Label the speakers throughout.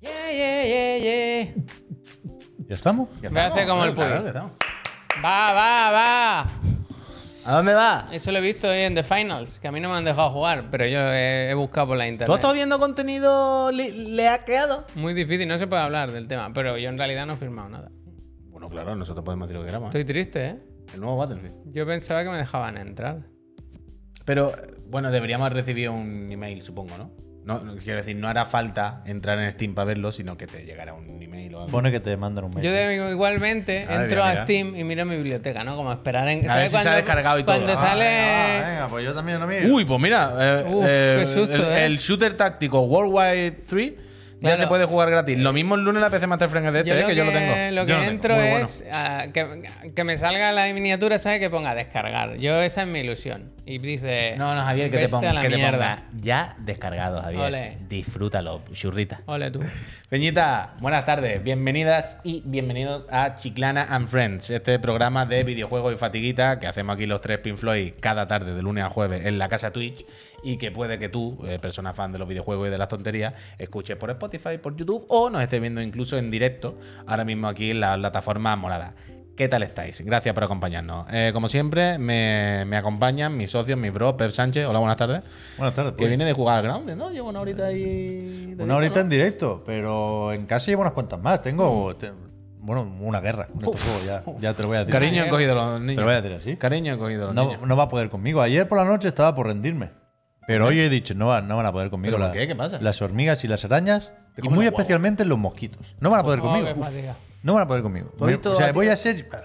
Speaker 1: Yeah, yeah, yeah, yeah.
Speaker 2: ¿Ya estamos? Ya
Speaker 1: Me hace
Speaker 2: estamos.
Speaker 1: como el
Speaker 2: Claro
Speaker 1: pollo.
Speaker 2: que estamos.
Speaker 1: Va, va, va.
Speaker 3: ¿A dónde va?
Speaker 1: Eso lo he visto hoy en The Finals, que a mí no me han dejado jugar, pero yo he, he buscado por la
Speaker 3: ¿Tú has estado
Speaker 1: internet.
Speaker 3: viendo contenido le, le ha quedado?
Speaker 1: Muy difícil, no se puede hablar del tema, pero yo en realidad no he firmado nada.
Speaker 2: Bueno, claro, nosotros podemos decir lo que queramos. ¿eh?
Speaker 1: Estoy triste, ¿eh?
Speaker 2: El nuevo Battlefield.
Speaker 1: Yo pensaba que me dejaban entrar.
Speaker 2: Pero, bueno, deberíamos haber recibido un email, supongo, ¿no? No, no, Quiero decir, no hará falta entrar en Steam para verlo, sino que te llegará un email o algo.
Speaker 3: Pone que te mandan
Speaker 2: Pues
Speaker 3: un mail.
Speaker 1: Yo de- igualmente
Speaker 2: Ah,
Speaker 1: entro
Speaker 2: mira,
Speaker 1: a
Speaker 2: mira.
Speaker 1: Steam y miro mi biblioteca, ¿no? Como esperar en...
Speaker 2: A ver
Speaker 1: ¿sabes
Speaker 2: si se ha
Speaker 1: cuando-
Speaker 2: descargado y todo?
Speaker 1: Cuando
Speaker 2: Ah,
Speaker 1: sale...
Speaker 4: Venga, va, venga, pues yo también lo miro.
Speaker 2: Uy, pues mira, eh,
Speaker 1: Uf,
Speaker 2: eh,
Speaker 1: qué susto,
Speaker 2: el,
Speaker 1: eh.
Speaker 2: el shooter táctico Worldwide 3 ya
Speaker 1: Claro.
Speaker 2: se puede jugar gratis. Lo mismo el lunes en la PC Master Friend de este, eh, que, yo lo tengo.
Speaker 1: Lo que
Speaker 4: Yo lo tengo.
Speaker 1: entro
Speaker 2: Muy bueno.
Speaker 1: es ah, que, que me salga la miniatura, ¿sabes? Que ponga descargar. Yo esa es mi ilusión. Y dice...
Speaker 3: No, no, Javier, que te
Speaker 1: "Vete a
Speaker 3: ponga,
Speaker 1: la
Speaker 3: que te
Speaker 1: mierda".
Speaker 3: ponga ya descargado, Javier.
Speaker 1: Ole.
Speaker 3: Disfrútalo, churrita.
Speaker 1: Ole tú.
Speaker 2: Peñita, buenas tardes, bienvenidas y bienvenidos a Chiclana and Friends, este programa de videojuegos y fatiguita que hacemos aquí los tres Pinfloy cada tarde de lunes a jueves en la casa Twitch y que puede que tú, eh, persona fan de los videojuegos y de las tonterías, escuches por Spotify, por YouTube o nos estés viendo incluso en directo ahora mismo aquí en la plataforma morada. ¿Qué tal estáis? Gracias por acompañarnos. Eh, como siempre, me, me acompañan mis socios, mi bro, Pep Sánchez. Hola, buenas tardes.
Speaker 4: Buenas tardes.
Speaker 2: Que
Speaker 4: pues.
Speaker 2: viene de jugar al Ground, ¿no? Llevo una horita ahí. de
Speaker 4: Una
Speaker 2: directo,
Speaker 4: horita
Speaker 2: ¿no?
Speaker 4: en directo, pero en casa llevo unas cuantas más. Tengo, te- bueno, una guerra. con estos juegos, ya, ya te lo voy a decir.
Speaker 2: Cariño he cogido los niños.
Speaker 4: Te lo voy a decir así.
Speaker 2: Cariño he cogido los
Speaker 4: No,
Speaker 2: niños.
Speaker 4: no va a poder conmigo. Ayer por la noche estaba por rendirme. Pero hoy he dicho, no, va- no van a poder conmigo.
Speaker 2: ¿Pero por
Speaker 4: la-
Speaker 2: qué? ¿Qué pasa?
Speaker 4: Las hormigas y las arañas. Y
Speaker 2: comes
Speaker 4: muy
Speaker 2: los huevos.
Speaker 4: especialmente los mosquitos. No van a poder
Speaker 1: Oh,
Speaker 4: conmigo.
Speaker 1: qué
Speaker 4: Uf.
Speaker 1: fatiga.
Speaker 4: No van a poder conmigo.
Speaker 3: ¿Tú has
Speaker 4: Me-
Speaker 3: visto
Speaker 4: o sea,
Speaker 3: a ti-
Speaker 4: voy a ser ah,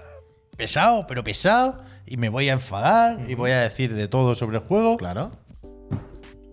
Speaker 4: pesado, pero pesado. Y me voy a enfadar. Y voy a decir de todo sobre el juego.
Speaker 2: Claro.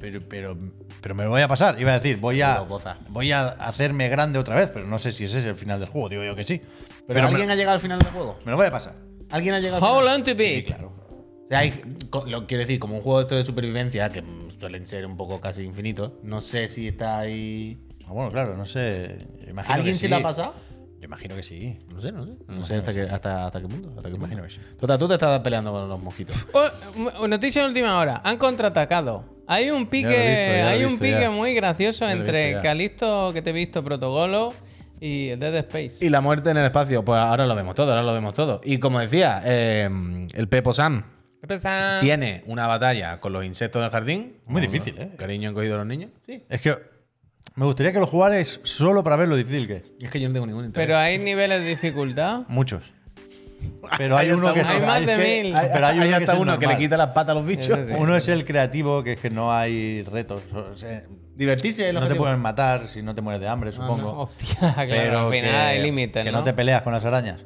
Speaker 4: Pero, pero, pero me lo voy a pasar. Iba a decir, voy a,
Speaker 2: Pero goza.
Speaker 4: voy a hacerme grande otra vez, pero no sé si ese es el final del juego. Digo yo que sí. Pero,
Speaker 2: Pero,
Speaker 4: me,
Speaker 2: alguien ha llegado al final del juego.
Speaker 4: me lo voy a pasar.
Speaker 2: Alguien ha llegado
Speaker 1: How
Speaker 2: al final.
Speaker 1: long to beat?
Speaker 2: O sea, hay- co- lo quiero decir, como un juego de esto de supervivencia, que mm, suelen ser un poco casi infinitos, no sé si está ahí.
Speaker 4: Ah, bueno, claro, no sé. yo imagino
Speaker 2: ¿Alguien
Speaker 4: que
Speaker 2: se
Speaker 4: sí.
Speaker 2: lo ha pasado?
Speaker 4: Yo imagino que sí.
Speaker 2: No sé, no sé. No sé hasta qué, hasta, hasta qué punto. Hasta qué
Speaker 4: Imagino
Speaker 2: punto.
Speaker 4: que sí.
Speaker 2: Total, tú te estás peleando con los mosquitos.
Speaker 1: Oh, m- noticia de última hora. Han contraatacado. Hay un pique,
Speaker 4: Ya lo he visto, ya lo he
Speaker 1: hay un
Speaker 4: visto,
Speaker 1: pique
Speaker 4: ya.
Speaker 1: muy gracioso
Speaker 4: Ya lo he
Speaker 1: entre
Speaker 4: visto, ya.
Speaker 1: Calisto, que te he visto, Protocolo y Dead Space.
Speaker 2: Y la muerte en el espacio, pues ahora lo vemos todo, ahora lo vemos todo. Y como decía, eh, el Pepo Sam
Speaker 1: ¿Qué pasa?
Speaker 2: tiene una batalla con los insectos del jardín.
Speaker 4: Muy
Speaker 2: Con-
Speaker 4: difícil, ¿eh?
Speaker 2: Cariño han cogido a los niños. Sí.
Speaker 4: Es que me gustaría que lo jugares solo para ver lo difícil que es.
Speaker 2: Es que yo no tengo ningún interés.
Speaker 1: Pero hay niveles de dificultad.
Speaker 4: Muchos. Pero hay
Speaker 2: Ahí
Speaker 4: uno
Speaker 2: está
Speaker 4: que
Speaker 2: uno.
Speaker 4: es-
Speaker 1: Hay más de
Speaker 4: que-
Speaker 1: mil.
Speaker 4: hay- Pero hay uno que,
Speaker 2: hasta
Speaker 4: es el
Speaker 2: uno que le
Speaker 4: normal.
Speaker 2: quita las patas a los bichos.
Speaker 1: Eso sí.
Speaker 4: Uno es el creativo, que es que no hay retos. o sea,
Speaker 2: Divertirse es lo
Speaker 4: no te
Speaker 2: que
Speaker 4: pueden matar si no te mueres de hambre, supongo.
Speaker 1: Hostia, Ah, claro, al final hay límites,
Speaker 4: que
Speaker 1: ¿no?
Speaker 4: no te peleas con las arañas.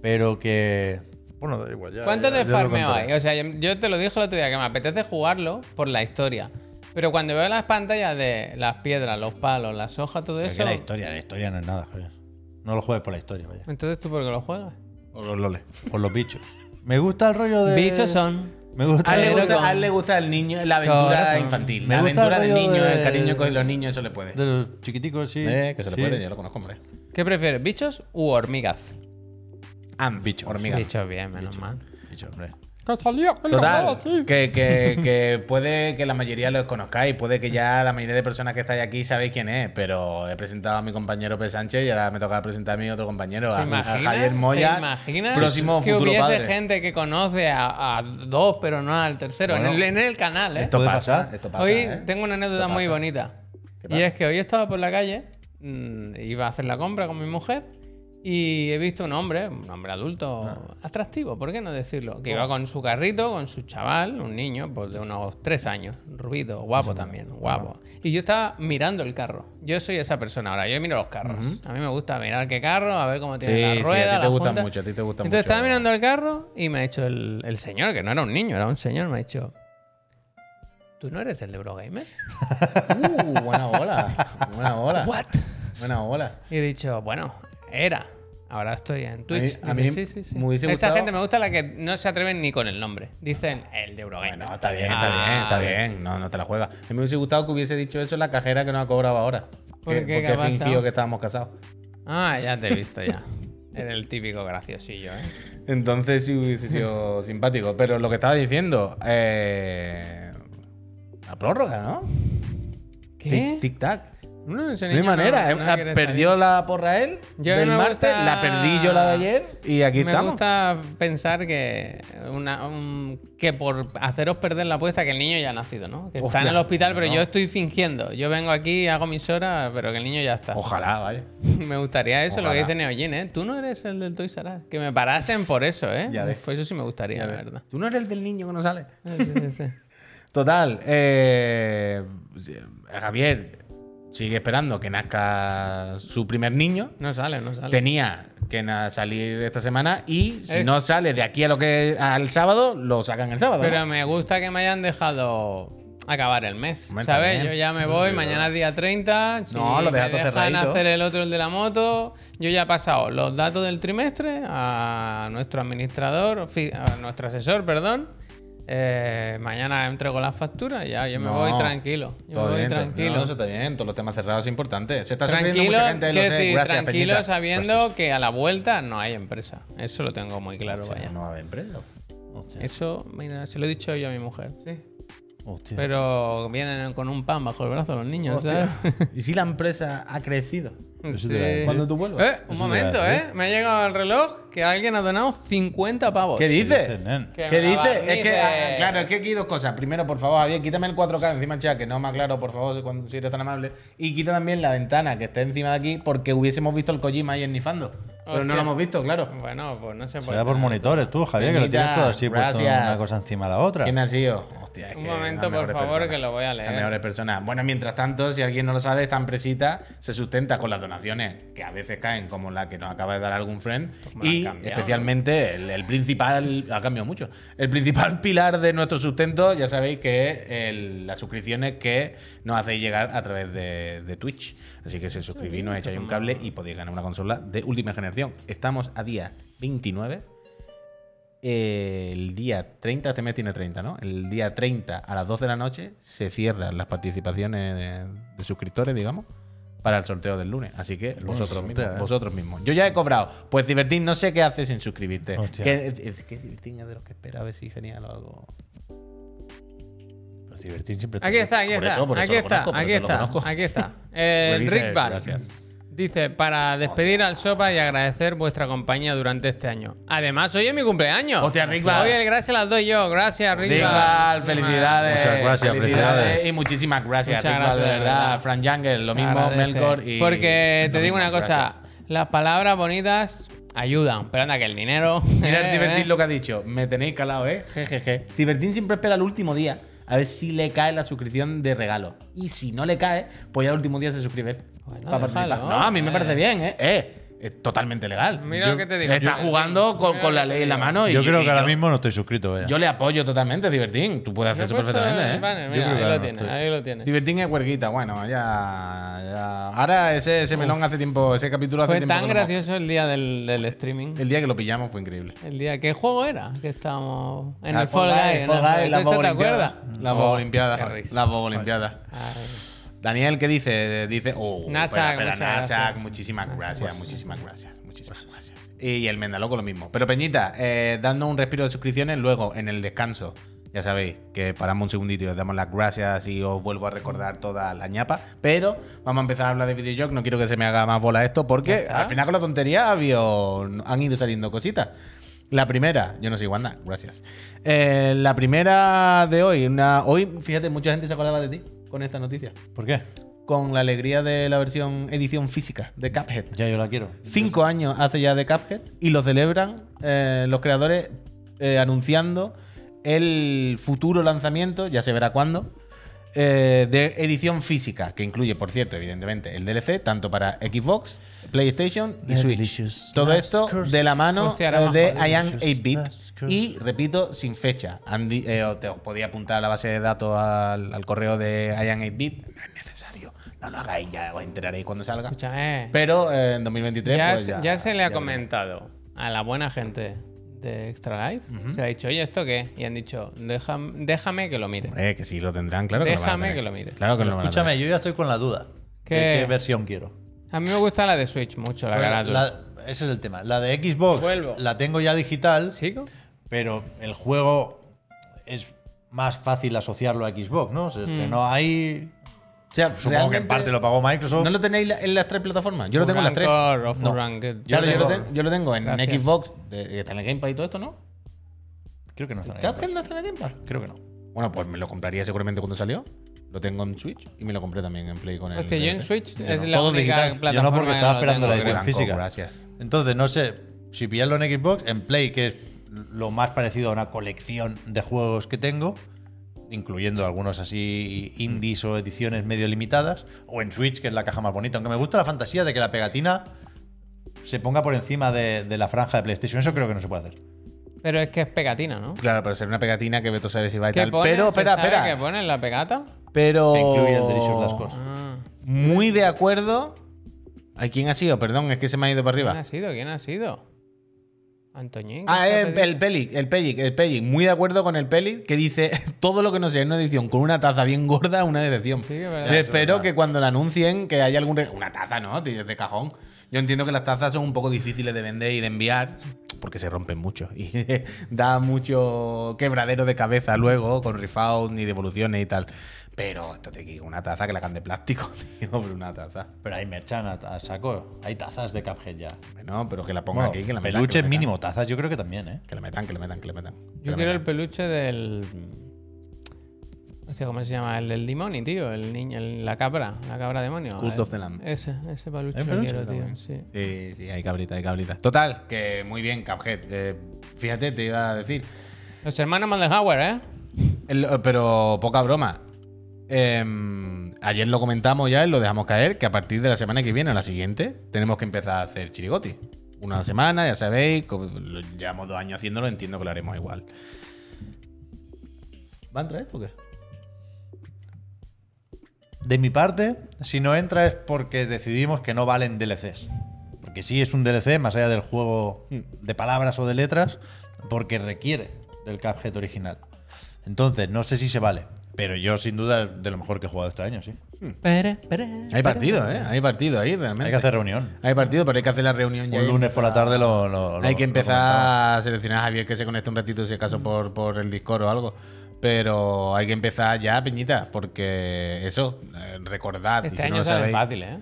Speaker 4: Pero que. Bueno, da igual. Ya,
Speaker 1: ¿Cuánto
Speaker 4: ya-
Speaker 1: de
Speaker 4: ya lo
Speaker 1: farmeo
Speaker 4: contaré.
Speaker 1: hay? O sea, yo te lo dije el otro día que me apetece jugarlo por la historia. Pero cuando veo las pantallas de las piedras, los palos, las hojas, todo
Speaker 4: Pero
Speaker 1: eso.
Speaker 4: que la historia, la historia no es nada, joder. No lo juegues por la historia, vaya.
Speaker 1: Entonces tú por qué lo juegas.
Speaker 2: O los loles.
Speaker 4: Por los bichos. Me gusta el rollo de.
Speaker 1: Bichos son.
Speaker 4: Me gusta
Speaker 2: A él, le
Speaker 4: el rollo
Speaker 2: gusta, a él le gusta el niño, la aventura
Speaker 1: Corazón.
Speaker 2: infantil.
Speaker 4: Me
Speaker 2: la
Speaker 4: gusta
Speaker 2: aventura
Speaker 4: el
Speaker 2: del
Speaker 4: rollo
Speaker 2: niño, el
Speaker 4: de-
Speaker 2: cariño con los niños, eso le puede.
Speaker 4: de los chiquiticos, sí.
Speaker 2: Eh, que se le
Speaker 4: Sí.
Speaker 2: puede, yo lo conozco, hombre.
Speaker 1: ¿Qué prefieres, bichos u hormigas?
Speaker 2: Am, bicho, hormiga.
Speaker 1: Bichos bien, menos mal.
Speaker 4: Bicho, hombre.
Speaker 2: Total, que, que, que puede que la mayoría los conozcáis, puede que ya la mayoría de personas que estáis aquí sabéis quién es, pero he presentado a mi compañero P. Sánchez y ahora me toca presentar a mi otro compañero, a,
Speaker 1: ¿Te
Speaker 2: a
Speaker 1: imaginas?
Speaker 2: Javier
Speaker 1: ¿Te
Speaker 2: Moya,
Speaker 1: imaginas
Speaker 2: próximo
Speaker 1: que
Speaker 2: futuro
Speaker 1: hubiese
Speaker 2: padre.
Speaker 1: gente que conoce a, a dos, pero no al tercero? en,
Speaker 4: Bueno,
Speaker 1: el, en el canal, ¿eh?
Speaker 4: esto- ¿Puede pasar?
Speaker 2: esto pasa.
Speaker 1: hoy
Speaker 2: ¿eh?
Speaker 1: tengo una anécdota
Speaker 2: Esto
Speaker 1: muy
Speaker 2: pasa.
Speaker 1: bonita.
Speaker 2: ¿Qué
Speaker 1: Y
Speaker 2: pasa?
Speaker 1: es que hoy estaba por la calle, mm, iba a hacer la compra con mi mujer y he visto un hombre, un hombre adulto
Speaker 2: Ah.
Speaker 1: atractivo, ¿por qué no decirlo? Que
Speaker 2: Oh.
Speaker 1: iba con su carrito, con su chaval, un niño pues, de unos tres años, rubito, guapo también, guapo. Y yo estaba mirando el carro. Yo soy esa persona ahora, yo miro los carros. A mí me gusta mirar qué carro, a ver cómo tiene
Speaker 2: Sí,
Speaker 1: la
Speaker 2: sí, a
Speaker 1: rueda.
Speaker 2: ti te
Speaker 1: las
Speaker 2: gusta
Speaker 1: juntas.
Speaker 2: mucho, a ti te gusta
Speaker 1: Entonces
Speaker 2: mucho.
Speaker 1: estaba mirando el carro y me ha dicho el, el señor, que no era un niño, era un señor, me ha dicho, ¿tú no eres el de Eurogamer?
Speaker 2: Uh, buena bola, buena bola. Buena bola.
Speaker 1: Y he dicho, bueno, era. Ahora estoy en Twitch.
Speaker 2: a
Speaker 1: Y dice,
Speaker 2: mí me hubiese
Speaker 1: Esa
Speaker 2: gustado-
Speaker 1: gente me gusta la que no se atreven ni con el nombre. Dicen el de Ah, Eurogame.
Speaker 2: Bueno, está bien, está bien, está bien. No, no te la juegas. A mí me hubiese gustado que hubiese dicho eso la cajera que nos ha cobrado ahora.
Speaker 1: ¿Por
Speaker 2: Que-
Speaker 1: qué?
Speaker 2: Porque
Speaker 1: ¿Qué ha
Speaker 2: fingió
Speaker 1: pasado?
Speaker 2: que estábamos casados.
Speaker 1: Ah, ya te he visto ya. Era el típico graciosillo, ¿eh?
Speaker 2: Entonces sí hubiese sido simpático. Pero lo que estaba diciendo, eh, la prórroga, ¿no?
Speaker 1: ¿Qué?
Speaker 2: Tic-tac.
Speaker 1: No, ese
Speaker 2: No hay
Speaker 1: niño
Speaker 2: manera.
Speaker 1: no-
Speaker 2: eh,
Speaker 1: no
Speaker 2: la-
Speaker 1: quiere
Speaker 2: perdió la porra él
Speaker 1: Yo
Speaker 2: del
Speaker 1: me
Speaker 2: martes,
Speaker 1: gusta-
Speaker 2: la perdí yo la de ayer y aquí
Speaker 1: me
Speaker 2: estamos.
Speaker 1: gusta pensar que una- un- que por haceros perder la apuesta que el niño ya ha nacido, ¿no? Que está
Speaker 2: Hostia,
Speaker 1: en el hospital, pero
Speaker 2: no.
Speaker 1: yo estoy fingiendo. Yo vengo aquí, hago mis horas, pero que el niño ya está.
Speaker 2: Ojalá, vaya.
Speaker 1: Me gustaría eso, lo
Speaker 2: Ojalá.
Speaker 1: que dice Neojin, ¿eh? Tú no eres el del Toys R Us. Que me parasen por eso, ¿eh?
Speaker 2: Ya ves.
Speaker 1: Pues eso sí me gustaría, la verdad.
Speaker 2: Tú no eres el del niño que no sale.
Speaker 1: Sí, sí, sí.
Speaker 2: Total, eh, Javier sigue esperando que nazca su primer niño.
Speaker 1: No sale, no sale.
Speaker 2: Tenía que na- salir esta semana y si
Speaker 1: Es-
Speaker 2: no sale de aquí a lo que al sábado, lo sacan el sábado.
Speaker 1: Pero
Speaker 2: ¿no?
Speaker 1: me gusta que me hayan dejado acabar el mes.
Speaker 2: Hombre,
Speaker 1: ¿Sabes?
Speaker 2: también.
Speaker 1: Yo ya me voy, mañana es día 30. Si
Speaker 4: No, lo dejas
Speaker 1: me
Speaker 4: todo
Speaker 1: dejan
Speaker 4: cerradito.
Speaker 1: hacer el otro, el de la moto. Yo ya he pasado los datos del trimestre a nuestro administrador, fi- a nuestro asesor, perdón. Eh, mañana entrego las facturas y ya, yo me
Speaker 2: No,
Speaker 1: voy tranquilo. Yo me
Speaker 2: Todo
Speaker 1: voy
Speaker 2: bien, todo-
Speaker 1: tranquilo.
Speaker 2: no, eso está bien, todos los temas cerrados es importante. Se está
Speaker 1: tranquilo,
Speaker 2: sorprendiendo mucha gente, lo
Speaker 1: quiero
Speaker 2: sé.
Speaker 1: decir,
Speaker 2: Gracias,
Speaker 1: tranquilo
Speaker 2: Peñita.
Speaker 1: sabiendo
Speaker 2: Gracias.
Speaker 1: que a la vuelta no hay empresa. Eso lo tengo muy claro, vaya.
Speaker 2: Pues, No va a haber empresa.
Speaker 4: Hostia,
Speaker 1: Eso, mira, se lo he dicho yo a mi mujer.
Speaker 4: hostia.
Speaker 1: Pero vienen con un pan bajo el brazo los niños, ¿sabes?
Speaker 2: ¿Y si la empresa ha crecido?
Speaker 4: Eso te iba a decir.
Speaker 2: Cuando tú vuelvas.
Speaker 1: Eh, un
Speaker 4: Eso te iba a
Speaker 1: momento,
Speaker 4: decir.
Speaker 1: ¿eh? Me ha llegado el reloj que alguien ha donado 50 pavos.
Speaker 2: ¿Qué dices?
Speaker 4: dices, nen?
Speaker 1: Que
Speaker 2: ¿Qué
Speaker 1: me la
Speaker 2: dices? Es que,
Speaker 1: barnices.
Speaker 2: ah, claro, es que aquí hay dos cosas. Primero, por favor, Javier, quítame el 4K encima del chat, que no me aclaro, por favor, cuando- si eres tan amable. Y quita también la ventana que está encima de aquí, porque hubiésemos visto el Kojima ahí ennifando. Pero no
Speaker 1: Hostia.
Speaker 2: lo hemos visto, claro.
Speaker 1: Bueno, pues no sé
Speaker 4: Se da por
Speaker 1: qué.
Speaker 4: monitores tú, Javier, que lo
Speaker 2: Peñita,
Speaker 4: tienes todo así puesto
Speaker 2: gracias.
Speaker 4: una cosa encima de la otra.
Speaker 2: ¿Quién ha sido? Hostia, es
Speaker 1: Un
Speaker 2: que
Speaker 1: momento,
Speaker 2: las
Speaker 1: por
Speaker 2: mejores
Speaker 1: favor, que lo voy a leer.
Speaker 2: Las mejores personas. Bueno, mientras tanto, si alguien no lo sabe, esta empresita se sustenta con las donaciones, que a veces caen, como la que nos acaba de dar algún friend.
Speaker 1: Pues me la
Speaker 2: Y
Speaker 1: han cambiado.
Speaker 2: especialmente el, el principal, ha cambiado mucho. El principal pilar de nuestro sustento, ya sabéis que es el- las suscripciones que nos hacéis llegar a través de, de Twitch. Así que se suscribís, nos echáis un cable y podéis ganar una consola de última generación. Estamos a día 29 el día 30, este mes tiene 30, ¿no? El día 30 a las 12 de la noche se cierran las participaciones de, de suscriptores, digamos, para el sorteo del lunes. Así que
Speaker 4: lunes
Speaker 2: vosotros
Speaker 4: se
Speaker 2: mismos,
Speaker 4: sortea, ¿eh?
Speaker 2: vosotros mismos. Yo ya he cobrado. Pues Divertín, no sé qué haces sin suscribirte.
Speaker 4: Hostia.
Speaker 2: Que, es, es que Divertín es de los que espera a ver si genial o algo.
Speaker 4: Pero divertir siempre
Speaker 1: Aquí está, aquí
Speaker 2: Por
Speaker 1: está.
Speaker 2: eso- por eso
Speaker 1: aquí
Speaker 2: lo
Speaker 1: está,
Speaker 2: conozco, por
Speaker 1: aquí
Speaker 2: eso lo
Speaker 1: está,
Speaker 2: conozco.
Speaker 1: aquí está. Eh,
Speaker 2: Revisa,
Speaker 1: Rick Van
Speaker 2: gracias.
Speaker 1: dice, para despedir al Sopa y agradecer vuestra compañía durante este año. Además, hoy es mi cumpleaños.
Speaker 2: Hostia, Rick Van.
Speaker 1: Hoy el gracias las doy yo. Gracias, Rick Van.
Speaker 2: Rickval,
Speaker 1: Muchísimas-
Speaker 2: felicidades.
Speaker 4: Muchas gracias, felicidades.
Speaker 2: Y muchísimas gracias,
Speaker 1: Muchas
Speaker 2: Rickval,
Speaker 1: gracias,
Speaker 2: de
Speaker 1: de
Speaker 2: verdad.
Speaker 1: verdad.
Speaker 2: Fran Jungle, lo
Speaker 1: Se
Speaker 2: mismo,
Speaker 1: agradece.
Speaker 2: Melkor y.
Speaker 1: Porque te
Speaker 2: lo
Speaker 1: digo
Speaker 2: mismo,
Speaker 1: una cosa,
Speaker 2: gracias.
Speaker 1: las palabras bonitas ayudan, pero anda que el dinero.
Speaker 2: Mira
Speaker 1: eh,
Speaker 2: el
Speaker 1: eh.
Speaker 2: Divertín lo que ha dicho. Me tenéis calado, ¿eh? Jejeje. Divertín siempre espera el último día a ver si le cae la suscripción de regalo. Y si no le cae, pues ya el último día se suscribe. él
Speaker 1: Bueno,
Speaker 2: para participar.
Speaker 1: déjalo,
Speaker 2: no, a mí me
Speaker 1: eh.
Speaker 2: parece bien, ¿eh? Eh, es totalmente legal.
Speaker 1: Mira lo que te digo.
Speaker 2: Está
Speaker 1: Yo-
Speaker 2: jugando con,
Speaker 1: Mira
Speaker 2: con
Speaker 1: lo
Speaker 2: la
Speaker 1: que te
Speaker 2: ley en la
Speaker 1: digo.
Speaker 2: mano. y
Speaker 4: Yo creo
Speaker 2: y
Speaker 4: que ahora
Speaker 2: yo-
Speaker 4: mismo no estoy suscrito, vaya.
Speaker 2: Yo le apoyo totalmente, Divertín. Tú puedes hacer
Speaker 1: Me he
Speaker 2: eso
Speaker 1: puesto
Speaker 2: perfectamente,
Speaker 1: el
Speaker 2: ¿eh?
Speaker 1: banner,
Speaker 4: Yo
Speaker 1: mira,
Speaker 4: creo que
Speaker 1: ahí lo
Speaker 4: ahora
Speaker 1: tiene,
Speaker 4: estoy-
Speaker 1: ahí lo tiene.
Speaker 2: Divertín es huerguita, bueno, ya, ya. Ahora ese, ese melón hace tiempo, ese capítulo hace
Speaker 1: Fue
Speaker 2: tiempo. que
Speaker 1: tan
Speaker 2: no-
Speaker 1: gracioso el día del, del streaming.
Speaker 2: El día que lo pillamos fue increíble.
Speaker 1: El día ¿qué juego era? Que estábamos en
Speaker 2: Ah,
Speaker 1: el Fall Guys, en el
Speaker 2: Fall Guys,
Speaker 1: Fall-
Speaker 2: la
Speaker 1: ¿Eso te
Speaker 2: Bobolimpiada.
Speaker 1: acuerdas?
Speaker 2: La
Speaker 1: Oh,
Speaker 2: Bobolimpiada.
Speaker 1: qué risa.
Speaker 2: La Bobolimpiada. Daniel, ¿qué dice? Dice. Oh,
Speaker 1: Nasak,
Speaker 2: espera, espera,
Speaker 1: muchas
Speaker 2: Nasak,
Speaker 1: gracias.
Speaker 2: muchísimas gracias, muchísimas gracias, muchísimas gracias. Y el Mendaloco lo mismo. Pero Peñita, eh, dando un respiro de suscripciones, luego en el descanso, ya sabéis que paramos un segundito y os damos las gracias y os vuelvo a recordar toda la ñapa. Pero vamos a empezar a hablar de videojuegos, no quiero que se me haga más bola esto, porque al final con la tontería ha habido- han ido saliendo cositas. La primera, yo no soy Wanda, gracias. Eh, la primera de hoy, una, hoy, fíjate, mucha gente se acordaba de ti con esta noticia
Speaker 4: ¿Por qué?
Speaker 2: con la alegría de la versión edición física de Cuphead.
Speaker 4: Ya yo la quiero.
Speaker 2: Cinco años hace ya de Cuphead y lo celebran eh, los creadores eh, anunciando el futuro lanzamiento, ya se verá cuándo, eh, de edición física, que incluye, por cierto, evidentemente, el DLC, tanto para Xbox, PlayStation y
Speaker 4: The
Speaker 2: Switch.
Speaker 4: delicious
Speaker 2: Todo
Speaker 4: last
Speaker 2: esto
Speaker 4: curse.
Speaker 2: de la mano
Speaker 1: Hostia, ahora
Speaker 2: eh,
Speaker 1: más
Speaker 2: de
Speaker 1: jodido.
Speaker 2: I Am
Speaker 4: Delicious
Speaker 2: 8-Bit
Speaker 4: last curse.
Speaker 2: y repito, sin fecha. Andy, eh, o te os podía apuntar a la base de datos al, al correo de Ian 8-Bit. No es necesario. No lo hagáis, ya os enteraréis cuando salga.
Speaker 1: Escúchame,
Speaker 2: Pero eh, en 2023
Speaker 1: ya,
Speaker 2: pues,
Speaker 1: se-
Speaker 2: ya,
Speaker 1: ya se le ha
Speaker 2: ya
Speaker 1: comentado a la buena gente de Extra Life. Se le ha dicho, oye, ¿esto qué? Y han dicho, déjame, déjame que lo mire.
Speaker 2: veremos. Eh, que sí lo tendrán, claro. que lo van a
Speaker 1: Déjame
Speaker 2: tener.
Speaker 1: que lo mire.
Speaker 2: Claro que lo van a
Speaker 4: Escúchame, yo ya estoy con la duda.
Speaker 1: ¿Qué?
Speaker 4: ¿Qué, qué versión quiero?
Speaker 1: A mí me gusta la de Switch mucho, la
Speaker 4: Bueno,
Speaker 1: carátula.
Speaker 4: la- ese es el tema. La de Xbox
Speaker 1: Vuelvo.
Speaker 4: la tengo ya digital,
Speaker 1: ¿Sigo?
Speaker 4: pero el juego es más fácil asociarlo a Xbox, ¿no? Se estrenó ahí.
Speaker 2: O sea,
Speaker 4: Supongo que en
Speaker 2: realmente-
Speaker 4: parte lo pagó Microsoft.
Speaker 2: ¿No lo tenéis la- en las tres plataformas? Yo lo tengo en las tres.
Speaker 1: Rancor o
Speaker 4: No.
Speaker 1: Ranked.
Speaker 2: Claro, yo,
Speaker 4: tengo.
Speaker 2: lo tengo, yo lo tengo en
Speaker 1: Gracias.
Speaker 2: Xbox, de- que está en el Game Pass y todo esto, ¿no?
Speaker 4: Creo que no está en el
Speaker 2: ¿Cuphead no está en el Game Pass?
Speaker 4: Creo que no.
Speaker 2: Bueno, pues me lo compraría seguramente cuando salió. Lo tengo en Switch y me lo compré también en Play con el.
Speaker 1: Hostia, yo en
Speaker 2: DLC.
Speaker 1: Switch
Speaker 2: Yo
Speaker 1: es
Speaker 2: no.
Speaker 1: la
Speaker 2: Todo
Speaker 1: única
Speaker 2: digital.
Speaker 1: plataforma
Speaker 4: Yo no, porque
Speaker 1: que
Speaker 4: estaba
Speaker 1: lo
Speaker 4: esperando
Speaker 1: tengo.
Speaker 4: la edición
Speaker 2: Blanco,
Speaker 4: física.
Speaker 2: gracias.
Speaker 4: Entonces, no sé si pillarlo en Xbox, en Play, que es lo más parecido a una colección de juegos que tengo, incluyendo algunos así indies o ediciones medio limitadas, o en Switch, que es la caja más bonita. Aunque me gusta la fantasía de que la pegatina se ponga por encima de, de la franja de PlayStation. Eso creo que no se puede hacer.
Speaker 1: Pero es que es pegatina, ¿no?
Speaker 2: Claro, pero será una pegatina que Beto sabe si va y
Speaker 1: ¿Qué
Speaker 2: tal.
Speaker 1: ponen?
Speaker 2: Pero,
Speaker 1: ¿Se
Speaker 2: espera,
Speaker 1: sabe ¿Qué
Speaker 2: espera.
Speaker 1: ponen la pegata?
Speaker 2: Pero.
Speaker 4: Que incluye el Delicious Last Course.
Speaker 1: Ah,
Speaker 2: Muy de acuerdo. ¿A quién ha sido? Perdón, es que se me ha ido para
Speaker 1: ¿Quién
Speaker 2: arriba.
Speaker 1: ha sido? ¿Quién ha sido? Antoñín. ¿qué
Speaker 2: Ah,
Speaker 1: está
Speaker 2: el,
Speaker 1: perdido?
Speaker 2: el Pelic, el Pelic, el Pelic. Muy de acuerdo con el Pelic que dice todo lo que no sea en una edición con una taza bien gorda, una decepción.
Speaker 1: Sí, es
Speaker 2: Yo
Speaker 1: verdad.
Speaker 2: espero que cuando la anuncien que haya algún... re- Una taza, ¿no? tío? De cajón. Yo entiendo que las tazas son un poco difíciles de vender y de enviar porque se rompen mucho y da mucho quebradero de cabeza luego con refund y devoluciones y tal. Pero esto te quiero una taza que la hagan de plástico, tío, pero una taza.
Speaker 4: Pero hay merchan a, a saco. Hay tazas de Cuphead ya.
Speaker 2: No, pero que la pongan
Speaker 4: Bueno,
Speaker 2: aquí, que la metan. que la
Speaker 4: peluches
Speaker 2: metan.
Speaker 4: mínimo, tazas yo creo que también, ¿eh?
Speaker 2: Que la metan, que la metan, que la metan. Que
Speaker 1: Yo
Speaker 2: la
Speaker 1: quiero el
Speaker 2: metan.
Speaker 1: peluche del. Hostia, ¿cómo se llama? El del Dimoni, tío. El niño, el- la cabra. La cabra demonio.
Speaker 2: Cult
Speaker 1: Eh,
Speaker 2: of the Lamb.
Speaker 1: Ese, ese peluche
Speaker 4: ¿Hay
Speaker 1: lo
Speaker 4: peluche?
Speaker 1: quiero,
Speaker 4: Está
Speaker 1: tío.
Speaker 4: bueno.
Speaker 1: Sí.
Speaker 2: Sí, sí, hay cabrita, hay cabrita. Total, que muy bien, Cuphead. Eh, fíjate, te iba a decir.
Speaker 1: Los hermanos Mandelhauer, ¿eh?
Speaker 2: El- pero poca broma. Eh, ayer lo comentamos ya y lo dejamos caer, que a partir de la semana que viene, a la siguiente, tenemos que empezar a hacer chirigoti. Una a la semana, ya sabéis, como lo- llevamos dos años haciéndolo, entiendo que lo haremos igual. ¿Va a entrar esto o qué?
Speaker 4: De mi parte, si no entra es porque decidimos que no valen DLCs. Porque sí es un DLC, más allá del juego
Speaker 2: Hmm.
Speaker 4: de palabras o de letras, porque requiere del Cuphead original. Entonces, no sé si se vale, pero yo sin duda es de lo mejor que he jugado este año, sí.
Speaker 1: Pere, pere,
Speaker 2: Hmm. Hay
Speaker 1: pere.
Speaker 2: partido, ¿eh? Hay partido ahí, realmente.
Speaker 4: Hay que hacer reunión.
Speaker 2: Hay partido, pero hay que hacer la reunión ya.
Speaker 4: Un
Speaker 2: y
Speaker 4: lunes por la tarde lo... lo- lo-
Speaker 2: Hay que
Speaker 4: lo
Speaker 2: empezar a seleccionar a Javier que se conecte un ratito, si acaso por, por el Discord o algo. Pero hay que empezar ya, Peñita, porque eso, eh, recordad. y
Speaker 1: Este
Speaker 2: si no
Speaker 1: año
Speaker 2: lo
Speaker 1: salen
Speaker 2: sabéis-
Speaker 1: fácil, ¿eh?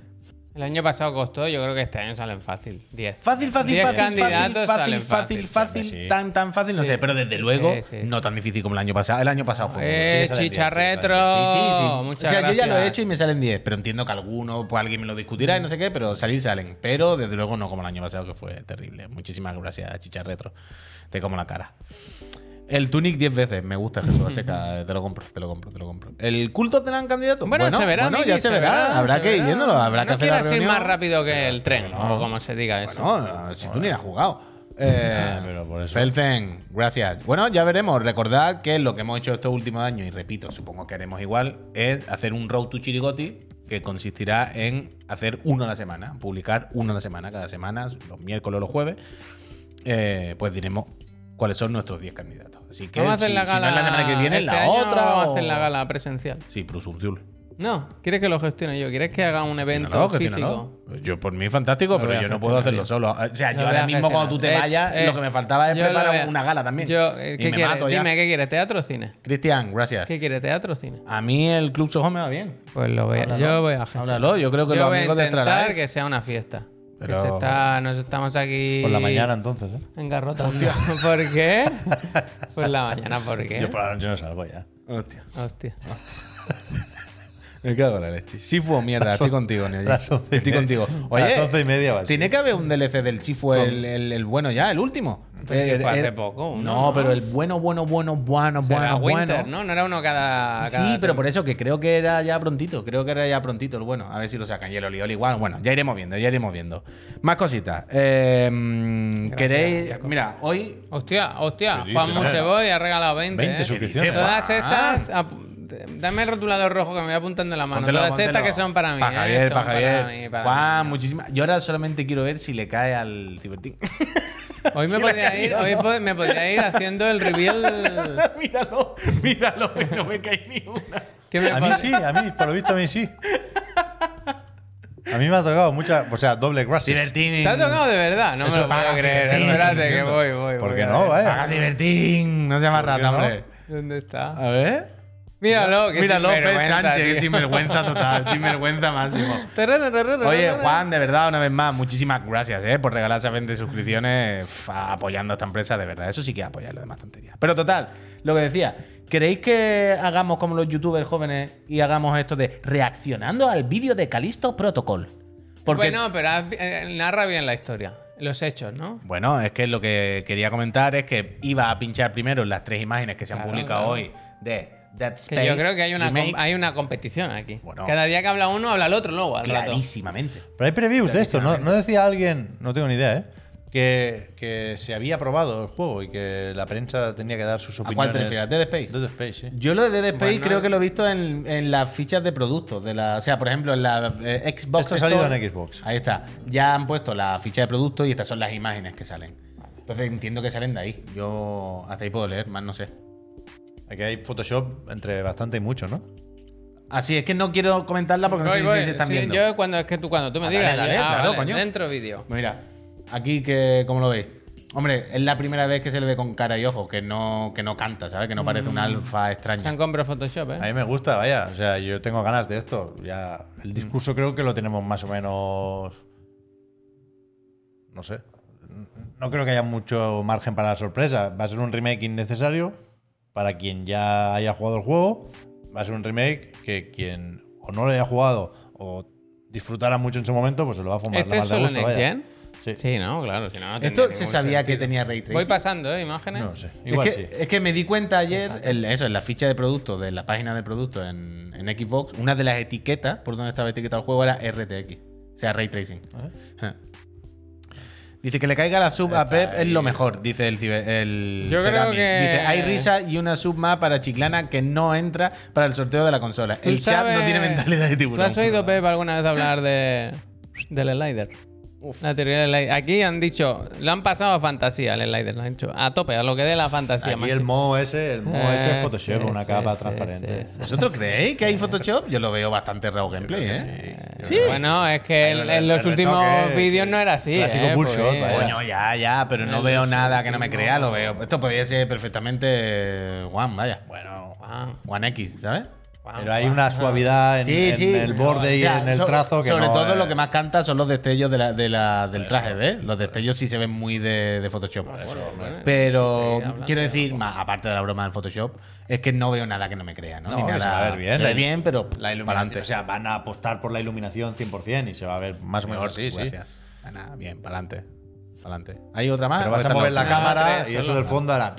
Speaker 1: El año pasado costó, yo creo que este año salen fácil. 10.
Speaker 2: Fácil, fácil,
Speaker 1: Diez
Speaker 2: fácil, fácil,
Speaker 1: candidatos
Speaker 2: fácil,
Speaker 1: salen
Speaker 2: fácil,
Speaker 1: fácil,
Speaker 2: fácil,
Speaker 4: sí.
Speaker 2: tan, tan fácil, no sé, pero desde luego
Speaker 1: Sí, sí, sí.
Speaker 2: no tan difícil como el año pasado. El año pasado fue muy
Speaker 1: Eh,
Speaker 2: difícil.
Speaker 4: salen
Speaker 1: chicha
Speaker 4: diez, sí, salen
Speaker 1: retro.
Speaker 2: Sí, sí, sí.
Speaker 1: Muchas
Speaker 2: o sea, yo ya lo he
Speaker 1: gracias.
Speaker 2: hecho y me salen 10, pero entiendo que alguno, pues alguien me lo discutirá y no sé qué, pero salir salen. Pero desde luego no como el año pasado, que fue terrible. Muchísimas gracias, Chicha Retro. Te como la cara. El Tunic 10 veces, me gusta Jesús Aseca, te lo compro, te lo compro, te lo compro. ¿El culto tendrán candidato?
Speaker 1: Bueno, se verá.
Speaker 2: bueno,
Speaker 1: Miki,
Speaker 2: ya se, verá, habrá
Speaker 1: se
Speaker 2: que ir
Speaker 1: verá.
Speaker 2: viéndolo, habrá
Speaker 1: no
Speaker 2: que hacer la
Speaker 1: quieras ir
Speaker 2: reunión.
Speaker 1: más rápido que el tren, o como se diga eso.
Speaker 2: No, ah, si tú ni has jugado. Eh,
Speaker 4: Ah, pero por eso.
Speaker 2: Felsen, gracias. Bueno, ya veremos. Recordad que lo que hemos hecho estos últimos años, y repito, supongo que haremos igual, es hacer un road to Chirigoti que consistirá en hacer uno a la semana, publicar uno a la semana, cada semana, los miércoles o los jueves. Eh, pues diremos cuáles son nuestros 10 candidatos. Así que
Speaker 1: Vamos a hacer
Speaker 2: si,
Speaker 1: la
Speaker 2: si
Speaker 1: gala.
Speaker 2: no es la semana que viene,
Speaker 1: este
Speaker 2: la
Speaker 1: año
Speaker 2: otra.
Speaker 1: Vamos
Speaker 2: o-
Speaker 1: a hacer la gala presencial.
Speaker 2: Sí, Prosuntiul.
Speaker 1: No, ¿quieres que lo gestione yo? ¿Quieres que haga un evento
Speaker 2: Gestiónalo,
Speaker 1: físico?
Speaker 2: gestiónalo. Pues Yo por mí fantástico,
Speaker 1: Lo voy
Speaker 2: pero
Speaker 1: a
Speaker 2: yo no puedo
Speaker 1: gestionar
Speaker 2: hacerlo solo. O sea,
Speaker 1: Lo
Speaker 2: yo
Speaker 1: voy
Speaker 2: ahora
Speaker 1: a
Speaker 2: mismo cuando tú te
Speaker 1: gestionar.
Speaker 2: vayas,
Speaker 1: Eh,
Speaker 2: lo que me faltaba es
Speaker 1: yo lo voy
Speaker 2: preparar
Speaker 1: a-
Speaker 2: una gala también.
Speaker 1: Yo, eh,
Speaker 2: Y
Speaker 1: ¿qué
Speaker 2: me
Speaker 1: quieres?
Speaker 2: mato ya.
Speaker 1: Dime, ¿qué quieres? ¿Teatro o cine?
Speaker 2: Cristian, gracias.
Speaker 1: ¿Qué quieres? ¿Teatro o cine?
Speaker 2: A mí el Club Soho me va bien.
Speaker 1: Pues lo voy a,
Speaker 2: Háblalo.
Speaker 1: yo voy a gestionar.
Speaker 2: Háblalo, yo creo que
Speaker 1: Yo
Speaker 2: los
Speaker 1: voy a
Speaker 2: amigos de
Speaker 1: intentar
Speaker 2: Astralife-
Speaker 1: que sea una fiesta. Que
Speaker 2: Pero-
Speaker 1: se está, nos estamos aquí.
Speaker 4: Por la mañana entonces, ¿eh?
Speaker 1: Engarrotando. ¿Por qué? Por la mañana, ¿por qué?
Speaker 4: Yo por la noche no salgo ya.
Speaker 2: Hostia,
Speaker 1: Hostia.
Speaker 2: me cago en la leche. Sifu, mierda, estoy contigo, Neo.
Speaker 4: las once y
Speaker 2: Estoy
Speaker 4: media.
Speaker 2: contigo.
Speaker 4: Las
Speaker 2: Oye,
Speaker 4: once y media va, sí.
Speaker 2: Tiene que haber un DLC del Sifu, el, el- el bueno ya, el último. Eh,
Speaker 1: Pero si
Speaker 2: El-
Speaker 1: fue hace
Speaker 2: el-
Speaker 1: poco, uno,
Speaker 2: No,
Speaker 1: ¿no?
Speaker 2: pero el bueno, bueno, bueno, bueno,
Speaker 1: Será
Speaker 2: bueno, bueno.
Speaker 1: Winter, ¿no? No era uno cada. cada
Speaker 2: Sí, pero por eso que creo que era ya prontito, creo que era ya prontito el bueno. A ver si lo sacan. Y el Olioli igual, bueno, ya iremos viendo, ya iremos viendo. Más cositas. Eh, mm, ¿Queréis? Mira, hoy.
Speaker 1: Hostia, hostia.
Speaker 4: ¿Qué
Speaker 1: Juan
Speaker 4: dices?
Speaker 1: Museboy ha regalado 20.
Speaker 4: 20
Speaker 1: ¿eh?
Speaker 4: suscripciones.
Speaker 1: Todas
Speaker 2: Juan.
Speaker 1: estas. apu- Dame el rotulador rojo que me voy apuntando en la mano.
Speaker 2: Póntelo,
Speaker 1: Todas estas
Speaker 2: póntelo.
Speaker 1: que son para mí.
Speaker 2: Para
Speaker 1: ¿eh?
Speaker 2: Javier,
Speaker 1: Son
Speaker 2: para Javier.
Speaker 1: mí, para
Speaker 2: Juan,
Speaker 1: mí.
Speaker 2: muchísimas. Yo ahora solamente quiero ver si le cae al Cibertín.
Speaker 1: Hoy me
Speaker 2: Sí, la
Speaker 1: podría ir,
Speaker 2: calidad,
Speaker 1: hoy
Speaker 2: ¿no?
Speaker 1: po- me podría ir haciendo el reveal.
Speaker 2: míralo, míralo, que no me cae ni una.
Speaker 1: que me
Speaker 4: A mí
Speaker 1: pod-
Speaker 4: sí, a mí, por lo visto a mí sí. A mí me ha tocado mucha, o sea, doble gracias.
Speaker 2: Divertín.
Speaker 1: Te ha tocado de verdad, no me lo puedo
Speaker 2: paga
Speaker 1: creer.
Speaker 2: Divertín,
Speaker 1: Espérate que
Speaker 4: entiendo.
Speaker 1: voy, voy.
Speaker 4: ¿Por
Speaker 1: voy,
Speaker 4: qué
Speaker 1: a
Speaker 4: no,
Speaker 1: ver.
Speaker 4: vaya?
Speaker 2: Paga divertín. No se llama rata,
Speaker 4: no?
Speaker 2: hombre.
Speaker 1: ¿Dónde está?
Speaker 2: A ver.
Speaker 1: Míralo, que
Speaker 2: Mira, López
Speaker 1: sinvergüenza,
Speaker 2: Sánchez,
Speaker 1: tío.
Speaker 2: que sinvergüenza total, sinvergüenza máximo.
Speaker 1: Tararararara.
Speaker 2: Oye, Juan, de verdad, una vez más, muchísimas gracias eh, por regalar esas 20 suscripciones f- apoyando a esta empresa, de verdad. Eso sí que es apoyar lo demás tontería. Pero total, lo que decía, ¿creéis que hagamos como los youtubers jóvenes y hagamos esto de reaccionando al vídeo de Calisto Protocol? Porque
Speaker 1: Bueno, pero haz bi- eh, narra bien la historia, los hechos, ¿no?
Speaker 2: Bueno, es que lo que quería comentar es que iba a pinchar primero las tres imágenes que se han
Speaker 1: Claro,
Speaker 2: publicado
Speaker 1: claro.
Speaker 2: hoy de Dead
Speaker 1: Que
Speaker 2: Space.
Speaker 1: yo creo que hay una,
Speaker 2: remake,
Speaker 1: com- hay una competición aquí.
Speaker 2: Bueno.
Speaker 1: Cada día que habla uno, habla el otro luego. Al rato.
Speaker 2: clarísimamente.
Speaker 4: Pero hay previews de esto, ¿no? ¿No
Speaker 2: ¿eh?
Speaker 4: decía alguien, no tengo ni idea, ¿eh? Que, que se había aprobado el juego y que la prensa tenía que dar sus
Speaker 2: cuál
Speaker 4: opiniones.
Speaker 2: te refieres? ¿Dead Space?
Speaker 4: Dead Space, sí.
Speaker 2: Yo lo de Dead Space
Speaker 1: Bueno. eh.
Speaker 2: creo que lo he visto en, en las fichas de productos. De la, o sea, por ejemplo, en la eh, Xbox.
Speaker 1: Este
Speaker 4: Esto ha salido
Speaker 2: Store.
Speaker 4: en Xbox.
Speaker 2: Ahí está. Ya han puesto la ficha de productos y estas son las imágenes que salen. Entonces entiendo que salen de ahí. Yo hasta ahí puedo leer, más no sé.
Speaker 4: Aquí hay Photoshop entre bastante y mucho, ¿no?
Speaker 2: Así es que no quiero comentarla porque no
Speaker 1: Voy,
Speaker 2: sé
Speaker 1: voy.
Speaker 2: si se están
Speaker 1: Sí,
Speaker 2: viendo.
Speaker 1: Yo cuando, es que tú, cuando tú me
Speaker 2: Ah,
Speaker 1: digas,
Speaker 2: dale, dale,
Speaker 1: yo- ah,
Speaker 2: claro,
Speaker 1: vale,
Speaker 2: coño.
Speaker 1: dentro vídeo.
Speaker 2: Mira, aquí que, ¿cómo lo veis? Hombre, es la primera vez que se le ve con cara y ojos, que no, que no canta, ¿sabes? Que
Speaker 1: Mm.
Speaker 2: no parece un alfa
Speaker 1: Se han
Speaker 2: extraño.
Speaker 1: comprado Photoshop, ¿eh?
Speaker 4: A mí me gusta, vaya. O sea, yo tengo ganas de esto. Ya,
Speaker 1: Mm.
Speaker 4: el discurso creo que lo tenemos más o menos. No sé. No creo que haya mucho margen para la sorpresa. Va a ser un remake innecesario para quien ya haya jugado el juego. Va a ser un remake que quien o no lo haya jugado o disfrutara mucho en su momento, pues se lo va a fumar
Speaker 1: ¿Este
Speaker 4: la
Speaker 1: es
Speaker 4: mal de
Speaker 1: solo
Speaker 4: gusto,
Speaker 1: Next
Speaker 4: vaya.
Speaker 1: Gen?
Speaker 4: Sí.
Speaker 1: no, claro. Si no, no tendría
Speaker 2: Esto se
Speaker 1: ningún
Speaker 2: sabía que
Speaker 1: sentido.
Speaker 2: tenía ray tracing.
Speaker 1: Voy pasando, ¿eh? Imágenes.
Speaker 4: No lo sé.
Speaker 2: Es
Speaker 4: Igual
Speaker 2: que- eh,
Speaker 4: sí.
Speaker 2: Es que me di cuenta ayer, en, eso, en la ficha de productos, de la página de productos en, en Xbox, una de las etiquetas por donde estaba etiquetado el juego era RTX, o sea, Ray Tracing. Dice que le caiga la sub a Pep es lo mejor, dice el, ciber- el
Speaker 1: Yo creo
Speaker 2: Cerami.
Speaker 1: que-
Speaker 2: Dice, hay risa y una sub más para Chiclana que no entra para el sorteo de la consola.
Speaker 1: ¿Tú
Speaker 2: El chat
Speaker 1: sabes-
Speaker 2: no tiene mentalidad de tiburón.
Speaker 1: ¿Tú has oído, Pep, alguna vez hablar de, del slider? La teoría del slider. Aquí han dicho, lo han pasado a fantasía el slider, lo han dicho a tope, a lo que dé la fantasía.
Speaker 4: Aquí
Speaker 1: más
Speaker 4: el mo ese, el mo ese
Speaker 1: Eh,
Speaker 4: es Photoshop,
Speaker 1: sí,
Speaker 4: una
Speaker 1: sí,
Speaker 4: capa
Speaker 1: sí,
Speaker 4: transparente.
Speaker 1: sí,
Speaker 2: ¿Vosotros creéis que hay Photoshop? Yo lo veo bastante raro gameplay, ¿eh?
Speaker 1: sí. Bueno, es que
Speaker 4: Ahí
Speaker 1: el-
Speaker 4: el-
Speaker 1: en los
Speaker 4: el
Speaker 1: últimos
Speaker 4: retoque,
Speaker 1: vídeos
Speaker 4: sí.
Speaker 1: no era así.
Speaker 4: Clásico
Speaker 1: eh,
Speaker 4: bullshot,
Speaker 1: porque-
Speaker 4: vaya.
Speaker 2: Coño, ya, ya, pero no veo nada que no me crea, lo veo. Esto podría ser perfectamente One, vaya. Bueno,
Speaker 1: Juan,
Speaker 2: One X, ¿sabes?
Speaker 1: Juan,
Speaker 4: Pero hay
Speaker 1: Juan.
Speaker 4: una suavidad en, en el borde y
Speaker 2: O sea,
Speaker 4: en el
Speaker 2: so-
Speaker 4: trazo que
Speaker 2: Sobre
Speaker 4: no
Speaker 2: todo
Speaker 4: es-
Speaker 2: lo que más canta son los destellos de la, de la- del traje, ¿ves? Los destellos sí se ven muy de, de Photoshop.
Speaker 1: hombre.
Speaker 2: Pero
Speaker 1: Sí, hablando
Speaker 2: quiero decir, más, aparte de la broma del Photoshop, es que no veo nada que no me crea, ¿no?
Speaker 4: No,
Speaker 2: Ni
Speaker 4: que
Speaker 2: nada.
Speaker 4: se va a ver bien. eh.
Speaker 2: Se ve bien, pero
Speaker 4: La iluminación. O sea, van a apostar por la iluminación 100% y se va a ver más o menos
Speaker 2: Mejor,
Speaker 4: así, sí.
Speaker 2: Gracias. Ah, nada, bien, para adelante. ¿Hay otra más?
Speaker 1: Ah,
Speaker 4: Pero vas
Speaker 2: Esta
Speaker 4: a
Speaker 2: es
Speaker 4: mover la
Speaker 2: última.
Speaker 1: última.
Speaker 4: cámara
Speaker 1: Ah, tres,
Speaker 4: y eso
Speaker 1: solo.
Speaker 4: del fondo hará.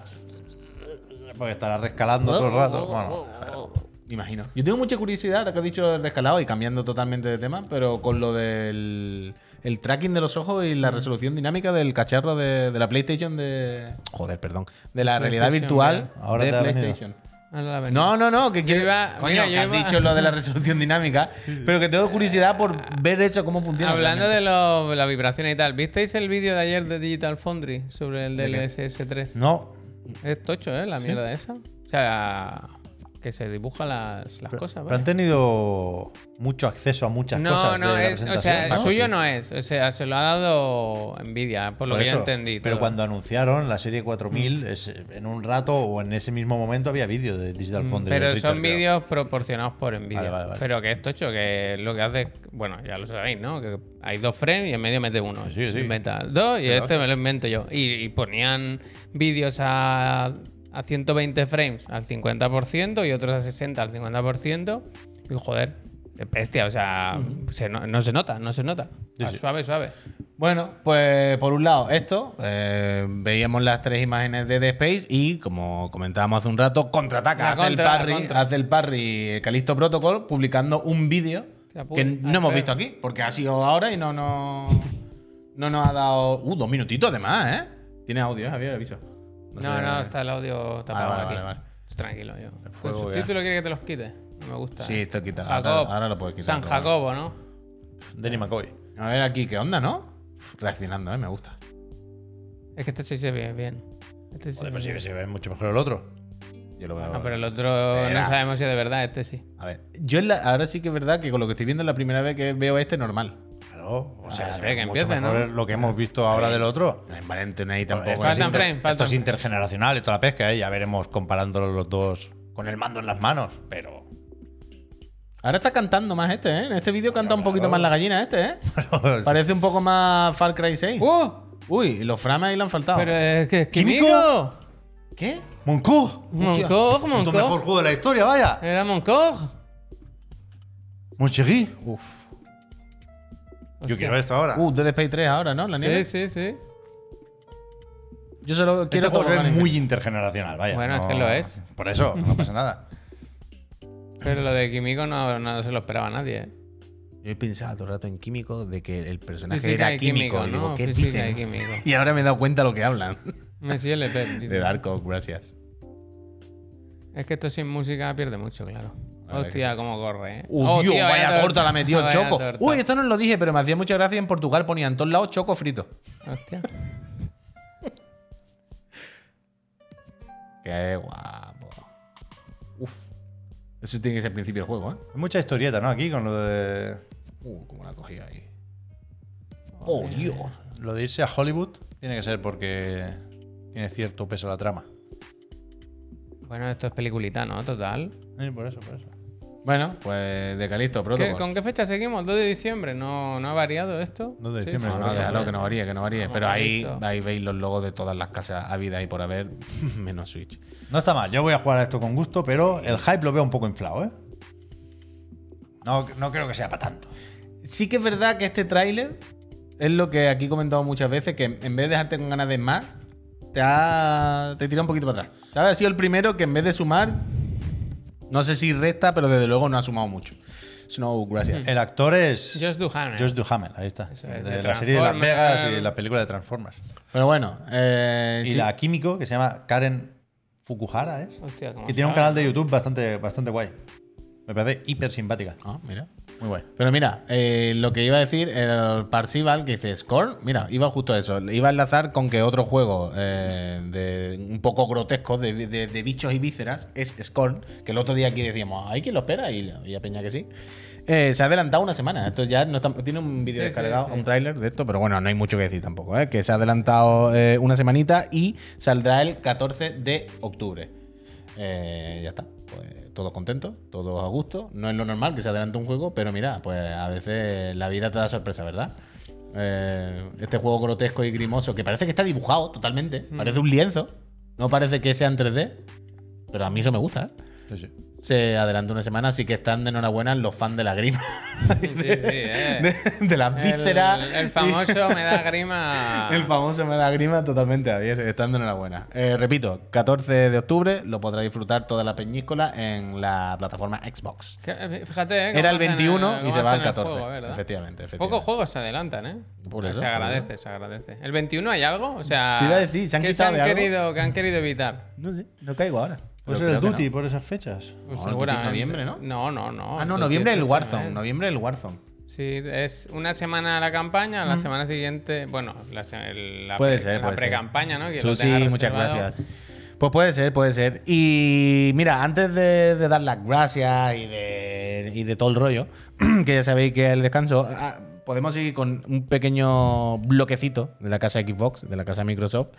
Speaker 4: Porque estará rescalando todo el
Speaker 1: Oh,
Speaker 4: rato. Bueno,
Speaker 2: Imagino. Yo tengo mucha curiosidad, ahora que has dicho lo del rescalado y cambiando totalmente de tema, pero con lo del el tracking de los ojos y la resolución dinámica del cacharro de, de la PlayStation de. Joder, perdón. De la realidad
Speaker 1: PlayStation,
Speaker 2: virtual
Speaker 4: ya. Ahora
Speaker 2: de
Speaker 4: te ha venido.
Speaker 2: PlayStation.
Speaker 1: Ahora la venimos.
Speaker 2: No, no, no, que quiero.
Speaker 1: iba-
Speaker 2: Coño,
Speaker 1: mira, yo
Speaker 2: que has
Speaker 1: iba-
Speaker 2: dicho lo de la resolución dinámica, pero que tengo curiosidad por ver eso, cómo funciona.
Speaker 1: Hablando de lo- la vibración y tal, ¿visteis el vídeo de ayer de Digital Foundry sobre el del SS3?
Speaker 4: no.
Speaker 1: Es tocho, ¿eh? La mierda esa. O sea, que se dibuja las, las cosas.
Speaker 4: Pero
Speaker 1: vaya.
Speaker 4: han tenido mucho acceso a muchas
Speaker 1: No,
Speaker 4: cosas
Speaker 1: no,
Speaker 4: de la
Speaker 1: es, o
Speaker 4: presentación.
Speaker 1: sea, el suyo no es. O sea, se lo ha dado Nvidia, por lo
Speaker 4: Por
Speaker 1: que yo
Speaker 4: eso.
Speaker 1: entendí.
Speaker 4: Pero
Speaker 1: todo. Mm.
Speaker 4: cuando anunciaron la serie 4000, es- en un rato o en ese mismo momento había vídeo de Digital Foundry.
Speaker 1: Mm, Pero
Speaker 4: de Richard,
Speaker 1: son
Speaker 4: creo.
Speaker 1: vídeos proporcionados por Nvidia.
Speaker 4: Vale, vale, vale.
Speaker 1: Pero que es tocho, que lo que hace, es- bueno, ya lo sabéis, ¿no? Que hay dos frames y en medio mete uno.
Speaker 4: Sí, sí.
Speaker 1: Se Inventa dos y este me lo invento yo. Y, y ponían vídeos a, a 120 frames al 50% y otros a 60 al 50%. Y joder, de bestia, o sea, se no, no se nota, no se nota. Va Suave, suave.
Speaker 2: Bueno, pues por un lado esto, eh, veíamos las tres imágenes de Dead Space y como comentábamos hace un rato, contraataca,
Speaker 1: La
Speaker 2: hace,
Speaker 1: contra,
Speaker 2: el
Speaker 1: la
Speaker 2: parry,
Speaker 1: contra.
Speaker 2: hace el parry Calisto Protocol publicando un vídeo
Speaker 1: Se apura,
Speaker 2: que no
Speaker 1: al
Speaker 2: hemos
Speaker 1: revés.
Speaker 2: visto aquí, porque ha sido ahora y no, no, no nos ha dado... Uh, dos minutitos además, ¿eh? Tiene audio, eh, Javier, aviso.
Speaker 1: No,
Speaker 2: sé-
Speaker 1: no, está el audio tapado
Speaker 2: vale,
Speaker 1: aquí.
Speaker 2: vale, vale.
Speaker 1: Tranquilo, yo. ¿Con
Speaker 2: fuego ya.
Speaker 1: subtítulo quiere que te los quite? No me gusta.
Speaker 2: Sí,
Speaker 1: eh.
Speaker 2: esto quita.
Speaker 1: Jacob.
Speaker 2: Ahora, ahora lo puedes quitar.
Speaker 1: San
Speaker 2: todo.
Speaker 1: Jacobo, ¿no?
Speaker 4: Danny McCoy.
Speaker 2: A ver aquí, ¿qué onda, no? Reaccionando, ¿eh? Me gusta.
Speaker 1: Es que este sí se ve bien. Este sí.
Speaker 4: Joder,
Speaker 1: se
Speaker 4: pues
Speaker 1: ve
Speaker 4: sí que se ve mucho mejor el otro.
Speaker 1: bien.
Speaker 2: Yo lo veo.
Speaker 1: No, pero el otro no
Speaker 2: Espera.
Speaker 1: sabemos si es de verdad, este sí.
Speaker 2: A ver, yo en la- ahora sí que es verdad que con lo que estoy viendo es la primera vez que veo este normal.
Speaker 4: Claro, o sea,
Speaker 1: Ah,
Speaker 4: se
Speaker 1: tiene
Speaker 4: ve
Speaker 1: que
Speaker 4: mucho
Speaker 1: empiece,
Speaker 4: mejor
Speaker 1: ¿no?
Speaker 4: lo que hemos visto ahora del otro.
Speaker 2: No es Valente ahí
Speaker 4: Bueno,
Speaker 2: tampoco. ¿eh?
Speaker 4: Esto, es
Speaker 1: Faltan
Speaker 4: inter-
Speaker 1: frames,
Speaker 4: esto
Speaker 1: faltan
Speaker 4: es
Speaker 1: frames.
Speaker 4: intergeneracional y toda la pesca, ¿eh? ya veremos comparándolos los dos con el mando en las manos, pero
Speaker 2: Ahora está cantando más este, ¿eh? En este vídeo canta un poquito
Speaker 4: claro.
Speaker 2: más la gallina este, ¿eh? Parece un poco más Far Cry 6.
Speaker 1: ¡Uh!
Speaker 2: Uy, los frames ahí le han faltado.
Speaker 1: Pero eh, es que.
Speaker 4: ¿Químico?
Speaker 1: ¡Químico!
Speaker 2: ¿Qué?
Speaker 4: Moncog,
Speaker 1: Moncog,
Speaker 4: tu mejor
Speaker 1: Moncog.
Speaker 4: juego de la historia, vaya.
Speaker 1: Era Moncog.
Speaker 4: Monchegui.
Speaker 2: Uf.
Speaker 4: Yo quiero esto ahora. Este
Speaker 2: Uh, Dead Space 3 ahora, ¿no? La nieve.
Speaker 1: Sí, sí, sí.
Speaker 2: Yo solo
Speaker 4: este
Speaker 2: quiero
Speaker 4: juego
Speaker 2: jugar
Speaker 4: es
Speaker 2: con
Speaker 4: muy
Speaker 2: este.
Speaker 4: intergeneracional, vaya.
Speaker 1: Bueno, es que lo es.
Speaker 4: Por eso, no pasa nada.
Speaker 1: Pero lo de Químico no, no se lo esperaba nadie. ¿eh?
Speaker 2: Yo he pensado todo el rato en químico de que el personaje
Speaker 1: Física
Speaker 2: era
Speaker 1: y
Speaker 2: químico.
Speaker 1: químico,
Speaker 2: y digo,
Speaker 1: ¿no?
Speaker 2: ¿qué
Speaker 1: Física
Speaker 2: dicen?
Speaker 1: y químico.
Speaker 2: Y ahora me he dado cuenta de lo que hablan.
Speaker 1: Messi LP.
Speaker 2: De
Speaker 1: E dice.
Speaker 2: Dark Oak, gracias.
Speaker 1: Es que esto sin música pierde mucho, claro.
Speaker 2: verdad que
Speaker 1: Hostia, cómo corre, ¿eh?
Speaker 2: Uh,
Speaker 1: Oh,
Speaker 2: tío,
Speaker 1: tío,
Speaker 2: vaya
Speaker 1: torta.
Speaker 2: torta la metió el
Speaker 1: Vaya
Speaker 2: choco.
Speaker 1: torta.
Speaker 2: Uy, esto no lo dije, pero me hacía mucha gracia. En Portugal ponían en todos lados choco frito.
Speaker 1: Hostia.
Speaker 2: Qué guapo. Uf. Eso tiene que ser el principio del juego, ¿eh?
Speaker 4: Hay mucha historieta, ¿no? Aquí con lo de.
Speaker 2: Uh, cómo la cogí ahí. Oh, Dios.
Speaker 4: Lo de irse a Hollywood tiene que ser porque tiene cierto peso la trama.
Speaker 1: Bueno, esto es peliculita, ¿no? Total.
Speaker 4: Sí, Eh, por eso, por eso.
Speaker 2: Bueno, pues de Calisto,
Speaker 1: ¿Qué-
Speaker 2: protocolo.
Speaker 1: ¿Con qué fecha seguimos? 2 de diciembre. ¿No, no ha variado esto?
Speaker 4: 2 de
Speaker 1: Sí,
Speaker 4: diciembre,
Speaker 1: sí.
Speaker 2: No, no, déjalo, que no varíe, que no varíe.
Speaker 1: Vamos,
Speaker 2: Pero ahí,
Speaker 1: listo.
Speaker 2: ahí veis los logos de todas las casas habidas y por haber, menos Switch.
Speaker 4: No está mal, yo voy a jugar a esto con gusto, pero el hype lo veo un poco inflado, ¿eh? No, no creo que sea para tanto.
Speaker 2: Sí que es verdad que este tráiler es lo que aquí he comentado muchas veces, que en vez de dejarte con ganas de más, te, ha, te tira un poquito para atrás. ¿Sabes? Ha sido el primero que en vez de sumar, no sé si resta, pero desde luego no ha sumado mucho. Snow, gracias.
Speaker 4: El actor es.
Speaker 1: Josh ¿eh? Duhamel.
Speaker 4: Josh Duhamel, ahí está.
Speaker 1: Eso
Speaker 4: de
Speaker 1: es,
Speaker 4: la
Speaker 1: de
Speaker 4: serie de Las
Speaker 1: Transformers.
Speaker 4: Vegas y la película de Transformers.
Speaker 2: Pero bueno, eh,
Speaker 4: Y
Speaker 2: sí.
Speaker 4: la químico, que se llama Karen Fukuhara, ¿es?
Speaker 1: Hostia, ¿cómo
Speaker 4: Que tiene un
Speaker 1: sabe?
Speaker 4: canal de YouTube bastante, bastante guay. Me parece hiper simpática.
Speaker 2: Ah, mira.
Speaker 4: Muy guay.
Speaker 2: Pero mira, eh, lo que iba a decir, el Parsival que dice Scorn, mira, iba justo a eso. Iba a enlazar con que otro juego eh, de, un poco grotesco de, de- de bichos y vísceras es Scorn, que el otro día aquí decíamos, ¿hay quien lo espera? Y, y a Peña que sí. Eh, se ha adelantado una semana. Esto ya no está- tiene un vídeo
Speaker 1: Sí,
Speaker 2: descargado,
Speaker 1: sí, sí.
Speaker 2: un tráiler de esto, pero bueno, no hay mucho que decir tampoco. ¿eh? Que se ha adelantado eh, una semanita y saldrá el 14 de octubre. Eh, ya está. Pues todos contentos, todos a gusto. No es lo normal que se adelante un juego, pero mira, pues a veces la vida te da sorpresa, ¿verdad? Eh, este juego grotesco y grimoso, que parece que está dibujado totalmente,
Speaker 1: Mm.
Speaker 2: parece un lienzo, no parece que sea en 3D, pero a mí eso me gusta. ¿eh? Se adelanta una semana, así que están de enhorabuena los fans de la grima,
Speaker 1: Sí, sí, eh.
Speaker 2: de, de las
Speaker 1: El-
Speaker 2: vísceras.
Speaker 1: El, famoso me da grima.
Speaker 2: El famoso me da grima totalmente, Javier. Estando enhorabuena. Eh, repito, 14 de octubre lo podrá disfrutar toda la peñíscola en la plataforma Xbox.
Speaker 1: Que, eh, Fíjate, ¿eh?
Speaker 2: Era
Speaker 1: cómo
Speaker 2: el
Speaker 1: hacen
Speaker 2: 21 y
Speaker 1: cómo
Speaker 2: se va al
Speaker 1: hacen el
Speaker 2: 14.
Speaker 1: juego, ¿eh? ¿verdad?
Speaker 2: efectivamente, efectivamente.
Speaker 1: Pocos juegos se adelantan, ¿eh?
Speaker 2: Por eso,
Speaker 1: se
Speaker 2: por
Speaker 1: agradece, se agradece. ¿El 21 hay algo? O sea.
Speaker 2: Te iba a decir, ¿se han
Speaker 1: ¿qué
Speaker 2: quitado de algo?
Speaker 1: querido, que han querido evitar?
Speaker 2: No sé, no caigo ahora.
Speaker 4: Puede
Speaker 2: Pues
Speaker 4: ser el Duty por esas fechas.
Speaker 1: Pues
Speaker 2: No, el
Speaker 1: seguramente.
Speaker 2: noviembre, ¿no?
Speaker 1: No, no, no.
Speaker 2: Ah, no,
Speaker 1: Entonces,
Speaker 2: noviembre el Warzone.
Speaker 1: efectivamente.
Speaker 2: Noviembre el Warzone.
Speaker 1: Sí, es una semana la campaña, la semana siguiente, bueno, la, se- el- la
Speaker 2: Puede
Speaker 1: pre-
Speaker 2: ser,
Speaker 1: la
Speaker 2: puede ser.
Speaker 1: pre-campaña, ¿no? Que lo
Speaker 2: Susi,
Speaker 1: tenga
Speaker 2: muchas
Speaker 1: reservado.
Speaker 2: gracias. Pues puede ser, puede ser. Y mira, antes de, de dar las gracias y de, y de todo el rollo, que ya sabéis que es el descanso, ah, podemos seguir con un pequeño bloquecito de la casa Xbox, de la casa Microsoft.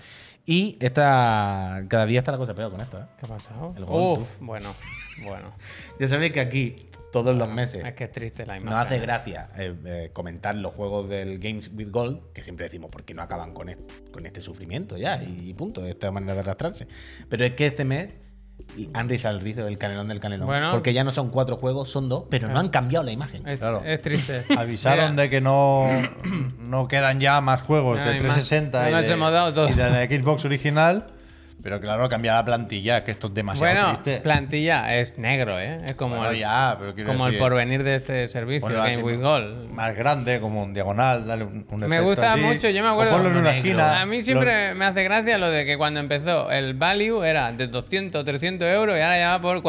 Speaker 2: Y esta, cada día está la cosa peor con esto. ¿eh?
Speaker 1: ¿Qué ha pasado?
Speaker 2: El gol,
Speaker 1: Uf, bueno, bueno.
Speaker 2: Ya sabéis que aquí, todos los meses,
Speaker 1: Es que es triste la imagen.
Speaker 2: No hace gracia eh, eh, comentar los juegos del Games with Gold, que siempre decimos, ¿por qué no acaban con, est- con este sufrimiento ya? Y, y punto, esta manera de arrastrarse. Pero es que este mes han rizado el rizo, el canelón del canelón.
Speaker 1: Bueno. Ah.
Speaker 2: porque ya no son cuatro juegos, son dos, pero no han cambiado la imagen.
Speaker 1: Es,
Speaker 4: Claro.
Speaker 1: es triste.
Speaker 4: Avisaron
Speaker 1: Mira,
Speaker 4: de que no, no quedan ya más juegos
Speaker 1: No
Speaker 4: de
Speaker 1: hay más.
Speaker 4: 360
Speaker 1: No
Speaker 4: y,
Speaker 1: nos
Speaker 4: de,
Speaker 1: hemos dado todo.
Speaker 4: y de la Xbox original. Pero claro, cambiar la plantilla, que esto es demasiado
Speaker 1: Bueno,
Speaker 4: triste.
Speaker 1: plantilla es negro, ¿eh? Es como,
Speaker 4: Bueno,
Speaker 1: el,
Speaker 4: ya, pero quiero
Speaker 1: como el
Speaker 4: decir,
Speaker 1: porvenir de este servicio,
Speaker 4: ponlo así
Speaker 1: Game with Gold.
Speaker 4: Más grande, como un diagonal, dale un, un
Speaker 1: Me
Speaker 4: efecto
Speaker 1: gusta
Speaker 4: así,
Speaker 1: mucho, yo me
Speaker 4: o
Speaker 1: acuerdo.
Speaker 4: ponlo en una
Speaker 1: Negro.
Speaker 4: esquina.
Speaker 1: A mí
Speaker 4: Lo-
Speaker 1: siempre me hace gracia lo de que cuando empezó el value era de 200, 300 euros y ahora ya va por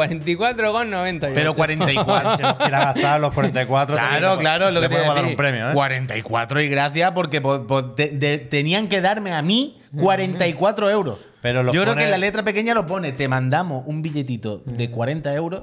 Speaker 1: 44,90.
Speaker 2: Pero 44.
Speaker 4: se los quiera gastar a los 44.
Speaker 2: Claro, claro, lo
Speaker 4: le
Speaker 2: que te
Speaker 4: podemos
Speaker 2: iba a
Speaker 4: dar un
Speaker 2: decir.
Speaker 4: premio, ¿eh?
Speaker 2: 44 y gracias porque po- po- te- de- tenían que darme a mí 44 euros.
Speaker 4: Pero los
Speaker 3: Yo creo
Speaker 4: pone-
Speaker 3: que en la letra pequeña lo pone, te mandamos un billetito
Speaker 1: Mm.
Speaker 3: de 40 euros.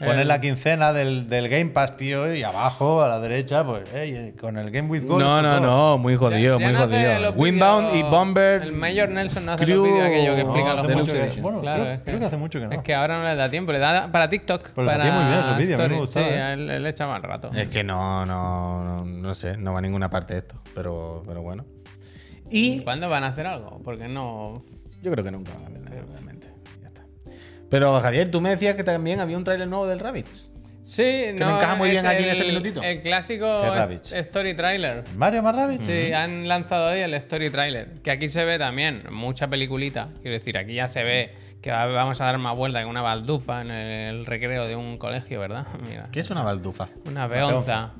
Speaker 1: eh.
Speaker 4: Pones la quincena del, del Game Pass, tío, ¿eh? y abajo a la derecha, pues, ey, con el Game with Gold.
Speaker 2: No, no,
Speaker 4: todo.
Speaker 2: no, muy jodido,
Speaker 1: Ya- ya
Speaker 2: muy
Speaker 1: no hace
Speaker 2: jodido.
Speaker 1: los
Speaker 2: Winbound y
Speaker 1: vídeos-
Speaker 2: Bomber.
Speaker 1: El Mayor Nelson no hace
Speaker 2: Crew-
Speaker 1: los vídeos aquello que explica
Speaker 4: No,
Speaker 1: los
Speaker 4: hace mucho
Speaker 1: juegos.
Speaker 4: que- bueno, creo- creo que hace mucho que no.
Speaker 1: Es que ahora no le da tiempo, le da para TikTok.
Speaker 4: Pero los
Speaker 1: para
Speaker 4: hacía muy bien esos vídeos, a mí me
Speaker 1: Stories.
Speaker 4: gustaba,
Speaker 1: Sí,
Speaker 4: ¿eh?
Speaker 1: a él él le echaba el rato.
Speaker 2: Es que no, no, no sé, no va a ninguna parte esto, pero, pero bueno. Y
Speaker 1: ¿Cuándo van a hacer algo? Porque no.
Speaker 2: yo creo que nunca van a hacer nada, realmente. Ya está. Pero Javier, tú me decías que también había un tráiler nuevo del Rabbids.
Speaker 1: Sí, no.
Speaker 2: me encaja muy
Speaker 1: es
Speaker 2: bien aquí en
Speaker 1: el-
Speaker 2: este minutito.
Speaker 1: El
Speaker 4: Qué
Speaker 1: clásico
Speaker 4: rabbits.
Speaker 1: Story Trailer.
Speaker 4: Mario más Rabbids?
Speaker 1: Sí, han lanzado hoy el story trailer, que aquí se ve también mucha peliculita. Quiero decir, aquí ya se ve que va- vamos a dar una vuelta en una baldufa en el recreo de un colegio, ¿verdad? Mira,
Speaker 2: ¿Qué es una baldufa?
Speaker 1: una beonza.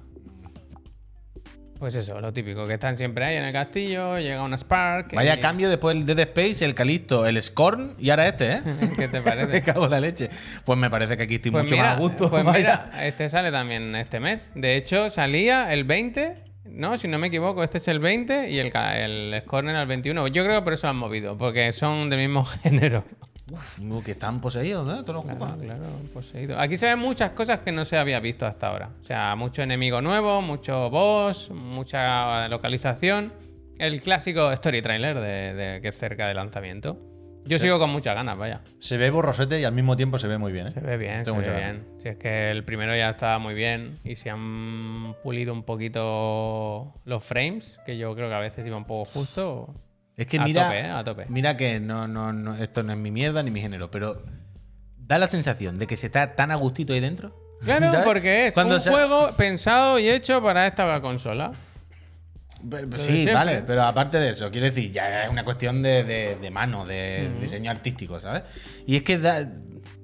Speaker 1: Pues eso, lo típico, que están siempre ahí en el castillo, llega un Spark. eh,
Speaker 2: Vaya
Speaker 1: y-
Speaker 2: cambio después del Dead Space, el Calisto, el Scorn y ahora este, ¿eh?
Speaker 1: ¿Qué te
Speaker 2: Me
Speaker 1: parece?
Speaker 2: cago en la leche. Pues me parece que aquí estoy mucho más a gusto.
Speaker 1: Pues
Speaker 2: vaya.
Speaker 1: mira, este sale también este mes. De hecho, salía el 20, ¿no? Si no me equivoco, este es el 20 y el, ca- el Scorn era el 21. Yo creo que por eso lo han movido, porque son del mismo género.
Speaker 2: Uf, no, Uh, que están poseídos, ¿eh? Te lo
Speaker 1: Claro,
Speaker 2: ocupas.
Speaker 1: claro, poseído. Aquí se ven muchas cosas que no se había visto hasta ahora. O sea, mucho enemigo nuevo, mucho boss, mucha localización. El clásico story trailer de, de que es cerca de lanzamiento. Yo sigo con muchas ganas, vaya.
Speaker 4: Se ve borrosete y al mismo tiempo se ve muy bien, ¿eh?
Speaker 1: Se ve bien,
Speaker 4: Tengo
Speaker 1: se ve
Speaker 4: muchas ganas.
Speaker 1: bien. Si es que el primero ya estaba muy bien y se han pulido un poquito los frames, que yo creo que a veces iba un poco justo.
Speaker 2: Es que
Speaker 1: a
Speaker 2: mira,
Speaker 1: tope, ¿eh? a tope.
Speaker 2: mira que no, no, no, esto no es mi mierda ni mi género, pero da la sensación de que se está tan a gustito ahí dentro.
Speaker 1: Claro,
Speaker 2: ¿Sabes?
Speaker 1: porque es
Speaker 2: ¿eh? Cuando
Speaker 1: un
Speaker 2: se-
Speaker 1: juego pensado y hecho para esta consola.
Speaker 2: Pero-
Speaker 1: de
Speaker 2: sí,
Speaker 1: siempre.
Speaker 2: vale, pero aparte de eso, quiero decir, ya es una cuestión de, de- de mano, de diseño artístico, ¿sabes? Y es que da-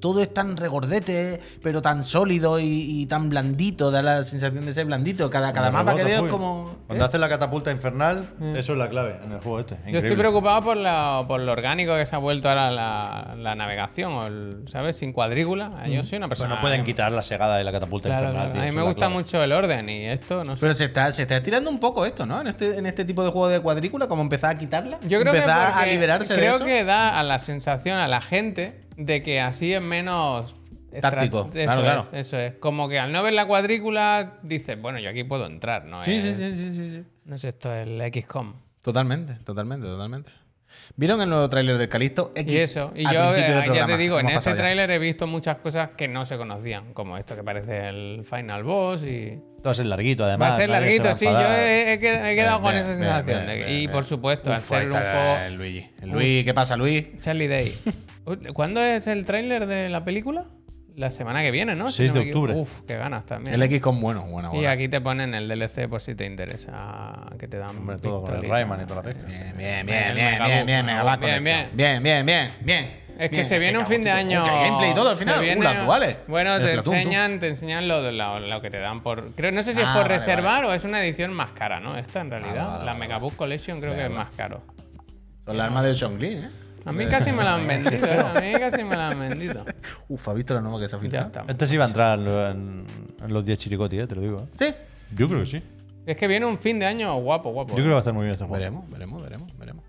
Speaker 2: todo es tan regordete, pero tan sólido y, y tan blandito, da la sensación de ser blandito. Cada, cada
Speaker 4: Cuando
Speaker 2: mapa que
Speaker 4: rebotas,
Speaker 2: veo es
Speaker 4: uy.
Speaker 2: como... ¿eh?
Speaker 4: Cuando haces la catapulta infernal, eso es la clave en el juego este.
Speaker 1: Mm. Yo estoy
Speaker 4: Increíble.
Speaker 1: preocupado por, la- por lo orgánico que se ha vuelto ahora la, la navegación, o el- ¿sabes? Sin
Speaker 2: Mm.
Speaker 1: cuadrícula. Yo soy una
Speaker 4: Pues
Speaker 1: persona.
Speaker 4: no pueden quitar la segada de la catapulta
Speaker 1: Claro,
Speaker 4: infernal.
Speaker 1: claro.
Speaker 4: tío,
Speaker 1: A mí
Speaker 4: eso
Speaker 1: me
Speaker 4: es la
Speaker 1: gusta
Speaker 4: clave.
Speaker 1: mucho el orden y esto, no sé.
Speaker 2: Pero se está, se está estirando un poco esto, ¿no? En este, en este tipo de juego de cuadrícula, como empezar a quitarla.
Speaker 1: Yo creo que
Speaker 2: empezar a
Speaker 1: porque
Speaker 2: liberarse
Speaker 1: creo
Speaker 2: de eso.
Speaker 1: que da a la sensación a la gente de que así es menos estra-
Speaker 2: Táctico,
Speaker 1: Eso
Speaker 2: claro,
Speaker 1: es,
Speaker 2: claro.
Speaker 1: Eso es. Como que al no ver la cuadrícula dices, bueno, yo aquí puedo entrar, ¿no?
Speaker 2: Sí, sí,
Speaker 1: es,
Speaker 2: sí, sí, sí, sí.
Speaker 1: No sé, esto es el XCOM.
Speaker 2: Totalmente, totalmente, totalmente. ¿Vieron el nuevo tráiler de Calisto X?
Speaker 1: Y eso, y
Speaker 2: al
Speaker 1: yo
Speaker 2: principio del
Speaker 1: eh, ya
Speaker 2: programa?
Speaker 1: te digo, en
Speaker 2: Hemos
Speaker 1: este
Speaker 2: pasado ya.
Speaker 1: tráiler he visto muchas cosas que no se conocían, como esto que parece el Final Boss y...
Speaker 4: Va a ser larguito, además.
Speaker 1: Va a ser
Speaker 4: nadie se va
Speaker 1: larguito,
Speaker 4: a
Speaker 1: sí, yo
Speaker 4: enfadar.
Speaker 1: he, he qued- he quedado
Speaker 2: Bien,
Speaker 1: con
Speaker 2: bien,
Speaker 1: esa
Speaker 2: bien,
Speaker 1: sensación.
Speaker 2: bien,
Speaker 1: de-
Speaker 2: bien,
Speaker 1: y
Speaker 2: bien.
Speaker 1: por supuesto, al
Speaker 2: Uf,
Speaker 1: ser
Speaker 2: ahí
Speaker 1: un
Speaker 2: está
Speaker 1: juego...
Speaker 2: el Luigi. El Luigi, ¿qué pasa, Luigi?
Speaker 1: Charlie Day. Uy, ¿Cuándo es el tráiler de la película? La semana que viene, ¿no?
Speaker 4: 6
Speaker 1: no
Speaker 4: de
Speaker 1: me equivoco.
Speaker 4: octubre.
Speaker 1: Uf, qué ganas también.
Speaker 2: El X con bueno, buena,
Speaker 1: y
Speaker 2: buena.
Speaker 1: aquí te ponen el DLC por si te interesa que te dan
Speaker 4: Hombre, todo con el
Speaker 1: pistolitas.
Speaker 4: Rayman y toda la pesca.
Speaker 2: Bien, bien, bien,
Speaker 1: El
Speaker 2: bien,
Speaker 1: Megabuff,
Speaker 2: bien, bien,
Speaker 1: ¿no?
Speaker 2: Megabuff
Speaker 1: Bien,
Speaker 2: Collection.
Speaker 1: bien.
Speaker 2: bien, bien, bien, bien.
Speaker 1: Es que
Speaker 2: Bien.
Speaker 1: se viene un fin de
Speaker 2: cago en tu-
Speaker 1: año.
Speaker 2: Uy, que hay gameplay y todo al
Speaker 1: se
Speaker 2: final. Uh,
Speaker 1: viene-
Speaker 2: las duales.
Speaker 1: Bueno,
Speaker 2: El
Speaker 1: te
Speaker 2: Splatoon, tú.
Speaker 1: enseñan, te enseñan lo, de la- lo que te dan por. Creo, no sé si es
Speaker 2: Ah,
Speaker 1: por
Speaker 2: vale, Ah,
Speaker 1: reservar o es una edición más cara, ¿no? Esta en realidad.
Speaker 2: vale,
Speaker 1: la
Speaker 2: vale,
Speaker 1: Megabook Collection creo que es más caro.
Speaker 2: Son las armas del Chongli, ¿eh?
Speaker 1: A mí casi me la han vendido, ¿eh? A mí casi me la han vendido.
Speaker 2: Uf, ¿has visto la nueva que se ha
Speaker 1: Ah. Ya
Speaker 2: filtrado?
Speaker 1: está.
Speaker 4: Este sí va a entrar en, en los 10 chiricoti, eh, te lo digo. eh.
Speaker 2: Sí.
Speaker 4: Yo creo que sí.
Speaker 1: Es que viene un fin de año guapo, guapo. ¿eh?
Speaker 4: Yo creo que va a estar muy bien este juego.
Speaker 2: Veremos, veremos, veremos, veremos.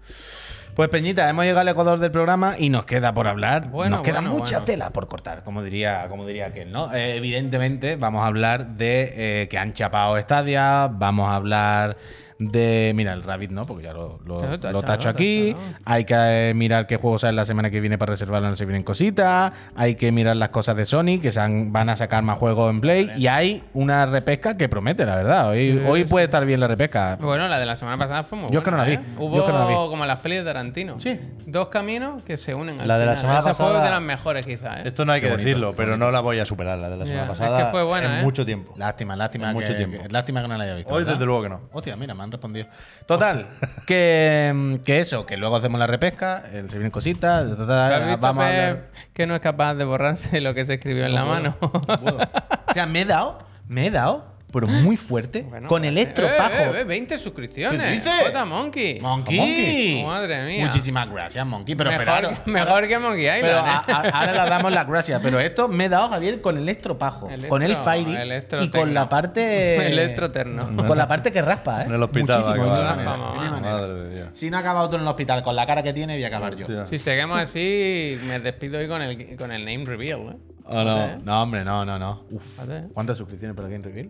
Speaker 2: Pues Peñita, hemos llegado al Ecuador del programa y nos queda por hablar.
Speaker 1: Bueno,
Speaker 2: nos queda
Speaker 1: bueno,
Speaker 2: mucha
Speaker 1: bueno.
Speaker 2: tela por cortar, como diría, como diría aquel, ¿no? Eh, evidentemente, vamos a hablar de eh, que han chapado Stadia, vamos a hablar de. Mira, el Rabbit no, porque ya lo, lo-
Speaker 1: Sí, lo tacha,
Speaker 2: lo tacho
Speaker 1: lo
Speaker 2: aquí.
Speaker 1: tacha,
Speaker 2: Hay que eh, mirar qué juegos salen la semana que viene para reservarlo, no se vienen cositas. Hay que mirar las cosas de Sony, que se han- van a sacar más juegos en Play. Y hay una repesca que promete, la verdad. Hoy,
Speaker 1: Sí,
Speaker 2: hoy
Speaker 1: sí.
Speaker 2: puede estar bien la repesca.
Speaker 1: Bueno, la de la semana pasada fue muy
Speaker 2: Yo es que no
Speaker 1: buena,
Speaker 2: la vi.
Speaker 1: ¿eh?
Speaker 2: Yo
Speaker 1: Hubo
Speaker 2: es que no la vi.
Speaker 1: como las pelis de Tarantino.
Speaker 2: Sí.
Speaker 1: Dos caminos que se unen. al
Speaker 4: La de la
Speaker 1: final.
Speaker 4: semana
Speaker 1: Esa fue
Speaker 4: pasada-
Speaker 1: de las mejores, quizás. ¿eh?
Speaker 4: Esto no hay
Speaker 2: Qué
Speaker 4: que
Speaker 2: bonito,
Speaker 4: decirlo,
Speaker 2: qué
Speaker 4: pero no la voy a superar, la de la
Speaker 1: Ya,
Speaker 4: semana
Speaker 1: es
Speaker 4: pasada.
Speaker 1: que fue buena,
Speaker 4: en
Speaker 1: ¿eh?
Speaker 4: mucho tiempo.
Speaker 2: Lástima, lástima.
Speaker 4: Mucho
Speaker 2: que-
Speaker 4: tiempo.
Speaker 2: que- lástima que no la haya visto.
Speaker 4: Hoy,
Speaker 2: ¿verdad?
Speaker 4: desde luego que no.
Speaker 2: Hostia, mira, me han respondido. Total, que, mm, que eso, que luego hacemos la repesca, el, se vienen cositas, ta, ta, ta,
Speaker 1: ¿Has visto,
Speaker 2: vamos a
Speaker 1: Pep,
Speaker 2: hablar.
Speaker 1: que no es capaz de borrarse lo que se escribió en la mano?
Speaker 2: O sea, me he dado, me he dado
Speaker 3: pero muy fuerte,
Speaker 1: Bueno,
Speaker 3: con
Speaker 1: eh,
Speaker 3: electropajo.
Speaker 1: eh, eh, 20 suscripciones.
Speaker 2: ¿Qué dices?
Speaker 1: Jota Monkey.
Speaker 2: Monkey.
Speaker 1: Monkey. Madre mía.
Speaker 2: Muchísimas gracias, Monkey. Pero ah,
Speaker 1: mejor,
Speaker 2: esperaros.
Speaker 1: mejor que Monkey Island.
Speaker 3: Pero
Speaker 1: ¿eh?
Speaker 3: a- a- ahora le damos las gracias. Pero esto me he dado, Javier, con el electropajo,
Speaker 1: Electro-
Speaker 3: con el Fairy y
Speaker 1: electrotecno.
Speaker 3: con la parte.
Speaker 1: Electroterno.
Speaker 3: Con la parte que raspa, ¿eh?
Speaker 4: En el hospital. va a
Speaker 3: Muchísimo,
Speaker 4: acabar,
Speaker 3: ¿no?
Speaker 1: manera,
Speaker 4: ¿no?
Speaker 1: de ninguna
Speaker 2: manera.
Speaker 4: Madre de Dios.
Speaker 2: Si no acabado tú en el hospital con la cara que tiene, voy a acabar yo.
Speaker 4: Hostia.
Speaker 1: Si seguimos así, me despido hoy con el, con el name reveal. ¿eh?
Speaker 2: Oh, no. no, hombre, no, no, no. Uf.
Speaker 1: Joder.
Speaker 4: ¿Cuántas suscripciones para Game Reveal?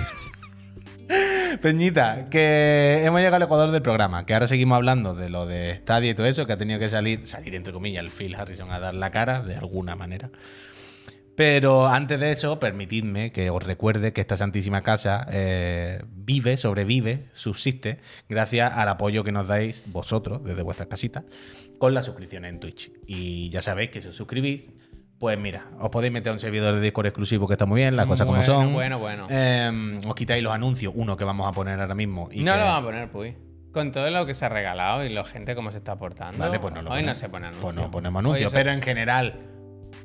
Speaker 2: Peñita, que hemos llegado al ecuador del programa, que ahora seguimos hablando de lo de Stadia y todo eso, que ha tenido que salir, salir entre comillas, el Phil Harrison a dar la cara, de alguna manera. Pero antes de eso, permitidme que os recuerde que esta santísima casa eh, vive, sobrevive, subsiste, gracias al apoyo que nos dais vosotros desde vuestras casitas con las suscripciones en Twitch. Y ya sabéis que si os suscribís, pues mira, os podéis meter a un servidor de Discord exclusivo que está muy bien, las cosas como
Speaker 1: Bueno,
Speaker 2: son.
Speaker 1: bueno, bueno.
Speaker 2: Eh, os quitáis los anuncios, uno que vamos a poner ahora mismo. Y
Speaker 1: no
Speaker 2: que-
Speaker 1: lo vamos a poner, pues. Con todo lo que se ha regalado y la gente cómo se está portando.
Speaker 2: Vale, pues no lo
Speaker 1: Hoy no
Speaker 2: ponemos.
Speaker 1: se pone anuncio.
Speaker 2: Pues no ponemos anuncios, pero en general.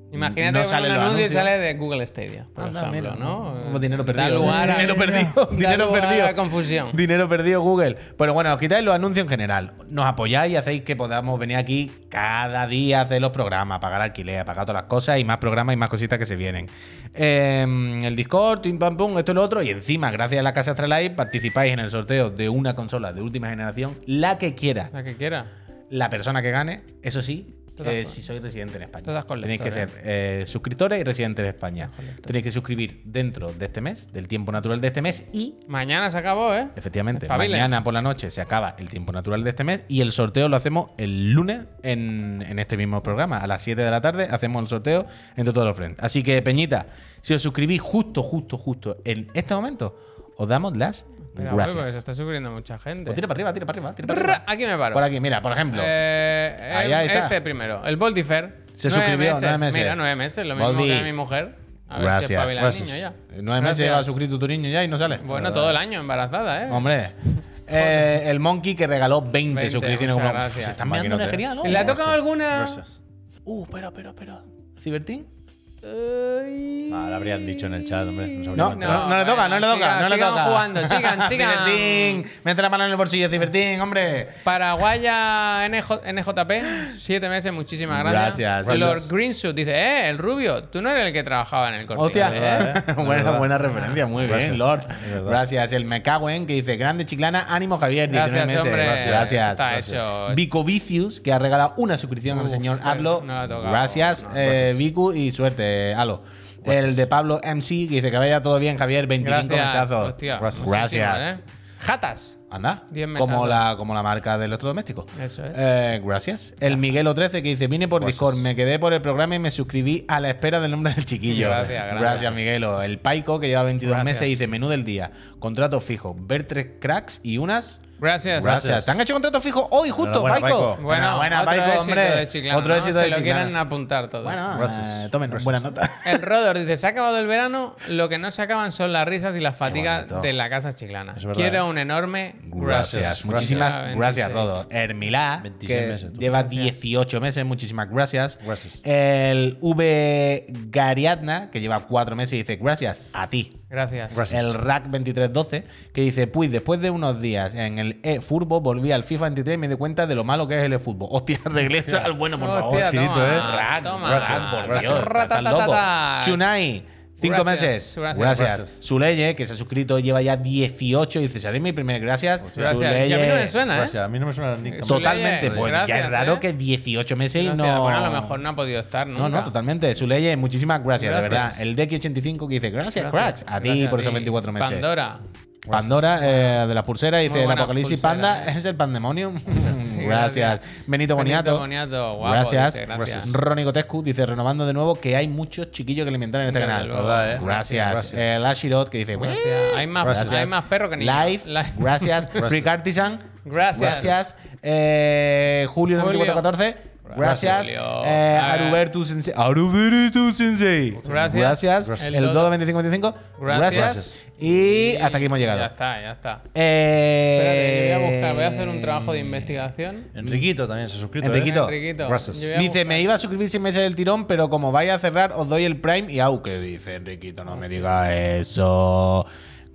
Speaker 1: Imagínate
Speaker 2: no
Speaker 1: que
Speaker 2: salen
Speaker 1: un
Speaker 2: los
Speaker 1: anuncio y
Speaker 2: anuncios.
Speaker 1: sale de Google Stadia, por
Speaker 3: Anda,
Speaker 1: ejemplo,
Speaker 3: mira,
Speaker 1: ¿no?
Speaker 3: como dinero
Speaker 1: Da
Speaker 3: perdido.
Speaker 1: lugar a-
Speaker 2: dinero
Speaker 1: da
Speaker 2: perdido, dinero
Speaker 1: lugar a
Speaker 2: perdido.
Speaker 1: la confusión.
Speaker 2: Dinero perdido Google. Pero bueno, os quitáis los anuncios en general. Nos apoyáis y hacéis que podamos venir aquí cada día a hacer los programas, pagar alquiler, pagar todas las cosas y más programas y más cositas que se vienen. Eh, el Discord, Tim Pam Pum, esto y lo otro. Y encima, gracias a la Casa Astralife, participáis en el sorteo de una consola de última generación, la que quiera,
Speaker 1: La que quiera.
Speaker 2: la persona que gane. Eso sí,
Speaker 1: Todas
Speaker 2: eh,
Speaker 1: con-
Speaker 2: si sois residente en España.
Speaker 1: todas con
Speaker 2: Tenéis que ser
Speaker 1: lectores.
Speaker 2: eh, suscriptores y residentes en España. Tenéis que suscribir dentro de este mes, del tiempo natural de este mes y
Speaker 1: Mañana se acabó, ¿eh?
Speaker 2: Efectivamente,
Speaker 1: Espabilen.
Speaker 2: mañana por la noche se acaba el tiempo natural de este mes y el sorteo lo hacemos el lunes en, en este mismo programa. A las 7 de la tarde hacemos el sorteo entre todos los friends. Así que, Peñita, si os suscribís justo, justo, justo en este momento, os damos las
Speaker 1: Pero, hombre, porque se
Speaker 2: gracias.
Speaker 1: está suscribiendo mucha gente.
Speaker 2: Pues tira para arriba, tira para arriba, tira para
Speaker 1: Brr,
Speaker 2: arriba.
Speaker 1: Aquí me paro.
Speaker 2: Por aquí, mira, por ejemplo.
Speaker 1: Eh, eh,
Speaker 2: Ahí, ahí está.
Speaker 1: Este primero, el Voltifer.
Speaker 2: Se
Speaker 1: Nueve
Speaker 2: suscribió, nueve meses.
Speaker 1: Mira, nueve meses, lo mismo
Speaker 2: Voldi.
Speaker 1: que mi mujer. A ver si espabila el niño ya.
Speaker 2: Eh, Nueve
Speaker 1: Gracias.
Speaker 2: meses lleva suscrito tu niño ya y no sale.
Speaker 1: Bueno, todo el año embarazada, ¿eh?
Speaker 2: Hombre. Eh, el Monkey que regaló 20,
Speaker 1: 20,
Speaker 2: suscripciones.
Speaker 1: muchas
Speaker 2: Uf,
Speaker 1: gracias.
Speaker 2: Se están mirando
Speaker 4: Imagínate.
Speaker 2: una genial, ¿no?
Speaker 1: ¿Le ha tocado alguna?
Speaker 2: Uh, pero, pero, pero. ¿Cibertín?
Speaker 1: Ay.
Speaker 4: Ah, lo habrían dicho en el chat, hombre. Nos habrían
Speaker 2: No, no,
Speaker 4: matado.
Speaker 2: no, le
Speaker 1: bueno,
Speaker 2: toca, no le toca,
Speaker 1: sigan,
Speaker 2: no le
Speaker 1: sigamos
Speaker 2: toca.
Speaker 1: jugando, sigan, sigan.
Speaker 2: Cibertín, mete la mano en el bolsillo, Cibertín, hombre.
Speaker 1: Paraguaya NJ, NJP, siete meses, muchísimas gracias.
Speaker 2: Gracias.
Speaker 1: Lord
Speaker 2: Gracias.
Speaker 1: Greensuit dice, eh, el rubio, tú no eres el que trabajaba en el corte.
Speaker 2: Hostia,
Speaker 4: verdad, ¿eh?
Speaker 2: buena, buena referencia, muy
Speaker 4: Gracias.
Speaker 2: bien, Lord.
Speaker 4: Es verdad.
Speaker 2: Gracias. El me cago en que dice, grande chiclana, ánimo Javier, 19
Speaker 1: Gracias,
Speaker 2: meses.
Speaker 1: hombre.
Speaker 2: Gracias. gracias.
Speaker 1: Está
Speaker 2: Gracias.
Speaker 1: hecho. eh.
Speaker 2: Vico Vicius, que ha regalado una suscripción al
Speaker 1: Uf,
Speaker 2: señor
Speaker 1: no,
Speaker 2: Arlo.
Speaker 1: no la ha tocado.
Speaker 2: gracias,
Speaker 1: No, pues
Speaker 2: eh, Vicu, y suerte, Alo. El de Pablo MC, que dice que vaya todo bien, Javier, 25
Speaker 1: Gracias.
Speaker 2: mesazos.
Speaker 1: Hostia,
Speaker 2: gracias.
Speaker 1: muchísimas, ¿eh? Jatas.
Speaker 2: Anda.
Speaker 1: Diez meses
Speaker 2: Como
Speaker 1: antes.
Speaker 2: la, como la marca del electrodoméstico.
Speaker 1: Eso es.
Speaker 2: Eh, gracias. El Miguel O13 que dice: Vine por
Speaker 4: Pues
Speaker 2: Discord, me quedé por el programa y me suscribí a la espera del nombre del chiquillo.
Speaker 1: Gracias, gracias.
Speaker 2: Miguelo. El Paico que lleva 22
Speaker 1: Gracias.
Speaker 2: meses y dice: Menú del día, contrato fijo, ver tres cracks y unas.
Speaker 1: Gracias.
Speaker 2: Gracias. ¿Te han hecho contrato fijo hoy, justo,
Speaker 4: Enhorabuena,
Speaker 2: Paico?
Speaker 4: Paico.
Speaker 1: Bueno,
Speaker 2: Enhorabuena,
Speaker 1: otro éxito
Speaker 2: hombre.
Speaker 1: de Chiclana,
Speaker 2: otro
Speaker 1: ¿no?
Speaker 2: éxito
Speaker 1: Se
Speaker 2: de
Speaker 1: lo quieren
Speaker 2: Chiclana.
Speaker 1: apuntar todo.
Speaker 2: Bueno,
Speaker 4: Gracias.
Speaker 2: eh, tomen buena nota.
Speaker 1: El Rodor dice, se ha acabado el verano, lo que no se acaban son las risas y las fatigas
Speaker 4: bonito.
Speaker 1: de la casa chiclana.
Speaker 4: Es verdad,
Speaker 1: Quiero
Speaker 4: ¿eh?
Speaker 1: un enorme
Speaker 2: Gracias,
Speaker 4: Gracias.
Speaker 2: muchísimas
Speaker 1: Ah,
Speaker 2: gracias,
Speaker 1: 26.
Speaker 2: Rodo. Hermilá,
Speaker 4: 26
Speaker 2: que
Speaker 4: meses, tú.
Speaker 2: lleva 18 meses, muchísimas gracias.
Speaker 4: Gracias.
Speaker 2: El V Gariadna, que lleva 4 meses y dice gracias a ti.
Speaker 1: Gracias.
Speaker 2: El Rack 2312, que dice, pues después de unos días en el e-furbo volví al FIFA 23 y me di cuenta de lo malo que es el e-fútbol. Hostia, regresa al bueno, por favor.
Speaker 1: Hostia,
Speaker 4: Quirito,
Speaker 1: toma,
Speaker 4: ¿eh?
Speaker 2: Rack,
Speaker 1: toma,
Speaker 2: gracias,
Speaker 1: Rack,
Speaker 2: por
Speaker 1: Rack.
Speaker 2: Dios, estás
Speaker 1: Ratatatata.
Speaker 2: loco. Chunai, cinco
Speaker 1: Gracias,
Speaker 2: meses.
Speaker 1: gracias.
Speaker 2: Gracias.
Speaker 1: Gracias.
Speaker 2: Zuleye, que se ha suscrito, lleva ya 18 y dice, seré mi primer gracias.
Speaker 1: Gracias. Y a mí no me suena, ¿eh?
Speaker 4: Gracias. A mí no me suena ni
Speaker 1: Eso-
Speaker 2: Totalmente,
Speaker 1: Zuleye,
Speaker 2: pues ya
Speaker 1: gracias,
Speaker 2: es raro
Speaker 1: ¿eh?
Speaker 2: que 18 meses y
Speaker 1: Gracias.
Speaker 2: no...
Speaker 1: Bueno, a lo mejor no ha podido estar nunca.
Speaker 2: No, no, totalmente. Zuleye, muchísimas gracias, de
Speaker 1: Gracias.
Speaker 2: verdad. El Deki85 que dice, gracias, cracks.
Speaker 1: Gracias.
Speaker 2: A ti
Speaker 1: Gracias
Speaker 2: por
Speaker 1: a
Speaker 2: esos
Speaker 1: ti.
Speaker 2: 24 meses.
Speaker 1: Pandora. pues,
Speaker 2: Pandora eh, de las pulseras
Speaker 1: Muy
Speaker 2: dice el
Speaker 1: buenas
Speaker 2: apocalipsis
Speaker 1: pulseras,
Speaker 2: panda
Speaker 1: eh.
Speaker 2: es el pandemonium.
Speaker 1: Gracias.
Speaker 2: gracias. Benito Boniato.
Speaker 1: Benito Boniato, guapo,
Speaker 2: gracias.
Speaker 1: dice, gracias.
Speaker 2: Ronnie Cotescu dice renovando de nuevo que hay muchos chiquillos que alimentar en este
Speaker 1: Desde
Speaker 2: canal.
Speaker 1: luego.
Speaker 4: Verdad, eh.
Speaker 2: Gracias.
Speaker 4: Gracias.
Speaker 2: El Ashirot que dice
Speaker 1: Gracias. Hay más,
Speaker 4: Gracias.
Speaker 1: hay más perro que niños.
Speaker 2: Live.
Speaker 1: Live.
Speaker 2: Gracias. Freak Artisan.
Speaker 1: Gracias.
Speaker 2: Gracias. Eh, Julio
Speaker 1: Julio.
Speaker 2: 9414. Gracias.
Speaker 1: Julio.
Speaker 2: eh,
Speaker 1: Ah.
Speaker 2: Arubertu Sensei. Arubertu Sensei.
Speaker 1: Gracias.
Speaker 2: Gracias.
Speaker 1: El
Speaker 2: El
Speaker 1: Dodo.
Speaker 2: Dodo 2525.
Speaker 1: Gracias.
Speaker 2: Gracias. Y hasta aquí hemos
Speaker 1: Ya
Speaker 2: llegado.
Speaker 1: está, ya está.
Speaker 2: Eh,
Speaker 1: Espérate, yo voy a buscar, voy a hacer un trabajo de investigación.
Speaker 4: Enriquito también se ha suscrito. ¿eh?
Speaker 2: Enriquito.
Speaker 1: Enriquito.
Speaker 4: Gracias.
Speaker 1: Yo voy a
Speaker 2: Dice,
Speaker 1: buscar.
Speaker 2: me iba a suscribir sin meses del tirón, pero como vais a cerrar, os doy el Prime y auque. Dice Enriquito, no me diga eso.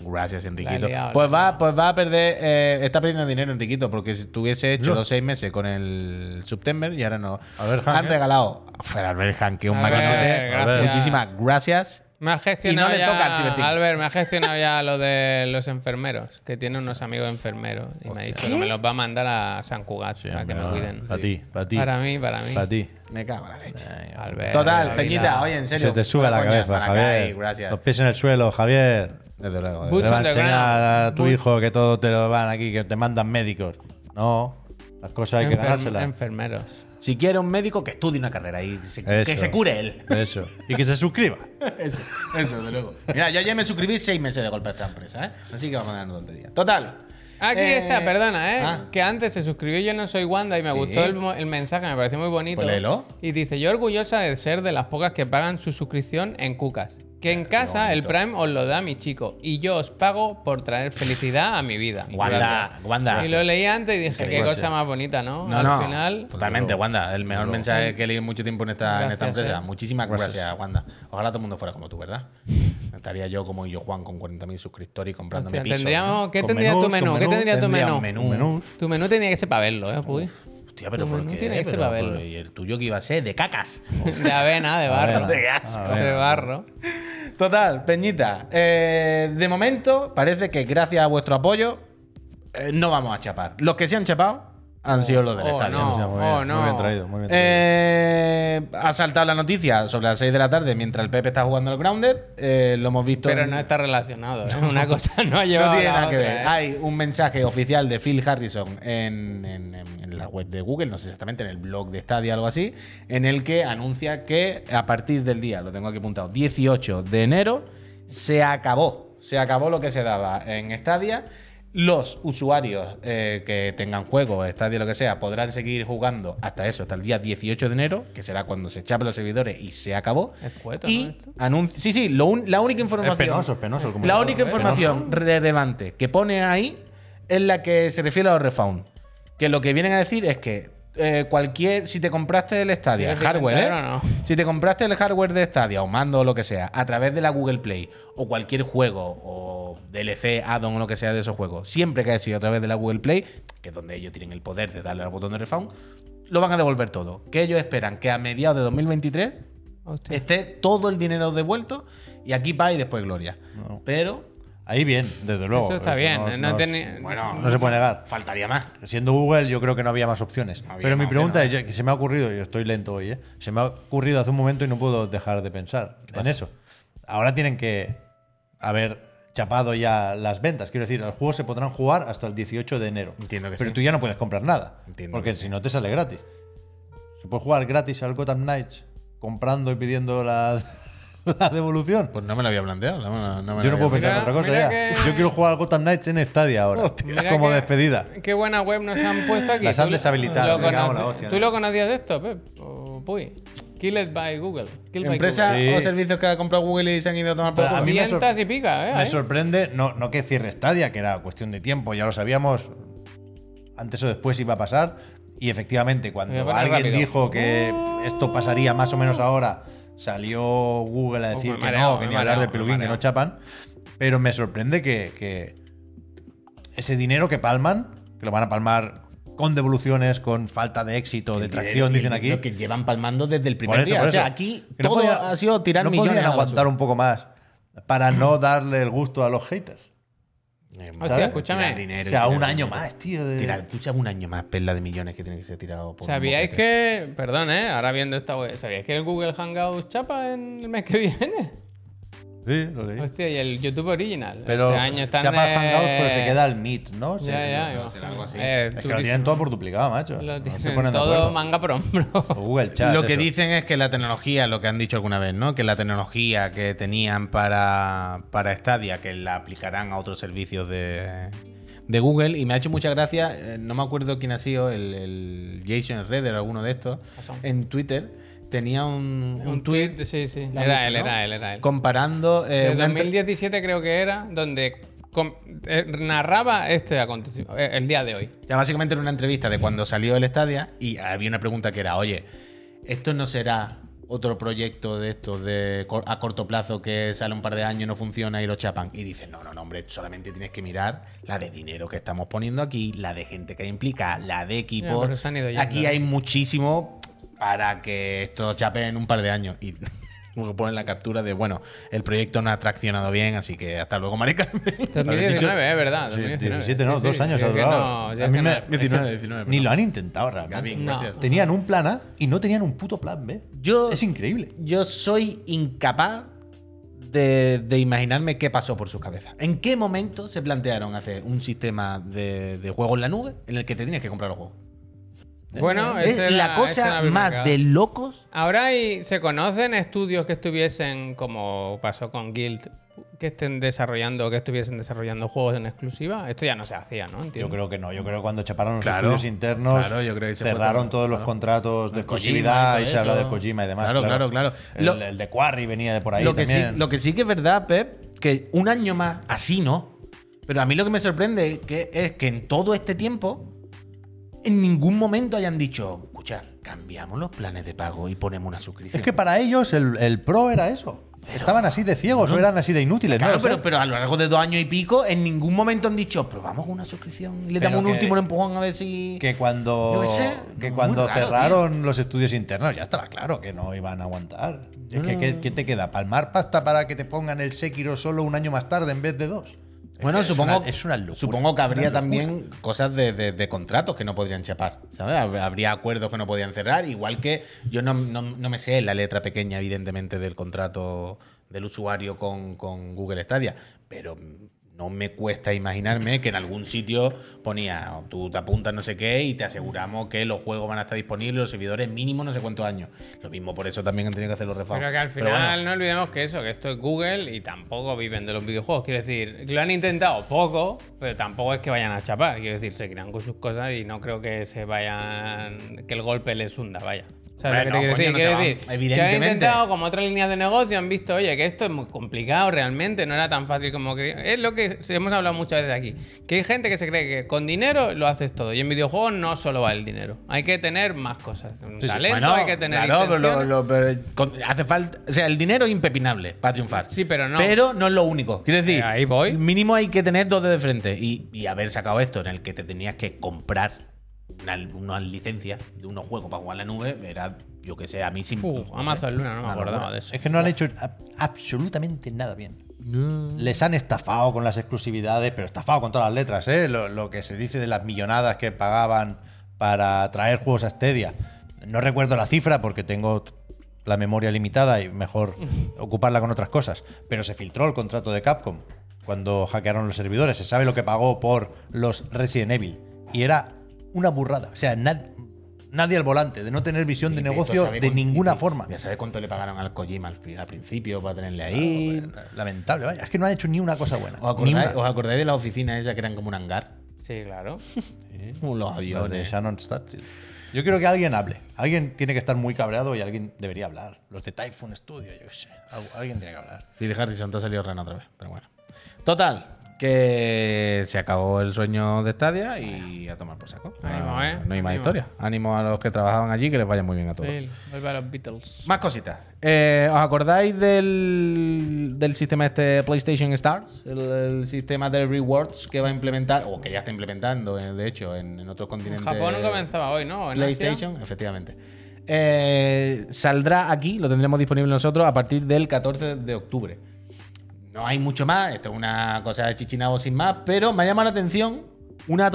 Speaker 2: Gracias, Enriquito.
Speaker 1: La he liado, la
Speaker 2: Pues
Speaker 1: he
Speaker 2: va,
Speaker 1: liado.
Speaker 2: pues va a perder. eh, está perdiendo dinero, Enriquito, porque si tuviese hecho los seis meses con el September y ahora no.
Speaker 4: A ver, Hank,
Speaker 2: Han
Speaker 4: ¿eh?
Speaker 2: regalado. Fuera, Albert Hank, que es un
Speaker 1: A ver,
Speaker 2: maquinote.
Speaker 1: gracias.
Speaker 2: Muchísimas gracias.
Speaker 1: Me ha gestionado
Speaker 2: Y no le
Speaker 1: ya,
Speaker 2: toca al cibertín.
Speaker 1: Albert, me ha gestionado ya lo de los enfermeros, que tiene unos amigos enfermeros. Y me ha dicho que me los va a mandar a San Cugat para Ah, que me cuiden.
Speaker 4: ¿eh? Para ti, para ti.
Speaker 1: Para mí, para mí.
Speaker 4: Para ti.
Speaker 2: Me cago en la leche.
Speaker 1: Albert,
Speaker 2: Total,
Speaker 1: Eh, la
Speaker 2: Peñita,
Speaker 1: vida.
Speaker 2: oye, en serio.
Speaker 4: Se te sube
Speaker 2: fuera
Speaker 4: la
Speaker 2: coña,
Speaker 4: cabeza,
Speaker 2: para acá y
Speaker 4: Javier.
Speaker 2: Gracias.
Speaker 4: Los pies en el suelo, Javier.
Speaker 2: Desde luego.
Speaker 1: Boots
Speaker 4: Te va a
Speaker 1: on the
Speaker 4: enseñar
Speaker 1: ground.
Speaker 4: a tu
Speaker 1: Boots-
Speaker 4: hijo que todo te lo van aquí, que te mandan médicos. No, las cosas hay que
Speaker 1: Enfer-
Speaker 4: ganárselas.
Speaker 1: Enfermeros.
Speaker 2: Si quiere un médico, que estudie una carrera y se- que
Speaker 4: Eso.
Speaker 2: se cure él.
Speaker 4: Eso. Y que se suscriba.
Speaker 2: Eso, eso, desde luego. Mira, yo ayer me suscribí seis meses de golpe a esta empresa, ¿eh? Así que vamos a dar una tontería. Total.
Speaker 1: Aquí
Speaker 2: Eh,
Speaker 1: está, perdona, ¿eh?
Speaker 2: ah.
Speaker 1: Que antes se suscribió Yo no soy Wanda y me
Speaker 2: Sí.
Speaker 1: gustó el, mo- el mensaje, me pareció muy bonito.
Speaker 2: Pues léelo.
Speaker 1: Y dice, yo orgullosa de ser de las pocas que pagan su suscripción en Cucas. Que en casa el Prime os lo da mi chico y yo os pago por traer felicidad a mi vida.
Speaker 2: Wanda, Wanda.
Speaker 1: Y lo leí antes y dije, qué
Speaker 2: Increíble.
Speaker 1: cosa más bonita, ¿no?
Speaker 2: No,
Speaker 1: Al
Speaker 2: no.
Speaker 1: final,
Speaker 2: Totalmente, Wanda. El mejor mensaje que he leído en mucho tiempo en esta, en esta
Speaker 1: Gracias,
Speaker 2: empresa.
Speaker 1: eh.
Speaker 2: Muchísimas gracias. Wanda. Ojalá todo el mundo fuera como tú, ¿verdad? Estaría yo como yo, Juan, con 40.000 suscriptores y comprándome
Speaker 1: hostia,
Speaker 2: pisos.
Speaker 1: tendríamos, ¿qué
Speaker 4: Con
Speaker 1: tendría tu
Speaker 4: menús,
Speaker 1: menú?
Speaker 4: con
Speaker 1: ¿Qué
Speaker 4: menú,
Speaker 1: tendría tu
Speaker 2: tendría
Speaker 1: menú?
Speaker 2: un menú.
Speaker 4: Un menú.
Speaker 1: Tu menú tenía que ser para verlo, ¿eh, Puy?
Speaker 2: Hostia, pero
Speaker 1: Tu
Speaker 2: ¿por
Speaker 1: menú
Speaker 2: qué?
Speaker 1: tiene que ser
Speaker 2: Pero-
Speaker 1: para verlo.
Speaker 2: pero- y el tuyo que iba a ser de cacas.
Speaker 1: De avena, de barro.
Speaker 4: Avena.
Speaker 1: De
Speaker 4: Qué
Speaker 1: asco. De barro.
Speaker 2: Total, Peñita. eh, de momento, parece que gracias a vuestro apoyo, eh, no vamos a chapar. Los que se han chapado han sido los del
Speaker 1: oh,
Speaker 2: estadio.
Speaker 1: no.
Speaker 4: Ya, muy,
Speaker 1: Oh,
Speaker 4: bien,
Speaker 1: no.
Speaker 4: muy bien traído, muy bien traído.
Speaker 2: Eh, ha saltado la noticia sobre las 6 de la tarde mientras el Pepe está jugando al Grounded. eh, lo hemos visto.
Speaker 1: Pero
Speaker 2: en-
Speaker 1: no está relacionado. ¿eh? Una cosa no
Speaker 2: no
Speaker 1: lleva
Speaker 2: tiene
Speaker 1: a la
Speaker 2: nada que
Speaker 1: otra,
Speaker 2: ver.
Speaker 1: ¿eh?
Speaker 2: Hay un mensaje oficial de Phil Harrison en, en- en- en la web de Google, no sé exactamente, en el blog de Stadia o algo así, en el que anuncia que a partir del día, lo tengo aquí apuntado, 18 de enero, se acabó. Se acabó lo que se daba en Stadia. Los usuarios eh, que tengan juegos, Stadia, lo que sea, podrán seguir jugando hasta eso, hasta el día 18 de enero, que será cuando se chapen los servidores y se acabó.
Speaker 1: Es cueto, ¿no,
Speaker 2: y
Speaker 1: esto?
Speaker 2: anunci- Sí, sí, lo un- la única información.
Speaker 4: Es penoso, es penoso. el
Speaker 2: La
Speaker 4: comunicado,
Speaker 2: única
Speaker 4: ¿eh?
Speaker 2: información relevante que pone ahí es la que se refiere a los refound. Que lo que vienen a decir es que eh, cualquier. Si te compraste el Stadia,
Speaker 1: ¿Quieres que
Speaker 2: hardware, ¿eh?
Speaker 1: entrar o no?
Speaker 2: Si te compraste el hardware de Stadia o mando o lo que sea, a través de la Google Play o cualquier juego o DLC, add-on o lo que sea de esos juegos, siempre que haya sido a través de la Google Play, que es donde ellos tienen el poder de darle al botón de refound, lo van a devolver todo. Que ellos esperan que a mediados de 2023
Speaker 1: Hostia.
Speaker 2: esté todo el dinero devuelto y aquí va y después gloria. Pero
Speaker 4: Ahí bien, desde luego.
Speaker 1: Eso está
Speaker 4: Eso
Speaker 1: bien.
Speaker 4: no-
Speaker 1: No,
Speaker 4: no-
Speaker 1: tenía-
Speaker 2: bueno,
Speaker 4: No se puede negar.
Speaker 2: faltaría más.
Speaker 4: Siendo Google, yo creo que no había más opciones.
Speaker 2: Había
Speaker 4: Pero mi
Speaker 2: más
Speaker 4: pregunta es, ya que se me ha ocurrido, yo estoy lento hoy, ¿eh? se me ha ocurrido hace un momento y no puedo dejar de pensar en eso. Ahora tienen que haber chapado ya las ventas. Quiero decir, los juegos se podrán jugar hasta el 18 de enero.
Speaker 2: Entiendo que
Speaker 4: Pero
Speaker 2: sí.
Speaker 4: tú ya no puedes comprar nada.
Speaker 2: Entiendo
Speaker 4: porque
Speaker 2: que
Speaker 4: si no te sale gratis. Se puede jugar gratis al Gotham Knights comprando y pidiendo la, la devolución.
Speaker 2: Pues no me lo había planteado. no me lo- no me
Speaker 4: Yo
Speaker 2: lo
Speaker 4: no puedo
Speaker 2: había
Speaker 4: pensar en
Speaker 1: Mira,
Speaker 4: otra cosa
Speaker 1: mira
Speaker 4: ya.
Speaker 1: que-
Speaker 4: Yo quiero jugar al Gotham Knights en Stadia ahora.
Speaker 1: Mira
Speaker 4: como
Speaker 1: qué-
Speaker 4: despedida.
Speaker 1: Qué buena web nos han puesto aquí.
Speaker 4: Las han
Speaker 1: Tú lo-
Speaker 4: deshabilitado,
Speaker 1: lo
Speaker 4: me cago en la
Speaker 1: conoces-
Speaker 4: hostia,
Speaker 1: ¿Tú
Speaker 4: ¿no?
Speaker 1: lo conocías de esto, Pep? O, Puy. Killed by Google. Killed by
Speaker 2: Empresa
Speaker 4: Sí. Ah,
Speaker 2: o servicios que ha comprado Google y se han ido a tomar por
Speaker 4: Pero a
Speaker 2: culo.
Speaker 4: mí me sor-
Speaker 1: 200 y pica, ¿eh?
Speaker 4: Me
Speaker 1: Ahí.
Speaker 4: sorprende, no, no que cierre Stadia, que era cuestión de tiempo, ya lo sabíamos, antes o después iba a pasar. Y efectivamente, cuando
Speaker 1: Voy a poner
Speaker 4: alguien
Speaker 1: rápido. Uh.
Speaker 4: dijo que esto pasaría más o menos ahora, salió Google a
Speaker 1: Uf,
Speaker 4: decir
Speaker 1: Uh, me he
Speaker 4: que
Speaker 1: mareado,
Speaker 4: no, que
Speaker 1: me he
Speaker 4: ni hablar
Speaker 1: mareado,
Speaker 4: de
Speaker 1: me he
Speaker 4: plugin, que
Speaker 1: mareado.
Speaker 4: no chapan. Pero me sorprende que, que ese dinero que palman, que lo van a palmar con devoluciones, con falta de éxito, de tracción, dicen aquí.
Speaker 2: Lo que llevan palmando desde el
Speaker 4: Por
Speaker 2: primer
Speaker 4: eso,
Speaker 2: día.
Speaker 4: por
Speaker 2: O sea,
Speaker 4: eso.
Speaker 2: aquí
Speaker 4: Que no
Speaker 2: todo
Speaker 4: podía-
Speaker 2: ha sido tirar
Speaker 4: no
Speaker 2: millones
Speaker 4: podían
Speaker 2: a la
Speaker 4: aguantar
Speaker 2: basura. Mm.
Speaker 4: un poco más para no darle el gusto a los haters.
Speaker 1: Hostia, escúchame.
Speaker 2: Tirar dinero
Speaker 4: O
Speaker 2: y
Speaker 4: sea,
Speaker 2: tirar
Speaker 4: un año
Speaker 2: dinero.
Speaker 4: más, tío. de-
Speaker 2: Tirar, tú sabes un año más, perla de millones que tiene que ser tirado por. un
Speaker 1: ¿Sabíais
Speaker 2: mojete.
Speaker 1: que. Perdón, ¿eh? Ahora viendo esta web. ¿Sabíais que el Google Hangouts chapa en el mes que viene?
Speaker 4: Sí, lo leí.
Speaker 2: Este
Speaker 1: Hostia, y el YouTube Original.
Speaker 4: Pero
Speaker 1: este año están.
Speaker 4: chapa el
Speaker 1: eh,
Speaker 4: Hangouts, pero se queda el Meet, ¿no? Se-
Speaker 1: Ya, ya.
Speaker 4: no,
Speaker 1: iba.
Speaker 2: será algo así.
Speaker 1: Eh,
Speaker 4: Es que lo
Speaker 1: durísimo.
Speaker 4: tienen todo por duplicado, macho.
Speaker 1: Lo
Speaker 4: No se
Speaker 1: tienen
Speaker 4: ponen de
Speaker 1: todo
Speaker 4: acuerdo.
Speaker 1: manga por hombro.
Speaker 4: O Google Chat.
Speaker 2: Lo que
Speaker 4: eso.
Speaker 2: dicen es que la tecnología, lo que han dicho alguna vez, ¿no? Que la tecnología que tenían para, para Stadia, que la aplicarán a otros servicios de, de Google y me ha hecho mucha gracia, eh, no me acuerdo quién ha sido, el, el Jason Redder o alguno de estos, en Twitter tenía un, un tweet
Speaker 1: Sí, sí.
Speaker 2: La
Speaker 1: Era
Speaker 2: mitad,
Speaker 1: él,
Speaker 2: ¿no?
Speaker 1: era él, era él.
Speaker 2: comparando... eh,
Speaker 1: De
Speaker 2: una entre-
Speaker 1: 2017 creo que era, donde com- eh, narraba este acontecimiento, eh, el día de hoy.
Speaker 2: Ya básicamente era una entrevista de cuando salió el Stadia y había una pregunta que era, oye, ¿esto no será otro proyecto de estos de cor- a corto plazo que sale un par de años, no funciona y lo chapan? Y dicen, no, no, no, hombre, solamente tienes que mirar la de dinero que estamos poniendo aquí, la de gente que implica, la de equipos.
Speaker 1: pero se han ido yendo.
Speaker 2: aquí hay muchísimo para que esto chape en un par de años. Y luego ponen la captura de, bueno, el proyecto no ha traccionado bien, así que hasta luego, Mari Carmen.
Speaker 1: 2019,
Speaker 4: dicho-
Speaker 1: es
Speaker 2: ah,
Speaker 1: verdad.
Speaker 4: Sí,
Speaker 1: 2019.
Speaker 4: 17, no,
Speaker 1: Sí, sí,
Speaker 4: dos años
Speaker 1: sí,
Speaker 4: ha
Speaker 1: es que
Speaker 4: durado.
Speaker 1: no, ya
Speaker 4: A
Speaker 1: es
Speaker 4: mí
Speaker 1: que
Speaker 4: me-
Speaker 1: no.
Speaker 2: 19, 19.
Speaker 4: Ni
Speaker 2: perdón.
Speaker 4: lo han intentado realmente.
Speaker 2: Gavin,
Speaker 1: No.
Speaker 2: gracias.
Speaker 4: Tenían un plan A y no tenían un puto plan B.
Speaker 2: Yo-
Speaker 4: Es increíble.
Speaker 2: Yo soy incapaz de, de imaginarme qué pasó por sus cabezas. ¿En qué momento se plantearon hacer un sistema de, de juego en la nube en el que te tienes que comprar los juegos?
Speaker 1: Bueno,
Speaker 2: es
Speaker 1: esa
Speaker 2: la
Speaker 1: esa
Speaker 2: cosa
Speaker 1: es la
Speaker 2: más
Speaker 1: primera.
Speaker 2: de locos.
Speaker 1: Ahora hay- se conocen estudios que estuviesen, como pasó con Guild, que estén desarrollando, que estuviesen desarrollando juegos en exclusiva. Esto ya no se hacía, ¿no? Entiendo.
Speaker 4: Yo creo que no. Yo creo que cuando chaparon los
Speaker 2: Claro.
Speaker 4: estudios internos,
Speaker 2: Claro, yo creo que se fue
Speaker 4: cerraron
Speaker 2: todo,
Speaker 4: todos los
Speaker 2: claro.
Speaker 4: contratos de
Speaker 2: Kojima y
Speaker 4: exclusividad
Speaker 2: todo
Speaker 4: y, se habla
Speaker 2: eso.
Speaker 4: de Kojima y demás.
Speaker 2: Claro, claro, claro.
Speaker 4: El,
Speaker 2: Lo-
Speaker 4: el de Quarry venía de por ahí
Speaker 2: Lo que, sí,
Speaker 4: también.
Speaker 2: lo que sí que es verdad, Pep, que un año más, así no. Pero a mí lo que me sorprende es que, es que en todo este tiempo, en ningún momento hayan dicho, escucha, cambiamos los planes de pago y ponemos una suscripción.
Speaker 4: Es que para ellos el, el pro era eso. Estaban así de ciegos o eran así de inútiles.
Speaker 2: Claro,
Speaker 4: no lo sé.
Speaker 2: pero, pero a lo largo de dos años y pico, en ningún momento han dicho, probamos una suscripción y le
Speaker 4: Pero
Speaker 2: damos un
Speaker 4: que-
Speaker 2: último empujón a ver si.
Speaker 4: que cuando,
Speaker 2: Yo qué sé,
Speaker 4: que
Speaker 2: muy
Speaker 4: cuando
Speaker 2: raro,
Speaker 4: cerraron los estudios internos ya estaba claro que no iban a aguantar. Es que, ¿qué, qué te queda? ¿Palmar pasta para que te pongan el Sekiro solo un año más tarde en vez de dos? Es
Speaker 2: Bueno,
Speaker 4: que es
Speaker 2: supongo,
Speaker 4: una- es una locura.
Speaker 2: supongo que habría
Speaker 4: Una locura.
Speaker 2: también cosas de, de- de contratos que no podrían chapar, ¿sabes? Hab- Habría acuerdos que no podían cerrar, igual que yo no, no- no me sé la letra pequeña, evidentemente, del contrato del usuario con, con Google Stadia, pero no me cuesta imaginarme que en algún sitio ponía, tú te apuntas no sé qué y te aseguramos que los juegos van a estar disponibles, los servidores mínimo no sé cuántos años. Lo mismo por eso también han tenido que hacer los refagos.
Speaker 1: Pero que al
Speaker 2: Pero
Speaker 1: final
Speaker 2: bueno,
Speaker 1: no olvidemos que eso, que esto es Google y tampoco viven de los videojuegos. Quiero decir, que lo han intentado poco, pero tampoco es que vayan a chapar. Quiero decir, se crean con sus cosas y no creo que se vayan. que el golpe les hunda, vaya. ¿Sabes
Speaker 2: Hombre,
Speaker 1: lo que
Speaker 2: no,
Speaker 1: te quiero
Speaker 2: coño,
Speaker 1: decir? Quiero
Speaker 2: no se van.
Speaker 1: decir, que han
Speaker 2: Evidentemente.
Speaker 1: intentado como otras líneas de negocio, han visto, oye, que esto es muy complicado realmente, no era tan fácil como que. Es lo que se- hemos hablado muchas veces aquí. Que hay gente que se cree que con dinero lo haces todo. Y en videojuegos no solo va el dinero. Hay que tener más cosas. Un
Speaker 2: Sí, sí.
Speaker 1: talento,
Speaker 2: Bueno,
Speaker 1: hay que tener.
Speaker 2: Claro, pero, lo-
Speaker 1: intenciones.
Speaker 2: lo- pero con- hace falta. O sea, el dinero es impepinable para triunfar.
Speaker 1: Sí, pero no.
Speaker 2: Pero no es lo único. Quiero decir,
Speaker 1: Eh, ahí voy.
Speaker 2: mínimo hay que tener dos de frente. Y, y haber sacado esto en el que te tenías que comprar una- unas licencias de unos juegos para jugar en la nube, era, yo que sé, a mí sin.
Speaker 1: Fu,
Speaker 2: no sé.
Speaker 1: Amazon Luna, no me
Speaker 2: ¿eh? Una
Speaker 1: acordaba
Speaker 2: locura.
Speaker 1: de eso.
Speaker 4: Es que no han hecho a- absolutamente nada bien. Les han estafado con las exclusividades, pero estafado con todas las letras, ¿eh? Lo, lo que se dice de las millonadas que pagaban para traer juegos a Stadia. No recuerdo la cifra porque tengo t- la memoria limitada y mejor ocuparla con otras cosas. Pero se filtró el contrato de Capcom cuando hackearon los servidores. Se sabe lo que pagó por los Resident Evil. Y era una burrada. O sea, nad- nadie al volante, de no tener visión de
Speaker 2: Y- y
Speaker 4: negocio
Speaker 2: sabe
Speaker 4: de
Speaker 2: cuánto-
Speaker 4: ninguna
Speaker 2: y-
Speaker 4: forma.
Speaker 2: Ya sabes cuánto le pagaron al Kojima al, pri- al principio para tenerle ahí.
Speaker 4: Lamentable, vaya. Es que no han hecho ni una cosa buena.
Speaker 2: ¿Os
Speaker 4: Ni
Speaker 2: acordáis,
Speaker 4: una.
Speaker 2: os acordáis de las oficinas esas que eran como un hangar?
Speaker 1: Sí, claro.
Speaker 2: Como los
Speaker 4: Lo de
Speaker 2: aviones.
Speaker 4: Shannon Statfield. Yo quiero que alguien hable. Alguien tiene que estar muy cabreado y alguien debería hablar. Los de Typhoon Studio, yo qué sé. Al- Alguien tiene que hablar.
Speaker 2: Phil Harrison te ha salido rana otra vez, pero bueno. Total, que se acabó el sueño de Stadia y a tomar por saco.
Speaker 1: Ánimo,
Speaker 2: no,
Speaker 1: ¿eh?
Speaker 2: No hay más
Speaker 1: Ánimo.
Speaker 2: historia. Ánimo a los que trabajaban allí, que les vaya muy bien a todos.
Speaker 1: Bill, vuelve a los Beatles.
Speaker 2: Más cositas. Eh, ¿Os acordáis del, del sistema este PlayStation Stars? El, el sistema de rewards que va a implementar, o que ya está implementando, eh, de hecho, en, en otros
Speaker 1: En
Speaker 2: continentes.
Speaker 1: Japón comenzaba hoy, ¿no? ¿En Asia?
Speaker 2: PlayStation, efectivamente. Eh, saldrá aquí, lo tendremos disponible nosotros a partir del 14 de octubre. No hay mucho más, esto es una cosa de chichinabo sin más, pero me ha llamado la atención una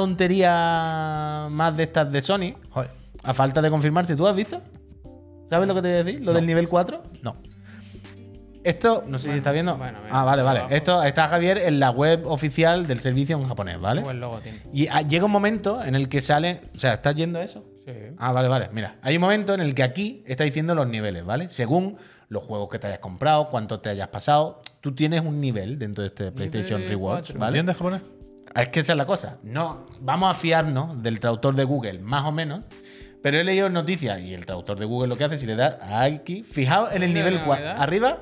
Speaker 2: tontería más de estas de Sony,
Speaker 4: Joder,
Speaker 2: a falta de confirmarse. ¿Tú has visto? ¿Sabes lo que te voy a decir? Lo del nivel 4.
Speaker 4: no.
Speaker 2: Esto, no sé si
Speaker 1: Bueno,
Speaker 2: está viendo.
Speaker 1: bueno, mira,
Speaker 2: ah, vale, vale.
Speaker 1: abajo.
Speaker 2: Esto está Javier en la web oficial del servicio en japonés, ¿vale?
Speaker 1: Buen logo Pues tiene.
Speaker 2: Y ah, llega un momento en el que sale. O sea, ¿estás yendo a eso?
Speaker 1: Sí.
Speaker 2: Ah, vale, vale. Mira, hay un momento en el que aquí está diciendo los niveles, ¿vale? Según los juegos que te hayas comprado, cuánto te hayas pasado, tú tienes un nivel dentro de este PlayStation
Speaker 1: Nivel
Speaker 2: Rewards,
Speaker 1: cuatro.
Speaker 2: ¿vale?
Speaker 4: japonés?
Speaker 2: Es que esa es la cosa. No, vamos a fiarnos del traductor de Google, más o menos. Pero he leído noticias y el traductor de Google lo que hace si le das aquí. Fijaos en
Speaker 1: ¿Dónde
Speaker 2: el nivel
Speaker 1: le
Speaker 2: 4.
Speaker 1: das?
Speaker 2: Arriba,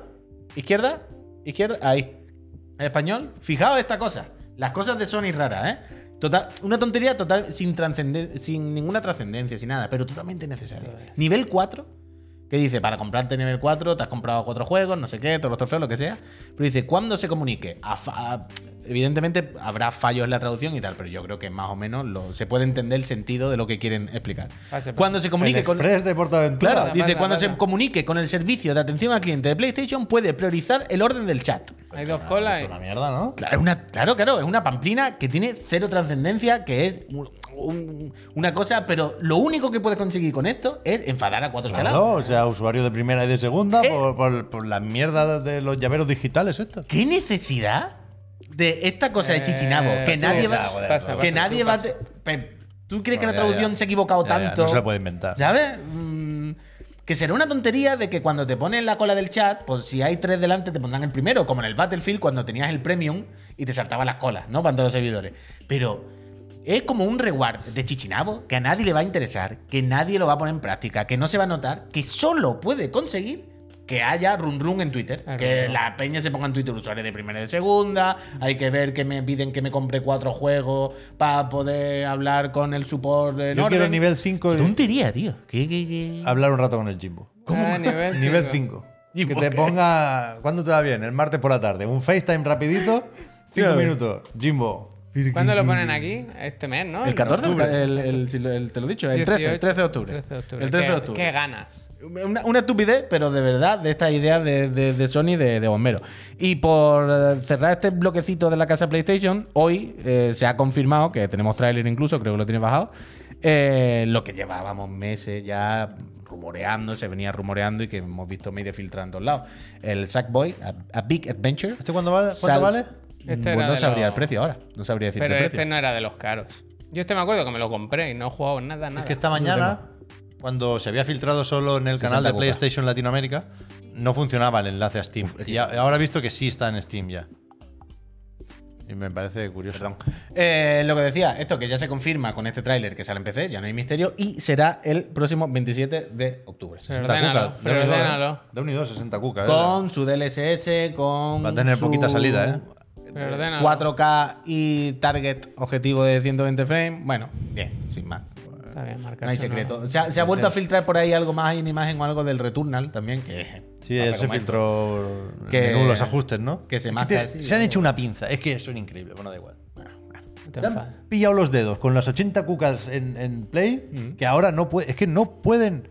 Speaker 2: izquierda, izquierda, ahí. En español, fijaos esta cosa. Las cosas de Sony raras, ¿eh? Total, una tontería total, sin, trascenden- sin ninguna trascendencia, sin nada, pero totalmente necesaria. Nivel 4, que dice, para comprarte nivel 4, te has comprado cuatro juegos, no sé qué, todos los trofeos, lo que sea. Pero dice, cuando se comunique? A fa- a- evidentemente habrá fallos en la traducción y tal, pero yo creo que más o menos lo- se puede entender el sentido de lo que quieren explicar.
Speaker 1: Pase, pase.
Speaker 2: Cuando se comunique
Speaker 4: El
Speaker 2: con...
Speaker 4: Express de Portaventura.
Speaker 2: Claro,
Speaker 1: Pasa,
Speaker 2: dice,
Speaker 1: pasa,
Speaker 2: cuando se
Speaker 1: pasa.
Speaker 2: comunique con el servicio de atención al cliente de PlayStation, puede priorizar el orden del chat.
Speaker 1: Hay dos colas.
Speaker 4: Es
Speaker 1: y-
Speaker 4: una mierda, ¿no?
Speaker 2: Claro, una- claro, claro, es una pamplina que tiene cero trascendencia, que es un- un- una cosa, pero lo único que puedes conseguir con esto es enfadar a cuatro
Speaker 4: Claro,
Speaker 2: escalados.
Speaker 4: o sea, usuario de primera y de segunda
Speaker 2: Eh.
Speaker 4: por, por, por la mierda de los llaveros digitales estos.
Speaker 2: ¿Qué necesidad de esta cosa de Chichinabo?
Speaker 1: Eh,
Speaker 2: que
Speaker 1: tú,
Speaker 2: nadie va,
Speaker 4: pasa, joder,
Speaker 1: pasa,
Speaker 2: que
Speaker 1: pasa,
Speaker 2: nadie
Speaker 1: tú
Speaker 2: va. a
Speaker 1: pasa.
Speaker 2: te- pe- ¿Tú crees que
Speaker 4: Bueno,
Speaker 2: la
Speaker 4: ya,
Speaker 2: traducción
Speaker 4: ya.
Speaker 2: se ha equivocado
Speaker 4: Ya, ya,
Speaker 2: tanto?
Speaker 4: no se la puede inventar.
Speaker 2: ¿Sabes? Mm, que será una tontería de que cuando te ponen la cola del chat, pues si hay tres delante te pondrán el primero, como en el Battlefield cuando tenías el Premium y te saltaban las colas, ¿no? Para todos los servidores. Pero es como un reward de Chichinabo que a nadie le va a interesar, que nadie lo va a poner en práctica, que no se va a notar, que solo puede conseguir que haya run run en Twitter,
Speaker 1: Ah,
Speaker 2: que
Speaker 1: run run.
Speaker 2: la peña se ponga en Twitter usuarios de primera y de segunda, hay que ver que me piden que me compre cuatro juegos para poder hablar con el support en
Speaker 4: Yo quiero
Speaker 2: orden.
Speaker 4: nivel 5
Speaker 2: Qué
Speaker 4: y
Speaker 2: tontería, tío. ¿Qué, qué, qué?
Speaker 4: hablar un rato con el Jimbo.
Speaker 1: Ah, nivel
Speaker 4: Nivel
Speaker 1: cinco.
Speaker 4: 5.
Speaker 2: ¿Y
Speaker 4: Que
Speaker 2: por
Speaker 4: te
Speaker 2: qué?
Speaker 4: ponga. ¿Cuándo te va bien? El martes por la tarde. Un FaceTime rapidito. 5
Speaker 2: Claro.
Speaker 4: minutos. Jimbo.
Speaker 1: ¿Cuándo lo ponen aquí? Este mes, ¿no?
Speaker 2: El 14,
Speaker 1: octubre.
Speaker 2: el- el- si lo- el- te lo he dicho, el 13,
Speaker 1: 18,
Speaker 2: el 13 de octubre.
Speaker 1: 13 de octubre.
Speaker 2: El 13 de
Speaker 1: ¿Qué-
Speaker 2: octubre.
Speaker 1: ¿Qué ganas?
Speaker 2: Una, una estupidez, pero de verdad, de esta idea de, de- de Sony de, de bombero. Y por eh, cerrar este bloquecito de la casa PlayStation, hoy eh, se ha confirmado que tenemos tráiler incluso, creo que lo tienes bajado. eh, lo que llevábamos meses ya rumoreando, se venía rumoreando y que hemos visto medio filtrar en todos lados. El Sackboy, a, a Big Adventure.
Speaker 4: ¿Este cuándo vale? ¿Cuánto
Speaker 2: Sal-
Speaker 4: vale?
Speaker 1: Este
Speaker 2: Pues
Speaker 1: era
Speaker 2: no
Speaker 1: de
Speaker 2: sabría
Speaker 1: los-
Speaker 2: el precio ahora. No sabría decirte
Speaker 1: Pero
Speaker 2: el
Speaker 1: este
Speaker 2: precio.
Speaker 1: no era de los caros. Yo este me acuerdo que me lo compré y no he jugado nada,
Speaker 2: Ah,
Speaker 1: nada.
Speaker 4: Es que esta mañana, cueo se había filtrado solo en el canal
Speaker 2: 60
Speaker 4: de
Speaker 2: cuca.
Speaker 4: PlayStation Latinoamérica, no funcionaba el enlace a Steam. Y a- ahora he visto que sí está en Steam ya. Y me parece curioso.
Speaker 2: Eh, lo que decía, esto que ya se confirma con este tráiler que sale en PC, ya no hay misterio, y será el próximo 27 de octubre.
Speaker 1: Pero
Speaker 4: 60
Speaker 1: ordénalo,
Speaker 4: cuca,
Speaker 1: pero
Speaker 4: da un ido,
Speaker 1: ordénalo.
Speaker 4: eh. Da un ido 60 cuca, eh.
Speaker 2: Con su DLSS, con.
Speaker 4: Va a tener
Speaker 2: su
Speaker 4: poquita salida, ¿eh?
Speaker 1: Pero ordénalo.
Speaker 2: 4K y target objetivo de 120 frames. Bueno, bien, sin más.
Speaker 1: Está bien, marcarse
Speaker 2: No hay
Speaker 1: uno.
Speaker 2: secreto. Se ha, se ha vuelto a filtrar por ahí algo más, hay una imagen o algo del Returnal también, que.
Speaker 4: Sí,
Speaker 2: pasa
Speaker 4: él se
Speaker 2: como esto.
Speaker 4: filtró el
Speaker 2: Que-
Speaker 4: menú, los ajustes, ¿no?
Speaker 2: que se
Speaker 4: Es
Speaker 2: masca,
Speaker 4: te-
Speaker 2: sí,
Speaker 4: se han hecho una pinza. Es que son increíbles, bueno, da igual.
Speaker 1: No te
Speaker 4: Se
Speaker 1: enfades.
Speaker 4: han pillado los dedos con las 80 cucas en, en Play, que ahora no pueden. Es que no pueden.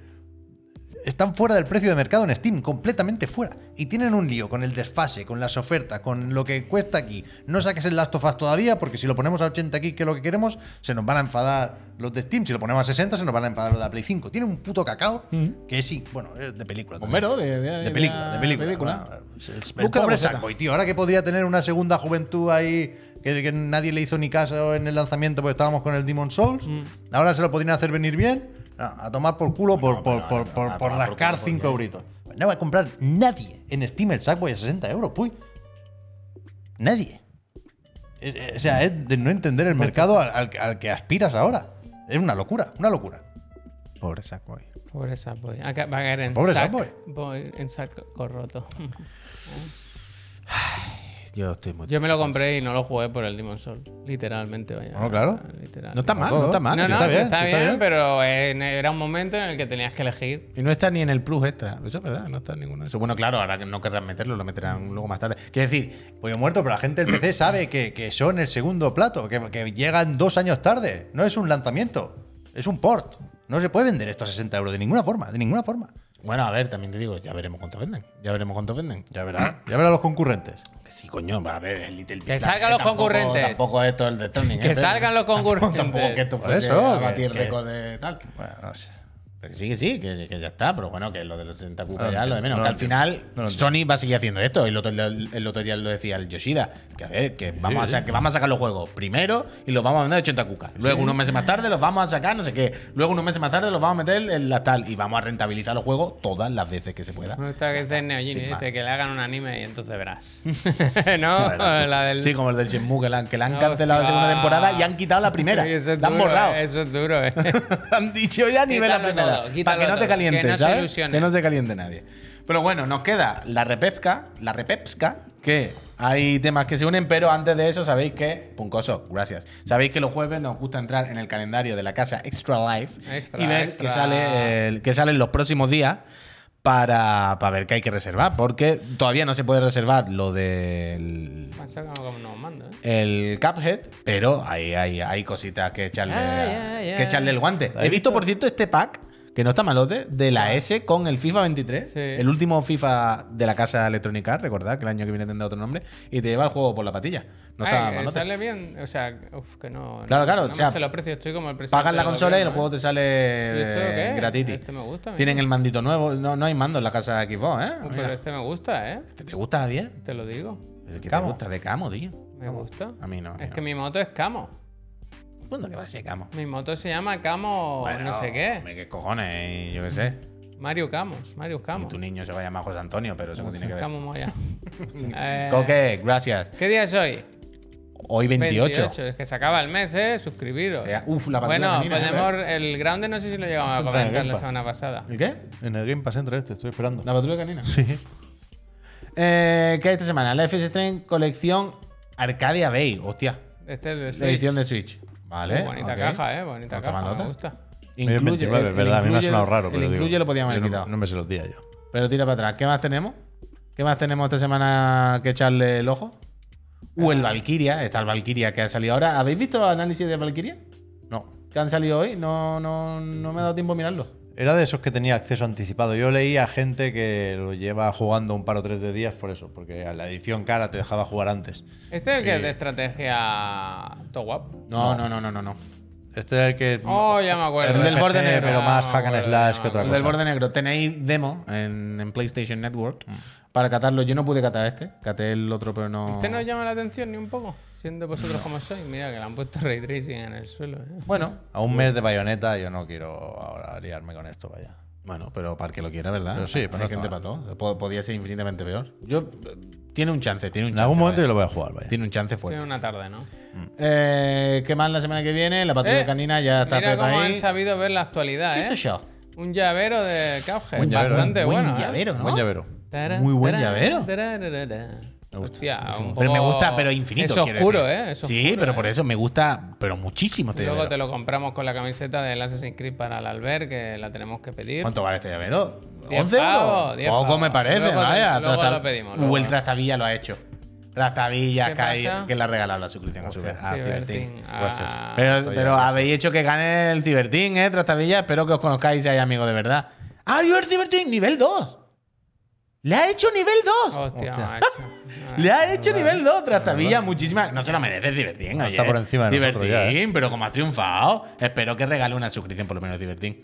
Speaker 4: Están fuera del precio de mercado en Steam, completamente fuera. Y tienen un lío con el desfase, con las ofertas, con lo que cuesta aquí. No saques el Last of Us todavía, porque si lo ponemos a 80 aquí, que es lo que queremos, se nos van a enfadar los de Steam. Si lo ponemos a 60, se nos van a enfadar los de la Play 5. Tiene un puto cacao que sí, bueno, es de película. también.
Speaker 2: Bombero, de, de-
Speaker 4: De película, de película. Ah, El, el
Speaker 2: Busca la
Speaker 4: pobre
Speaker 2: boceta.
Speaker 4: Sackboy, tío. Ahora que podría tener una segunda juventud ahí que, que nadie le hizo ni caso en el lanzamiento porque estábamos con el Demon Souls.
Speaker 2: Mm.
Speaker 4: Ahora se lo podrían hacer venir bien. Ah, A tomar por culo por, por, por, por- por rascar 5 euritos. No va a comprar nadie en Steam el Sackboy a 60 euros, puy. Nadie. Eh, eh, O sea, es de no entender el
Speaker 2: Pues
Speaker 4: mercado al, al- al que aspiras ahora. Es una locura, una locura.
Speaker 2: Pobre Sackboy.
Speaker 1: Pobre Sackboy. Acá Va a caer en
Speaker 4: Pobre
Speaker 1: sac-
Speaker 4: Sackboy.
Speaker 1: boy- en saco roto.
Speaker 2: Yo estoy muy.
Speaker 1: Yo me lo compré y no lo jugué por el Demon Soul. Literalmente, vaya. Ah,
Speaker 4: Bueno, claro.
Speaker 1: Literal.
Speaker 2: Ah, No está mal,
Speaker 4: Todo.
Speaker 2: no está mal.
Speaker 1: No, no,
Speaker 4: Sí,
Speaker 1: sí
Speaker 4: está
Speaker 1: está,
Speaker 4: bien, sí está
Speaker 1: bien,
Speaker 4: bien.
Speaker 1: pero en- era un momento en el que tenías que elegir.
Speaker 2: Y no está ni en el plus extra. Eso es verdad, no está en ninguno de esos. Bueno, claro, ahora que no querrán meterlo, lo meterán luego más tarde. Quiero decir,
Speaker 4: Pollo muerto, pero la gente del PC sabe que, que son el segundo plato, que, que llegan dos años tarde. No es un lanzamiento, es un port. No se puede vender esto a 60 euros de ninguna forma, de ninguna forma.
Speaker 2: bueno, a ver, también te digo, ya veremos cuánto venden. Ya veremos cuánto venden. Ya verás.
Speaker 4: Ya verán los concurrentes.
Speaker 2: Que sí, coño, va a ver, el Little Big
Speaker 1: Que
Speaker 2: Planet,
Speaker 1: salgan los
Speaker 2: tampoco-
Speaker 1: concurrentes.
Speaker 2: Tampoco esto es el de ¿eh? Tony.
Speaker 1: Que salgan los concurrentes.
Speaker 2: Tampoco, que esto
Speaker 4: Por
Speaker 2: fuese
Speaker 4: eso,
Speaker 2: a batir
Speaker 4: que-
Speaker 2: récord de tal.
Speaker 4: Bueno, no sé.
Speaker 2: Que Sí, que sí, que, que ya está, pero bueno, que lo de los 60 cucas
Speaker 4: No lo
Speaker 2: ya lo de
Speaker 4: entiendo,
Speaker 2: menos.
Speaker 4: no
Speaker 2: que
Speaker 4: lo
Speaker 2: al final
Speaker 4: no lo
Speaker 2: Sony va a seguir haciendo esto. El otro, el, el otro día lo decía el Yoshida. Que a ver, que vamos, a, sa- que vamos a sacar los juegos primero y los vamos a vender 80 cucas. Luego, unos meses más tarde, los vamos a sacar, no sé qué. Luego, unos meses más tarde, los vamos a meter en la tal. Y vamos a rentabilizar los juegos todas las veces que se pueda.
Speaker 1: Me gusta que esté en Neo Gene,
Speaker 2: Sí,
Speaker 1: dice
Speaker 2: más.
Speaker 1: que le hagan un anime y entonces verás. ¿No? la del.
Speaker 2: Sí, como el del Shenmue que le han, que le han
Speaker 1: No,
Speaker 2: cancelado
Speaker 1: hostia.
Speaker 2: la segunda temporada y han quitado la primera.
Speaker 1: Sí, eso es
Speaker 2: la han
Speaker 1: duro,
Speaker 2: borrado.
Speaker 1: eh, Eso es duro, eh.
Speaker 2: han dicho ya ni ve la
Speaker 1: Quítalo
Speaker 2: primera.
Speaker 1: todo, quítalo
Speaker 2: para que no
Speaker 1: todo,
Speaker 2: te calientes,
Speaker 1: que no se
Speaker 2: ¿sabes?
Speaker 1: ilusione.
Speaker 2: Que no se caliente nadie. Pero bueno, nos queda la repepca, la repepsca, que hay temas que se unen, pero antes de eso sabéis que, puncoso, gracias. Sabéis que los jueves nos gusta entrar en el calendario de la casa Extra Life
Speaker 1: Extra,
Speaker 2: y ver
Speaker 1: extra.
Speaker 2: que sale el- que salen los próximos días para, para ver qué hay que reservar, porque todavía no se puede reservar lo del
Speaker 1: Macho, como- como nos manda, eh.
Speaker 2: el Cuphead, pero hay, hay, hay cositas que echarle,
Speaker 1: Ah, ya, ya.
Speaker 2: que echarle el guante. He visto, por cierto, este pack, que no está malote, de la S con el FIFA 23,
Speaker 1: Ah. Sí.
Speaker 2: el último FIFA de la casa electrónica, recordad que el año que viene tendrá otro nombre, y te lleva el juego por la patilla. No está
Speaker 1: Ay, eh,
Speaker 2: malote.
Speaker 1: sale bien, o sea, uf, que no.
Speaker 2: Claro,
Speaker 1: no-
Speaker 2: claro,
Speaker 1: no
Speaker 2: o
Speaker 1: me
Speaker 2: sea,
Speaker 1: sé los precios, estoy como el presidente
Speaker 2: Pagas la
Speaker 1: del
Speaker 2: consola y el
Speaker 1: gobierno,
Speaker 2: juego
Speaker 1: eh.
Speaker 2: te sale
Speaker 1: ¿Y esto
Speaker 2: eh,
Speaker 1: qué?
Speaker 2: gratis.
Speaker 1: Este me gusta, mira.
Speaker 2: Tienen el mandito nuevo, no, no hay mando en la casa de Xbox, ¿eh?
Speaker 1: Uf,
Speaker 2: Mira.
Speaker 1: Pero este me gusta, eh.
Speaker 2: ¿Te, te gusta Javier?
Speaker 1: Te lo digo.
Speaker 2: ¿Qué te
Speaker 4: Camo.
Speaker 2: gusta? De Camo, tío.
Speaker 1: Me gusta.
Speaker 2: A mí Oh, ah, no, a mí
Speaker 1: es que
Speaker 2: no.
Speaker 1: mi moto es Camo.
Speaker 2: ¿Cuándo que va a ser Camo?
Speaker 1: Mi moto se llama Camo,
Speaker 2: Bueno,
Speaker 1: no sé qué.
Speaker 2: hombre, ¿Qué cojones? Yo qué sé.
Speaker 1: Mario Camos, Mario
Speaker 2: Y
Speaker 1: Camos.
Speaker 2: tu niño se va a llamar José Antonio, pero eso no tiene que ver.
Speaker 1: Camo Moya. Eh,
Speaker 2: Coque, gracias.
Speaker 1: ¿Qué día es hoy?
Speaker 2: Hoy 28.
Speaker 1: Es que se acaba el mes, ¿eh? Suscribiros.
Speaker 2: O sea, uf, la
Speaker 1: bueno,
Speaker 2: pandemia eh. Ah, canina,
Speaker 1: podemos. El Grounded no sé si lo llegamos a
Speaker 4: Entra en
Speaker 1: comentar
Speaker 4: el
Speaker 1: la
Speaker 4: Game Pass.
Speaker 1: semana pasada.
Speaker 2: ¿El qué?
Speaker 4: En el Game Pass entra este, estoy esperando.
Speaker 2: ¿La patrulla canina? Sí. Eh, ¿Qué hay esta semana? La FS Train colección Arcadia Bay. Hostia.
Speaker 1: Este es de
Speaker 2: La
Speaker 1: Switch.
Speaker 2: edición de Switch. Vale.
Speaker 1: Muy bonita
Speaker 2: ok.
Speaker 1: caja, ¿eh? Bonita
Speaker 2: Vamos a
Speaker 1: caja.
Speaker 2: tomar
Speaker 1: Me
Speaker 2: nota.
Speaker 1: gusta.
Speaker 4: Medio 29,
Speaker 2: el-
Speaker 4: es
Speaker 2: el
Speaker 4: verdad, a mí me ha
Speaker 2: incluye-
Speaker 4: sonado raro.
Speaker 2: El
Speaker 4: Pero digo,
Speaker 2: incluye lo podíamos
Speaker 4: yo
Speaker 2: haber
Speaker 4: no-
Speaker 2: quitado.
Speaker 4: No, me se los días yo.
Speaker 2: Pero tira para atrás. ¿Qué más tenemos? ¿Qué más tenemos esta semana que echarle el ojo? Uh, el Valkyria. Está el Valkyria que ha salido ahora. ¿Habéis visto análisis de Valkyria?
Speaker 4: No.
Speaker 2: Que han salido hoy. No, no, no me ha dado tiempo a mirarlo.
Speaker 4: Era de esos que tenía acceso anticipado. Yo leía gente que lo lleva jugando un par o tres de días por eso, porque a la edición cara te dejaba jugar antes.
Speaker 1: Este es el que es de
Speaker 4: Eh.
Speaker 1: estrategia. Todo guapo.
Speaker 2: No, no, no, no, no. no.
Speaker 4: Este es el que.
Speaker 1: Oh, ya me acuerdo.
Speaker 4: El del
Speaker 2: El
Speaker 4: borde
Speaker 2: RPG,
Speaker 4: negro, pero
Speaker 1: ya
Speaker 4: más
Speaker 1: me
Speaker 4: hack and
Speaker 1: acuerdo,
Speaker 4: slash
Speaker 1: ya
Speaker 4: que
Speaker 1: me
Speaker 4: otra
Speaker 2: El
Speaker 4: cosa.
Speaker 2: del borde negro. Tenéis demo en, en PlayStation Network para catarlo. Yo no pude catar este. Caté el otro, pero no.
Speaker 1: Este no os llama la atención ni un poco, siendo vosotros como sois. Mira que le han puesto ray tracing en el suelo. ¿eh?
Speaker 2: Bueno.
Speaker 4: A un mes de bayoneta, yo no quiero ahora liarme con esto, vaya.
Speaker 2: Bueno, pero para el que lo quiera, ¿verdad?
Speaker 4: Pero sí, pero
Speaker 2: Hay
Speaker 4: no está
Speaker 2: gente
Speaker 4: mal.
Speaker 2: para todo. Po- Podía ser infinitamente peor. Yo. eh, Tiene un chance, tiene un
Speaker 4: En
Speaker 2: chance.
Speaker 4: algún momento
Speaker 2: vaya.
Speaker 4: yo lo voy a jugar, vaya.
Speaker 2: Tiene un chance fuerte.
Speaker 1: Tiene una tarde, ¿no?
Speaker 2: Eh, ¿Qué más la semana que viene? La patrulla
Speaker 1: Eh,
Speaker 2: canina ya está
Speaker 1: Mira cómo han
Speaker 2: preparada.
Speaker 1: sabido ver la actualidad,
Speaker 2: ¿Qué
Speaker 1: ¿eh?
Speaker 2: es eso?
Speaker 1: Un llavero de Cuphead.
Speaker 4: Buen llavero,
Speaker 1: bastante
Speaker 2: Buen
Speaker 1: bueno. ¿eh?
Speaker 2: llavero, ¿no?
Speaker 4: Buen llavero.
Speaker 1: Tarán,
Speaker 2: Muy buen
Speaker 1: tarán,
Speaker 2: llavero.
Speaker 1: tarán, tarán, tarán. Hostia, un poco...
Speaker 2: Pero me gusta, pero infinito.
Speaker 1: Es
Speaker 2: quiero
Speaker 1: oscuro,
Speaker 2: decir.
Speaker 1: ¿eh? Es
Speaker 2: sí,
Speaker 1: oscuro,
Speaker 2: pero
Speaker 1: ¿eh?
Speaker 2: por eso me gusta, pero muchísimo este
Speaker 1: Luego
Speaker 2: llavero.
Speaker 1: te lo compramos con la camiseta del Assassin's Creed para el alber, que la tenemos que pedir.
Speaker 2: ¿Cuánto vale este llavero?
Speaker 1: 10
Speaker 2: ¿11
Speaker 1: pavos,
Speaker 2: euros?
Speaker 1: 10
Speaker 2: Poco
Speaker 1: pavos.
Speaker 2: me parece,
Speaker 1: Luego-
Speaker 2: vaya.
Speaker 1: luego
Speaker 2: Trasta-
Speaker 1: lo pedimos,
Speaker 2: Uh,
Speaker 1: luego.
Speaker 2: el Trastavilla lo ha hecho. Trastavilla,
Speaker 1: ¿Qué
Speaker 2: que, hay-
Speaker 1: pasa?
Speaker 2: que le ha regalado la suscripción a su
Speaker 4: Hostia,
Speaker 2: a
Speaker 1: Cibertín.
Speaker 2: Cibertín.
Speaker 1: Ah,
Speaker 2: Gracias. Pero, pero habéis hecho que gane el Cibertín, ¿eh? Trastavilla. Espero que os conozcáis y seáis amigos de verdad. ¡Ah, yo el Cibertín! ¡Nivel 2! ¡Le ha hecho nivel 2!
Speaker 1: Hostia,
Speaker 4: Hostia.
Speaker 1: macho.
Speaker 2: Le ha hecho nivel 2, Trastavilla, muchísimas. No se lo merece Divertín.
Speaker 4: No,
Speaker 2: oye.
Speaker 4: está por encima de nosotros
Speaker 2: Divertín,
Speaker 4: ya,
Speaker 2: pero como has triunfado, espero que regale una suscripción por lo menos Divertín.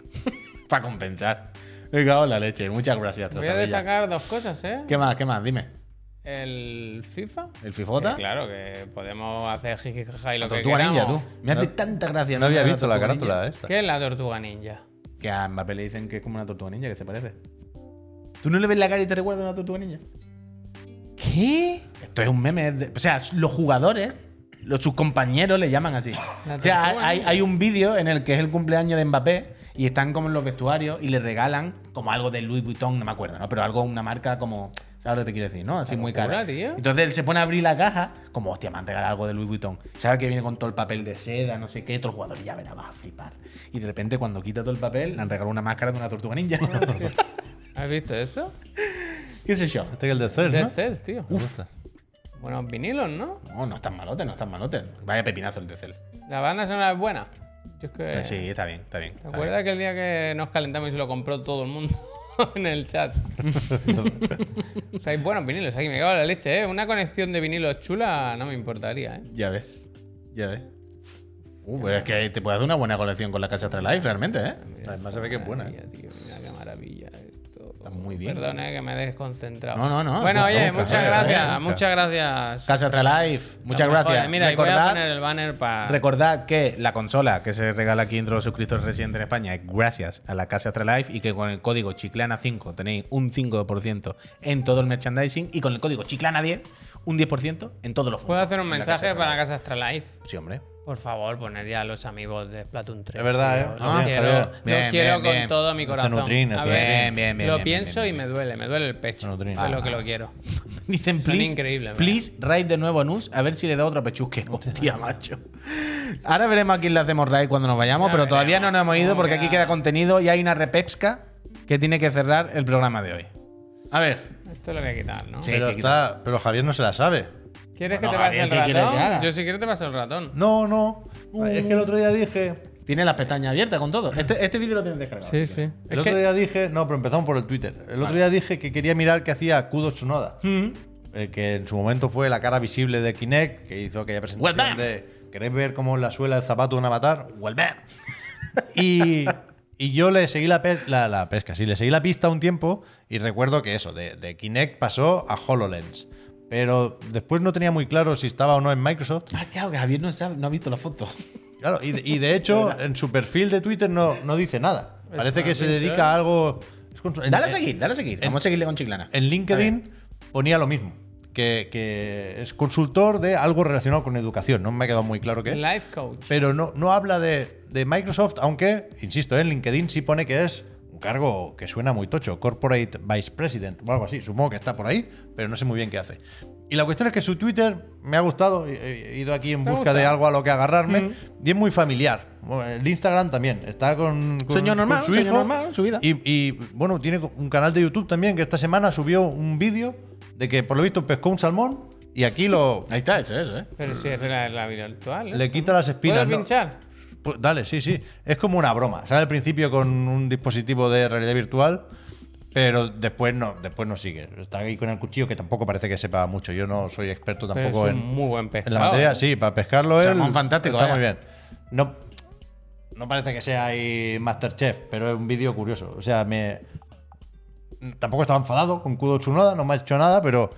Speaker 2: Para compensar. Me cago en la leche. Muchas gracias,
Speaker 1: Voy a
Speaker 2: Trastavilla.
Speaker 1: destacar dos cosas, ¿eh?
Speaker 2: ¿Qué más? ¿Qué más? Dime.
Speaker 1: El FIFA.
Speaker 2: ¿El Fifota?
Speaker 1: Que Eh, claro, que podemos hacer jijijaja y lo
Speaker 2: La
Speaker 1: que
Speaker 2: tortuga
Speaker 1: queramos.
Speaker 2: ninja, tú. Me hace tanta gracia.
Speaker 4: No había
Speaker 2: la
Speaker 4: visto la
Speaker 2: tortuga
Speaker 4: carátula
Speaker 2: ninja.
Speaker 4: esta.
Speaker 1: ¿Qué es la tortuga ninja?
Speaker 2: Que a Mbappé le dicen que es como una tortuga ninja, que se parece. ¿Tú no le ves la cara y te recuerda a una tortuga ninja?
Speaker 1: ¿Qué?
Speaker 2: Esto es un meme. es de- o sea, los jugadores, los, sus compañeros le llaman así.
Speaker 1: La
Speaker 2: O sea,
Speaker 1: tortuga
Speaker 2: hay,
Speaker 1: ninja.
Speaker 2: hay un vídeo en el que es el cumpleaños de Mbappé y están como en los vestuarios y le regalan como algo de Louis Vuitton, no me acuerdo, ¿no? Pero algo, una marca como. ¿Sabes lo que te quiero decir, no? Así muy
Speaker 1: locura,
Speaker 2: cara.
Speaker 1: tío.
Speaker 2: Entonces él se pone a abrir la caja, como, hostia, me han regalado algo de Louis Vuitton. Sabe que viene con todo el papel de seda, no sé qué, todo el jugador y ya verá, va a flipar. Y de repente, cuando quita todo el papel, le han regalado una máscara de una tortuga ninja.
Speaker 1: ¿Has visto esto?
Speaker 2: ¿Qué sé yo?
Speaker 4: Este que es el de Cells,
Speaker 1: Dead
Speaker 4: ¿no?
Speaker 1: Cells, tío.
Speaker 4: Me gusta.
Speaker 1: Buenos vinilos, ¿no?
Speaker 2: No, no están malotes, no están malotes. Vaya pepinazo el de Cel.
Speaker 1: La banda sonora es buena. Yo es que.
Speaker 2: Eh, Sí, está bien, está
Speaker 1: Eh,
Speaker 2: bien.
Speaker 1: ¿Te
Speaker 2: está bien.
Speaker 1: acuerdas aquel día que nos calentamos y se lo compró todo el mundo en el chat? o sea, hay buenos vinilos aquí, me cago en la leche, ¿eh? Una conexión de vinilos chula no me importaría, ¿eh?
Speaker 2: Ya ves. Ya ves. Uh, pues es que te puede hacer una buena colección con la casa Astralife, realmente, ¿eh?
Speaker 4: Además, se ve que es buena. ¿eh?
Speaker 1: Maravilla, tío, mira qué maravilla esto.
Speaker 2: Está muy bien.
Speaker 1: Perdona eh, que me he desconcentrado.
Speaker 2: No, no, no,
Speaker 1: Bueno,
Speaker 2: no,
Speaker 1: oye,
Speaker 2: nunca,
Speaker 1: muchas
Speaker 2: eh,
Speaker 1: gracias.
Speaker 4: nunca.
Speaker 1: Muchas gracias.
Speaker 2: Casa Astralife, muchas
Speaker 1: Los mejores.
Speaker 2: gracias.
Speaker 1: eh, Mira, y voy a
Speaker 2: Recordad-
Speaker 1: poner el banner para.
Speaker 2: Recordad que la consola que se regala aquí entre los suscriptores residentes en España es gracias a la Casa Astralife y que con el código Chiclana5 tenéis un 5% en todo el merchandising y con el código Chiclana10 un 10% en todos los fondos.
Speaker 1: ¿Puedo hacer un
Speaker 2: en la
Speaker 1: mensaje
Speaker 2: Casa
Speaker 1: para la
Speaker 2: Astralife.
Speaker 1: casa Astralife?
Speaker 2: Sí, hombre.
Speaker 1: Por favor, poner ya a los amigos de Splatoon 3.
Speaker 4: Es verdad, ¿eh?
Speaker 1: tío. Los
Speaker 4: Bien,
Speaker 1: quiero,
Speaker 4: Javier.
Speaker 1: los
Speaker 2: Bien,
Speaker 1: quiero
Speaker 2: bien,
Speaker 1: con
Speaker 2: bien.
Speaker 1: todo mi
Speaker 4: Esta
Speaker 1: corazón.
Speaker 4: nutrina,
Speaker 1: A
Speaker 4: tío.
Speaker 1: ver,
Speaker 2: Bien, bien, bien,
Speaker 1: Lo
Speaker 2: bien,
Speaker 1: pienso
Speaker 2: bien, bien,
Speaker 1: y me duele, me duele el pecho.
Speaker 4: Esta
Speaker 1: Es
Speaker 4: nutrina.
Speaker 1: lo que lo quiero.
Speaker 2: Dicen,
Speaker 1: Son
Speaker 2: please,
Speaker 1: increíbles,
Speaker 2: please, raid de nuevo a Nus, a ver si le da otro pechusque. Hostia, macho. Ahora veremos a quién le hacemos raid cuando nos vayamos,
Speaker 1: Ya
Speaker 2: pero todavía no
Speaker 1: veremos.
Speaker 2: nos hemos ido
Speaker 1: Cómo
Speaker 2: porque
Speaker 1: queda.
Speaker 2: aquí queda contenido y hay una repepsca que tiene que cerrar el programa de hoy. A ver.
Speaker 1: Esto lo voy a quitar, ¿no?
Speaker 2: Sí,
Speaker 4: pero,
Speaker 2: sí,
Speaker 4: está, pero Javier no se la sabe.
Speaker 1: ¿Quieres
Speaker 2: Bueno,
Speaker 1: que te pase
Speaker 2: Javier,
Speaker 1: el
Speaker 2: ¿qué quieres que haga?
Speaker 1: ratón? Yo si quieres te paso el ratón.
Speaker 4: No, no.
Speaker 2: Uh.
Speaker 4: Es que el otro día dije.
Speaker 2: Tiene las pestañas abiertas con todo. Este, este vídeo lo tienes descargado.
Speaker 1: Sí, sí.
Speaker 4: El otro día dije. No, pero empezamos por el Twitter. El otro día dije que quería mirar qué hacía Kudo Tsunoda. El que en su momento fue la cara visible de Kinect, que hizo aquella
Speaker 2: Wellman.
Speaker 4: presentación de. ¿Queréis ver cómo es la suela del zapato de un avatar?
Speaker 2: Wellman.
Speaker 4: Y, y yo le seguí la, pe- la- la pesca, sí, le seguí la pista un tiempo y recuerdo que eso, de, de Kinect pasó a HoloLens. Pero después no tenía muy claro si estaba o no en Microsoft.
Speaker 2: Ah, claro, que Javier no, sabe- no ha visto la foto.
Speaker 4: Claro, y, de- y de hecho, en su perfil de Twitter no, no dice nada. Parece que se
Speaker 1: Exactamente.
Speaker 4: dedica a algo. es consu- en-
Speaker 2: Dale a
Speaker 4: en-
Speaker 2: seguir, dale a seguir.
Speaker 4: en-
Speaker 2: Vamos a seguirle con Chiclana.
Speaker 4: En LinkedIn ponía lo mismo. Que, que es consultor de algo relacionado con educación. No me ha quedado muy claro qué es.
Speaker 1: Life coach.
Speaker 4: pero no, no habla de, de Microsoft, aunque, insisto, en LinkedIn sí pone que es un cargo que suena muy tocho, Corporate Vice President o algo así, supongo que está por ahí, pero no sé muy bien qué hace. Y la cuestión es que su Twitter me ha gustado, he he ido aquí en
Speaker 1: ¿Te ha
Speaker 4: busca de
Speaker 1: gustado?
Speaker 4: algo a lo que agarrarme,
Speaker 2: Mm.
Speaker 4: y es muy familiar. Bueno, El Instagram también, está con, con-
Speaker 2: Señor
Speaker 4: con
Speaker 2: normal,
Speaker 4: su
Speaker 2: señor
Speaker 4: hijo,
Speaker 2: normal, su vida.
Speaker 4: Y, y, bueno, tiene un canal de YouTube también que esta semana subió un vídeo de que por lo visto pescó un salmón y aquí lo...
Speaker 2: Ahí está, eso, eso, eh.
Speaker 1: Pero si es la, la virtual. ¿eh?
Speaker 4: Le quita las espinas.
Speaker 1: ¿Puedo
Speaker 4: ¿no?
Speaker 1: pinchar?
Speaker 4: Pues dale, sí, sí. Es como una broma. Sale al principio con un dispositivo de realidad virtual, pero después no, después no sigue. Está ahí con el cuchillo que tampoco parece que sepa mucho. Yo no soy experto
Speaker 1: Pero
Speaker 4: tampoco
Speaker 1: es un
Speaker 4: en,
Speaker 1: muy buen pescado. ¿eh?
Speaker 4: en la materia. Sí, para pescarlo él.
Speaker 2: Salmón fantástico,
Speaker 4: Está
Speaker 2: vaya.
Speaker 4: muy bien. No, no parece que sea ahí Masterchef, pero es un vídeo curioso. O sea, me. Tampoco estaba enfadado con Kudo Tsunoda, no me ha hecho nada, pero.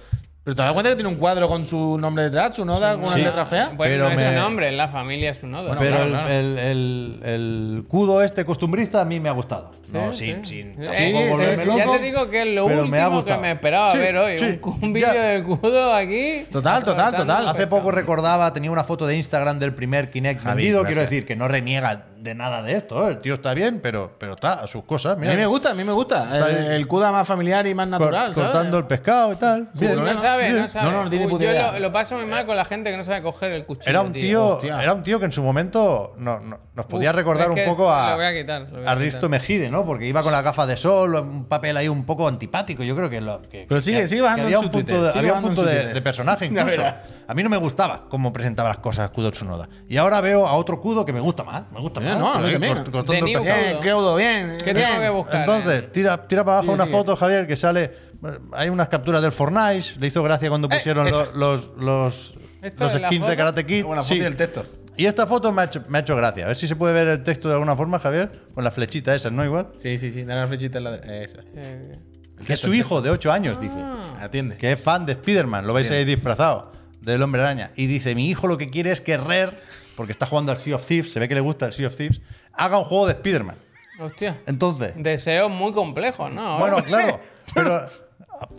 Speaker 2: Pero te das cuenta que tiene un cuadro con su nombre detrás, su noda, con una
Speaker 4: Sí.
Speaker 2: letra fea.
Speaker 1: Bueno,
Speaker 4: Pero
Speaker 1: no es
Speaker 4: me-
Speaker 1: un nombre, es la familia, es un nodo.
Speaker 4: pero
Speaker 1: claro,
Speaker 4: el,
Speaker 1: claro.
Speaker 4: El, el- el kudo este costumbrista a mí me ha gustado. no,
Speaker 1: sí.
Speaker 4: sin, sin
Speaker 1: Eh,
Speaker 4: tampoco
Speaker 1: sí,
Speaker 4: volverme
Speaker 1: sí,
Speaker 4: loco.
Speaker 1: Ya te digo que es lo
Speaker 4: pero me ha
Speaker 1: último que
Speaker 4: gustado.
Speaker 1: me esperaba
Speaker 4: Sí,
Speaker 1: ver hoy.
Speaker 4: sí,
Speaker 1: un, un
Speaker 4: ya.
Speaker 1: vídeo del cudo aquí.
Speaker 2: Total, total,
Speaker 1: Cortando
Speaker 2: total.
Speaker 1: perfecto.
Speaker 4: Hace poco recordaba, tenía una foto de Instagram del primer Kinect
Speaker 2: Javi,
Speaker 4: vendido.
Speaker 2: gracias.
Speaker 4: Quiero decir que no reniega de nada de esto. ¿eh? El tío está bien, pero, pero está a sus cosas.
Speaker 2: A
Speaker 4: Mira,
Speaker 2: mí me gusta, a mí me gusta.
Speaker 4: Está
Speaker 2: El,
Speaker 4: bien.
Speaker 2: el CUDA más familiar y más
Speaker 4: cor-
Speaker 2: natural. ¿sabes?
Speaker 4: cortando el pescado y tal. Bien,
Speaker 1: No sabe,
Speaker 4: bien.
Speaker 1: no sabe.
Speaker 2: No, no, no tiene
Speaker 1: Uy,
Speaker 2: puta
Speaker 1: yo
Speaker 2: idea.
Speaker 1: Lo, lo paso muy mal con la gente que no sabe coger el cuchillo.
Speaker 4: Era un tío,
Speaker 2: hostia.
Speaker 4: era un tío que en su momento no- no- nos podía
Speaker 1: Uf,
Speaker 4: recordar
Speaker 1: es
Speaker 4: un
Speaker 1: que
Speaker 4: poco a,
Speaker 1: lo voy a quitar, lo voy a
Speaker 4: a Risto
Speaker 1: quitar.
Speaker 4: Mejide, ¿no? Porque iba con las gafas de sol, un papel ahí un poco antipático, yo creo que lo que-
Speaker 2: Pero sigue-
Speaker 4: que-
Speaker 2: sigue bajando
Speaker 4: que había
Speaker 2: en su
Speaker 4: un punto
Speaker 2: Twitter,
Speaker 4: de,
Speaker 2: sigue
Speaker 4: había un
Speaker 2: bajando en
Speaker 4: punto
Speaker 2: su
Speaker 4: de,
Speaker 2: Twitter.
Speaker 4: de personaje
Speaker 2: La
Speaker 4: incluso.
Speaker 2: verdad.
Speaker 4: A mí no me gustaba cómo presentaba las cosas Kudo Tsunoda. Y ahora veo a otro Kudo que me gusta más, me gusta
Speaker 2: Eh,
Speaker 4: más.
Speaker 2: no, a mí
Speaker 4: Eh,
Speaker 2: también.
Speaker 4: cort- cortando
Speaker 1: De
Speaker 4: el
Speaker 1: New
Speaker 4: pe-
Speaker 2: Bien, Keudo, bien.
Speaker 1: ¿Qué
Speaker 2: bien.
Speaker 1: tengo que buscar? eh.
Speaker 4: Entonces, tira, tira para abajo
Speaker 2: Sigue,
Speaker 4: una
Speaker 2: sigue.
Speaker 4: foto, Javier, que sale. eh, Hay unas capturas del Fortnite. Le hizo gracia cuando
Speaker 2: Eh,
Speaker 4: pusieron
Speaker 2: esa.
Speaker 4: los, los, los,
Speaker 1: Esto
Speaker 4: los
Speaker 1: de la
Speaker 4: skins de
Speaker 1: foto.
Speaker 4: Karate Kid.
Speaker 2: Buena foto
Speaker 4: Sí.
Speaker 2: y el texto.
Speaker 4: Y esta foto me ha, hecho, me ha hecho gracia. A ver si se puede ver el texto de alguna forma, Javier. Con la flechita esa, ¿no? Igual.
Speaker 2: Sí, sí, sí. Dale la flechita en la de... Eso.
Speaker 1: Eh,
Speaker 4: Que es su hijo de 8 años, dice.
Speaker 1: Ah.
Speaker 2: Atiende.
Speaker 4: Que es fan de Spider-Man. Lo veis
Speaker 2: Bien.
Speaker 4: ahí disfrazado del hombre araña. Y dice, mi hijo lo que quiere es que Rare, porque está jugando al Sea of Thieves, se ve que le gusta el Sea of Thieves, haga un juego de Spider-Man.
Speaker 1: hostia.
Speaker 4: Entonces,
Speaker 1: Deseos muy complejos, ¿no? Ahora-
Speaker 4: bueno, claro, pero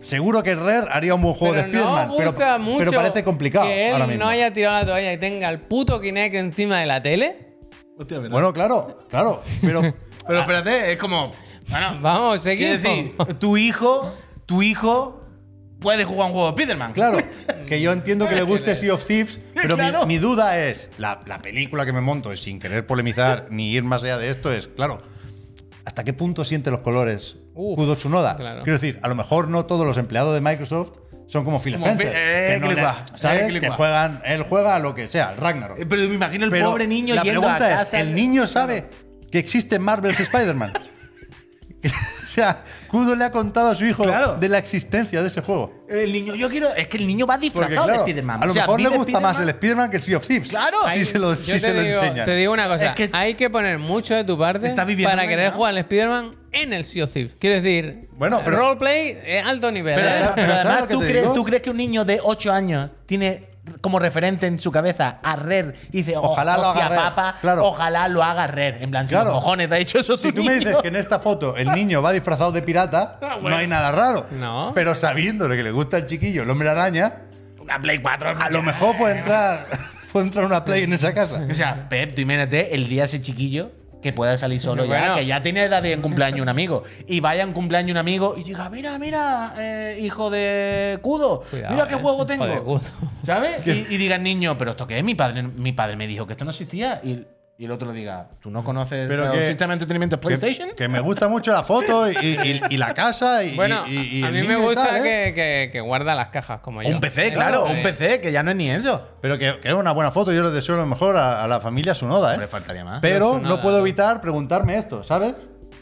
Speaker 4: seguro que Rare haría un buen juego de Spider-Man.
Speaker 1: no
Speaker 4: pero,
Speaker 1: gusta mucho
Speaker 4: pero parece complicado
Speaker 1: que él
Speaker 4: ahora mismo.
Speaker 1: no haya tirado la toalla y tenga el puto Kinect encima de la tele.
Speaker 2: Hostia, ¿verdad?
Speaker 4: Bueno, claro, claro. Pero
Speaker 2: Pero espérate, es como... Bueno,
Speaker 1: Ah. Vamos, seguimos.
Speaker 2: quiero decir, tu hijo, tu hijo puede jugar un juego de Spiderman.
Speaker 4: Claro, que yo entiendo que le guste Sea of Thieves, pero mi-
Speaker 2: Claro.
Speaker 4: mi, duda es, la, la película que me monto, y sin querer polemizar ni ir más allá de esto, es, claro, ¿hasta qué punto siente los colores
Speaker 1: Uf,
Speaker 4: Kudo Tsunoda?
Speaker 1: claro.
Speaker 4: Quiero decir, a lo mejor no todos los empleados de Microsoft son como Phil
Speaker 2: Como
Speaker 4: Spencer,
Speaker 2: Phil- eh,
Speaker 4: que, no le-
Speaker 2: clickbait,
Speaker 4: ¿sabes?
Speaker 2: eh, clickbait.
Speaker 4: Que juegan, él juega a lo que sea, al Ragnarok.
Speaker 2: Eh, Pero me imagino el
Speaker 4: Pero
Speaker 2: pobre niño
Speaker 4: la
Speaker 2: yendo
Speaker 4: pregunta
Speaker 2: a casa.
Speaker 4: es, ¿el niño sabe que existe Marvel's Spider-Man? o sea, Escudo le ha contado a su hijo
Speaker 2: Claro.
Speaker 4: de la existencia de ese juego.
Speaker 2: El niño, yo quiero. Es que el niño va disfrazado
Speaker 4: Porque, claro,
Speaker 2: de Spider-Man.
Speaker 4: a lo
Speaker 2: O sea,
Speaker 4: mejor le
Speaker 2: vive
Speaker 4: gusta más el
Speaker 2: Spider-Man-
Speaker 4: Spider-Man que el Sea of Thieves.
Speaker 2: Claro.
Speaker 4: si
Speaker 2: Ahí-
Speaker 4: se lo,
Speaker 1: Yo
Speaker 4: si se
Speaker 1: te
Speaker 4: lo
Speaker 1: digo-
Speaker 4: enseñan.
Speaker 1: Te digo una cosa,
Speaker 2: Es que-
Speaker 1: hay que poner mucho de tu parte
Speaker 4: Está viviendo
Speaker 1: para
Speaker 4: un
Speaker 1: querer
Speaker 4: engaño.
Speaker 1: jugar al Spider-Man en el Sea of Thieves. Quiero decir,
Speaker 4: Bueno, pero-
Speaker 1: roleplay es alto nivel.
Speaker 2: Pero,
Speaker 1: ¿eh?
Speaker 2: además-
Speaker 4: pero
Speaker 2: pero
Speaker 4: ¿sabes lo
Speaker 2: además,
Speaker 4: que
Speaker 2: ¿tú
Speaker 4: te
Speaker 2: crees,
Speaker 4: digo?
Speaker 2: ¿tú crees que un niño de 8 años tiene como referente en su cabeza a Rer y dice, "Oh,
Speaker 4: Ojalá lo
Speaker 2: hostia,
Speaker 4: haga Rare".
Speaker 2: papa,
Speaker 4: Claro.
Speaker 2: Ojalá lo haga Rer. En plan, si
Speaker 4: Claro.
Speaker 2: los cojones te ha dicho eso
Speaker 4: Si
Speaker 2: tu
Speaker 4: tú me
Speaker 2: niño.
Speaker 4: dices que en esta foto el niño va disfrazado de pirata, no hay nada raro.
Speaker 1: Ah, No.
Speaker 4: Pero sabiéndole que le gusta al chiquillo el hombre araña,
Speaker 2: Una Play 4.
Speaker 4: a lo mejor puede entrar, puede entrar una play en esa casa.
Speaker 2: O sea, Pep, tú imagínate el día ese chiquillo que pueda salir solo
Speaker 1: Bueno.
Speaker 2: ya, que ya tiene edad de en cumpleaños un amigo. Y vaya en cumpleaños un amigo y diga, mira, mira, eh, hijo de Cudo,
Speaker 1: Cuidado,
Speaker 2: mira qué
Speaker 1: eh,
Speaker 2: juego
Speaker 1: hijo
Speaker 2: tengo.
Speaker 1: de Kudo.
Speaker 2: ¿Sabes? Y, y diga el niño, pero esto qué es, mi padre, mi padre me dijo que esto no existía. Y, y el otro le diga, ¿tú no conoces
Speaker 4: Pero
Speaker 2: el
Speaker 4: que-
Speaker 2: sistema de entretenimiento
Speaker 4: Que-
Speaker 2: PlayStation?
Speaker 4: Que, me gusta mucho la foto y, y- y la casa y,
Speaker 1: Bueno,
Speaker 4: y- y- y
Speaker 1: a
Speaker 4: el
Speaker 1: mí me
Speaker 4: niño y
Speaker 1: gusta
Speaker 4: tal, ¿eh?
Speaker 1: que, que- que guarda las cajas como yo.
Speaker 5: Un PC,
Speaker 1: Eh,
Speaker 5: claro,
Speaker 1: eh,
Speaker 5: un PC, que ya no es ni eso.
Speaker 4: Pero que, que es una buena foto, yo le deseo lo mejor a, a la familia Sunoda,
Speaker 5: No le
Speaker 4: ¿eh?
Speaker 5: faltaría más.
Speaker 4: Pero
Speaker 1: Sunoda,
Speaker 4: no puedo
Speaker 1: ¿no?
Speaker 4: evitar preguntarme esto, ¿sabes?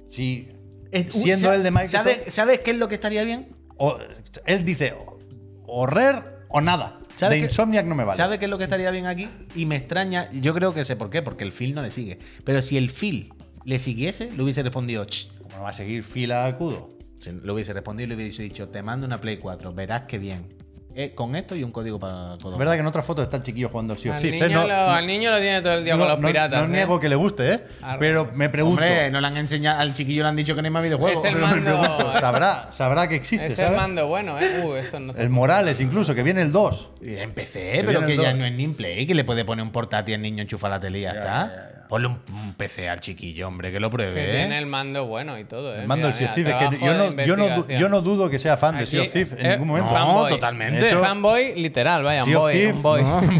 Speaker 4: Si
Speaker 2: Es- un-
Speaker 4: siendo
Speaker 2: sa-
Speaker 4: el de Microsoft,
Speaker 2: ¿sabes, ¿Sabes qué es lo que estaría bien?
Speaker 4: o- él dice o- o Rare o nada. De
Speaker 2: ¿Sabes qué-
Speaker 4: Insomniac no me vale.
Speaker 2: ¿Sabe qué es lo que estaría bien aquí? Y me extraña, yo creo que sé por qué, porque el Phil no le sigue. Pero si el Phil le siguiese, le hubiese respondido, "Ch".
Speaker 4: ¿Cómo no va a seguir fila a Cudo?
Speaker 2: Si le hubiese respondido, le hubiese dicho, te mando una Play 4, verás qué bien. Eh, con esto y un código para
Speaker 4: Es
Speaker 2: Codón.
Speaker 4: verdad que en otras fotos está el chiquillo jugando al Sea of
Speaker 1: Al,
Speaker 4: Thieves, ¿eh?
Speaker 1: niño
Speaker 4: No-
Speaker 1: lo, al niño lo tiene todo el día
Speaker 4: no-
Speaker 1: con los
Speaker 4: no-
Speaker 1: piratas.
Speaker 4: no
Speaker 1: ¿eh?
Speaker 4: niego que le guste, ¿eh?
Speaker 1: Arre.
Speaker 4: Pero me pregunto.
Speaker 2: Hombre, no le han enseñado, al chiquillo le han dicho que no hay más videojuegos.
Speaker 1: Es el
Speaker 4: pero me
Speaker 1: mando-
Speaker 4: pregunto, sabrá, sabrá que existe,
Speaker 1: Ese es el
Speaker 4: ¿sabes?
Speaker 1: mando bueno, ¿eh? Uh, esto no está-
Speaker 4: El Morales, incluso, que viene el 2.
Speaker 2: Y Empecé, pero
Speaker 4: vienen
Speaker 2: que ya
Speaker 4: dos.
Speaker 2: no es ni un Play, que le puede poner un portátil al niño, enchufar la tele y ya, está. Ponle un, un PC al chiquillo, hombre, que lo
Speaker 1: que
Speaker 2: pruebe.
Speaker 1: tiene
Speaker 2: ¿eh?
Speaker 1: el mando bueno y todo. ¿eh?
Speaker 4: El mando del
Speaker 1: Mira,
Speaker 4: Sea of
Speaker 1: mira,
Speaker 4: Thieves, es que yo
Speaker 1: trabajo
Speaker 4: no,
Speaker 1: de
Speaker 4: yo, no, du-
Speaker 1: investigación.
Speaker 4: yo no dudo que sea fan de Sea
Speaker 1: Aquí,
Speaker 4: of Thieves en
Speaker 1: eh,
Speaker 4: ningún momento.
Speaker 1: fan-
Speaker 2: No,
Speaker 1: fanboy.
Speaker 2: totalmente.
Speaker 4: De hecho-
Speaker 1: Fanboy literal, vaya, un
Speaker 4: Sea of
Speaker 1: boy,
Speaker 4: Thieves,
Speaker 1: un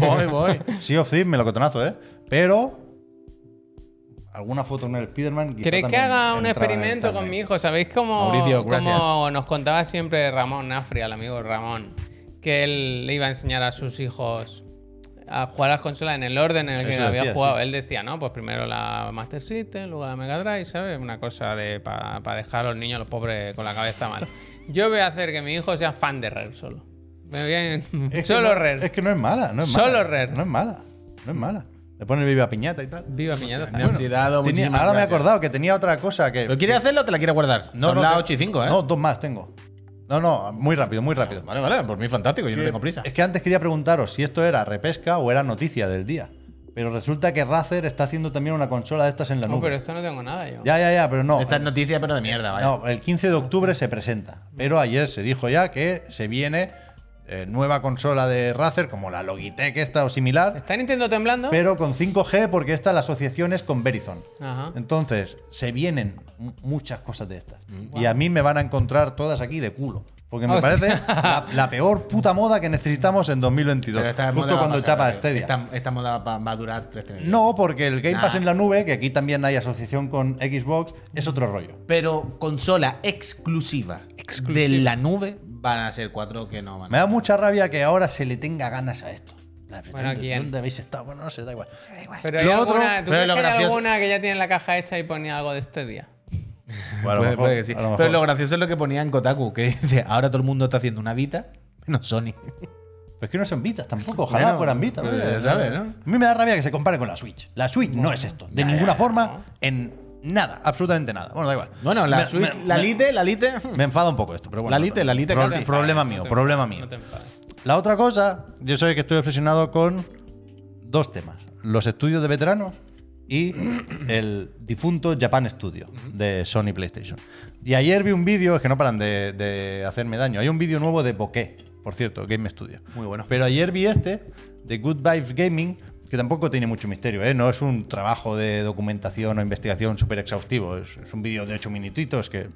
Speaker 1: boy.
Speaker 2: No, voy, voy.
Speaker 4: Sea of Thieves, melocotonazo, ¿eh? Pero. Alguna foto en el Spider-Man. quizá
Speaker 1: ¿Queréis que
Speaker 4: también
Speaker 1: haga un
Speaker 4: entrara en el
Speaker 1: experimento con
Speaker 4: timeline.
Speaker 1: mi hijo? ¿Sabéis cómo,
Speaker 5: Mauricio, gracias.
Speaker 1: cómo nos contaba siempre Ramón Afria, el amigo Ramón, que él le iba a enseñar a sus hijos a jugar a las consolas en el orden en el que
Speaker 4: Eso
Speaker 1: había
Speaker 4: decía,
Speaker 1: jugado? Él decía, no, pues primero la Master System, luego la Mega Drive, ¿sabes? Una cosa de para dejar a los niños, los pobres, con la cabeza mal. Yo voy a hacer que mi hijo sea fan de Rare solo. Me voy a-
Speaker 4: Es que
Speaker 1: solo
Speaker 4: no-
Speaker 1: Rare.
Speaker 4: Es que no es mala, no es mala.
Speaker 1: Solo Rare.
Speaker 4: No es mala, no es mala. Le pone viva piñata y tal.
Speaker 1: Viva Piñata.
Speaker 5: Me han dado
Speaker 4: Tenía-
Speaker 5: muchísimas
Speaker 4: ahora me he
Speaker 5: gracias.
Speaker 4: acordado que tenía otra cosa que.
Speaker 5: ¿Lo quieres hacerlo o te la quieres guardar? Son las
Speaker 4: te-
Speaker 5: 8 y 5, ¿eh?
Speaker 4: No, dos más tengo. No, no, muy rápido, muy rápido.
Speaker 5: Vale, vale, por mí fantástico, yo no tengo prisa.
Speaker 4: Es que antes quería preguntaros si esto era repesca o era noticia del día. Pero resulta que Razer está haciendo también una consola de estas en la
Speaker 1: No,
Speaker 4: nube.
Speaker 1: pero esto no tengo nada yo.
Speaker 4: Ya, ya, ya, pero no.
Speaker 2: Esta es noticia, pero de mierda, vaya.
Speaker 4: No, el 15 de octubre se presenta. Pero ayer se dijo ya que se viene eh, nueva consola de Razer, como la Logitech esta o similar,
Speaker 1: ¿Está Nintendo temblando?
Speaker 4: pero con 5G porque esta la asociación es con Verizon.
Speaker 1: Ajá.
Speaker 4: Entonces, se vienen mu- muchas cosas de estas.
Speaker 5: Mm.
Speaker 4: Y a mí me van a encontrar todas aquí de culo. Porque me
Speaker 1: Hostia.
Speaker 4: parece la, la peor puta moda que necesitamos en 2022.
Speaker 2: Pero esta moda
Speaker 4: Justo
Speaker 2: va a
Speaker 4: cuando
Speaker 2: pasar,
Speaker 4: chapa
Speaker 2: tío.
Speaker 4: Stadia.
Speaker 2: Esta, esta moda va, va a durar tres meses.
Speaker 4: No, porque el Game Pass
Speaker 2: Nah.
Speaker 4: en la nube, que aquí también hay asociación con Xbox, es otro rollo.
Speaker 2: Pero consola exclusiva, de la nube van a ser cuatro que no van
Speaker 4: Me
Speaker 2: a
Speaker 4: da mucha rabia que ahora se le tenga ganas a esto. La
Speaker 1: Bueno,
Speaker 4: ¿dónde-
Speaker 1: ¿quién?
Speaker 4: ¿Dónde habéis estado? Bueno, no sé, da igual.
Speaker 1: Pero hay
Speaker 4: Lo otro-
Speaker 1: alguna, ¿tú
Speaker 5: pero
Speaker 1: crees
Speaker 5: lo
Speaker 1: que hay
Speaker 5: gracioso-
Speaker 1: alguna que ya tiene la caja hecha y ponía algo de este día?
Speaker 4: Bueno, a lo
Speaker 5: Puede-
Speaker 4: mejor,
Speaker 5: puede que sí.
Speaker 4: a lo mejor.
Speaker 5: Pero lo gracioso es lo que ponía en Kotaku, que dice, ahora todo el mundo está haciendo una Vita, menos Sony.
Speaker 4: Pero es que no son Vitas tampoco. Ojalá
Speaker 5: Bueno,
Speaker 4: fueran Vitas.
Speaker 5: pues,
Speaker 4: ¿no?
Speaker 5: ya sabes, ¿no?
Speaker 4: A mí me da rabia que se compare con la Switch. La Switch no es esto. De ninguna forma, en nada. Absolutamente nada. Bueno, da igual.
Speaker 5: Bueno, la
Speaker 4: Me-
Speaker 5: Switch,
Speaker 4: me-
Speaker 5: la
Speaker 4: me-
Speaker 5: Lite, la Lite...
Speaker 4: Me enfada un poco esto, pero bueno.
Speaker 5: La Lite, la Lite
Speaker 4: Pro-
Speaker 5: casi.
Speaker 4: Problema
Speaker 1: No
Speaker 4: mío,
Speaker 1: te-
Speaker 4: problema
Speaker 1: no
Speaker 4: mío.
Speaker 1: te enfades.
Speaker 4: La otra cosa, yo sé que estoy obsesionado con dos temas: los estudios de veteranos y el difunto Japan Studio de Sony PlayStation. Y ayer vi un vídeo, es que no paran de, de hacerme daño. Hay un vídeo nuevo de Bokeh, por cierto, Game Studio.
Speaker 5: Muy bueno.
Speaker 4: Pero ayer vi este, de Good Vibes Gaming, que tampoco tiene mucho misterio, ¿eh? No es un trabajo de documentación o investigación súper exhaustivo. Es, es un vídeo de 8 minutitos que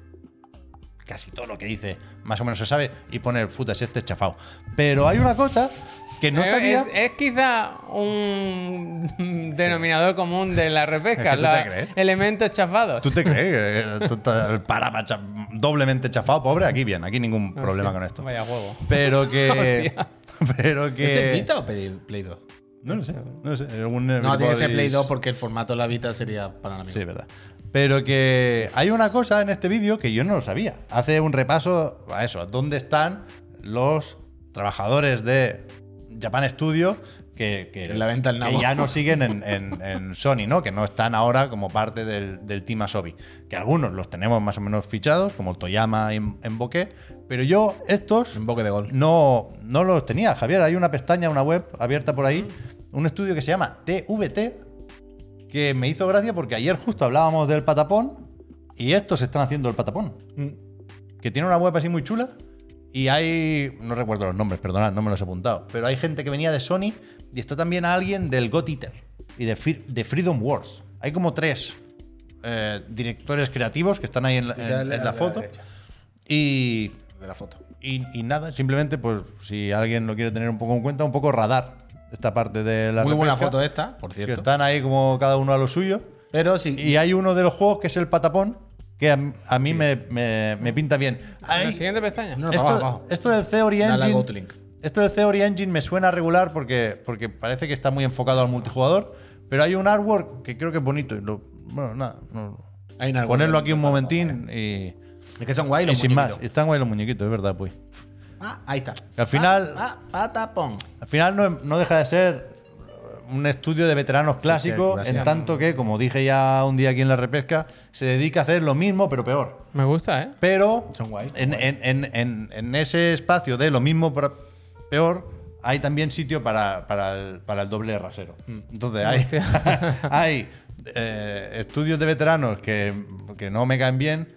Speaker 4: casi todo lo que dice más o menos se sabe y poner footage este chafado. Pero hay una cosa que no
Speaker 1: Eh,
Speaker 4: sabía.
Speaker 1: Es, es quizá un denominador común de la repesca,
Speaker 4: Es que tú
Speaker 1: los
Speaker 4: te crees.
Speaker 1: elementos chafados.
Speaker 4: ¿Tú te crees? Eh, tú te- El parapa cha- doblemente chafado, pobre, aquí bien, aquí ningún problema con esto.
Speaker 1: Vaya juego.
Speaker 4: Pero que. pero
Speaker 2: ¿Este es
Speaker 4: que.
Speaker 2: Vita o Play Play 2?
Speaker 4: No lo sé, no lo sé. algún
Speaker 2: No, tiene que ser
Speaker 4: everybody's-
Speaker 2: Play 2 porque el formato de la Vita sería para la misma.
Speaker 4: Sí, es verdad. Pero que hay una cosa en este vídeo que yo no lo sabía. Hace un repaso a eso, a dónde están los trabajadores de Japan Studio que, que-
Speaker 2: En la venta al
Speaker 4: que
Speaker 2: nabo.
Speaker 4: ya no siguen en, en- en Sony, ¿no? Que no están ahora como parte del, del Team Asobi. Que algunos los tenemos más o menos fichados, como Toyama en, en Bokeh, Pero yo, estos
Speaker 2: Un boque de gol.
Speaker 4: no, no los tenía, Javier. Hay una pestaña, una web abierta por ahí, un estudio que se llama TVT, que me hizo gracia porque ayer justo hablábamos del patapón y estos están haciendo el patapón. Que tiene una web así muy chula y hay. No recuerdo los nombres, perdonad, no me los he apuntado. Pero hay gente que venía de Sony y está también alguien del Got Eater y de, Fir- de Freedom Wars. Hay como tres eh, directores creativos que están ahí en la, en-
Speaker 2: Dale
Speaker 4: en
Speaker 2: a
Speaker 4: la
Speaker 2: la
Speaker 4: foto.
Speaker 2: derecha.
Speaker 4: y
Speaker 2: De la foto.
Speaker 4: y, y nada, simplemente, pues, si alguien lo quiere tener un poco en cuenta, un poco radar esta parte de la
Speaker 2: Muy buena
Speaker 4: repesca,
Speaker 2: foto esta, por
Speaker 4: Que
Speaker 2: cierto.
Speaker 4: están ahí como cada uno a lo suyo.
Speaker 2: Pero sí.
Speaker 4: Y hay uno de los juegos que es el patapón, que a, m- a mí me, me- me pinta bien. Hay-
Speaker 1: La siguiente pestaña.
Speaker 2: No,
Speaker 4: esto,
Speaker 2: para abajo.
Speaker 4: esto del Theory
Speaker 2: Dale a
Speaker 4: Engine.
Speaker 2: Gotlink.
Speaker 4: Esto del Theory Engine me suena regular porque, porque parece que está muy enfocado al multijugador. Pero hay un artwork que creo que es bonito. y lo- bueno, nada. no-
Speaker 2: Hay un
Speaker 4: ponerlo
Speaker 2: algodón.
Speaker 4: aquí un momentín
Speaker 2: eh.
Speaker 4: y,
Speaker 2: Es que son guay
Speaker 4: y
Speaker 2: los
Speaker 4: sin más.
Speaker 2: muñequitos.
Speaker 4: Están guay los muñequitos, es verdad, pues.
Speaker 2: Ah, ahí está.
Speaker 4: Al final-
Speaker 2: Ah, ah, patapón.
Speaker 4: Al final no, no deja de ser un estudio de veteranos
Speaker 2: sí,
Speaker 4: clásicos,
Speaker 2: gracias.
Speaker 4: en tanto que, como dije ya un día aquí en la repesca, se dedica a hacer lo mismo, pero peor.
Speaker 1: Me gusta, ¿eh?
Speaker 4: Pero
Speaker 2: Son guay, son
Speaker 4: en,
Speaker 2: guay.
Speaker 4: en- en- en- en ese espacio de lo mismo, pero peor, hay también sitio para, para el, para el doble rasero.
Speaker 2: Mm.
Speaker 4: Entonces
Speaker 2: Ah,
Speaker 4: hay, hay eh, estudios de veteranos que, que no me caen bien,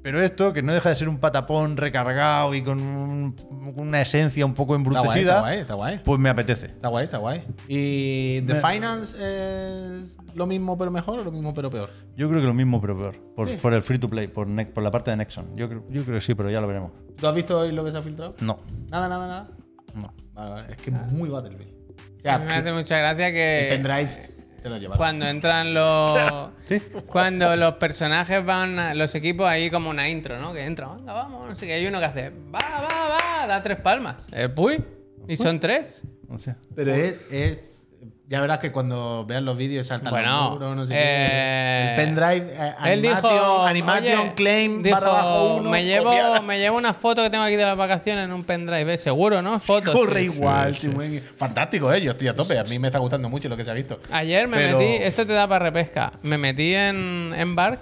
Speaker 4: pero esto, que no deja de ser un patapón recargado y con un- una esencia un poco
Speaker 2: Está guay, está
Speaker 4: embrutecida,
Speaker 2: guay, está guay.
Speaker 4: pues me apetece.
Speaker 2: Está guay, está guay. ¿Y The
Speaker 4: Me-
Speaker 2: Finance es lo mismo pero mejor o lo mismo pero peor?
Speaker 4: Yo creo que lo mismo, pero peor. Por,
Speaker 2: Sí.
Speaker 4: por el free to play, por, Nex- por la parte de Nexon. Yo creo, yo creo que sí, pero ya lo veremos.
Speaker 2: ¿Tú has visto hoy lo que se ha filtrado?
Speaker 4: No,
Speaker 2: Nada, nada, nada.
Speaker 4: no.
Speaker 2: Vale, vale. Es que es muy Battlefield. O sea,
Speaker 1: A mí me hace mucha gracia
Speaker 2: el
Speaker 1: que
Speaker 2: pendrive te lo llevas.
Speaker 1: cuando entran los. Cuando los personajes van. a- los equipos ahí como una intro, ¿no? Que entra, venga, vamos. No sé qué. Hay uno que hace. Va, va, va. Da tres palmas. Eh, puy. Y son tres.
Speaker 4: O sea,
Speaker 2: Pero es, es- Ya verás que cuando veas los vídeos saltan
Speaker 1: Bueno,
Speaker 2: los muros, no sé
Speaker 1: eh,
Speaker 2: qué. El pendrive, eh,
Speaker 1: Él dijo.
Speaker 2: animation, animation
Speaker 1: oye,
Speaker 2: claim,
Speaker 1: dijo,
Speaker 2: barra bajo uno,
Speaker 1: me, llevo,
Speaker 2: copiada".
Speaker 1: me llevo una foto que tengo aquí de las vacaciones en un pendrive. eh, Seguro, ¿no? Fotos.
Speaker 2: Corre
Speaker 1: sí.
Speaker 2: igual, sí, muy bien. Fantástico, eh. Yo estoy a tope. A mí me está gustando mucho lo que se ha visto.
Speaker 1: Ayer me
Speaker 4: Pero-
Speaker 1: metí, esto te da para repesca. Me metí en, en Bark,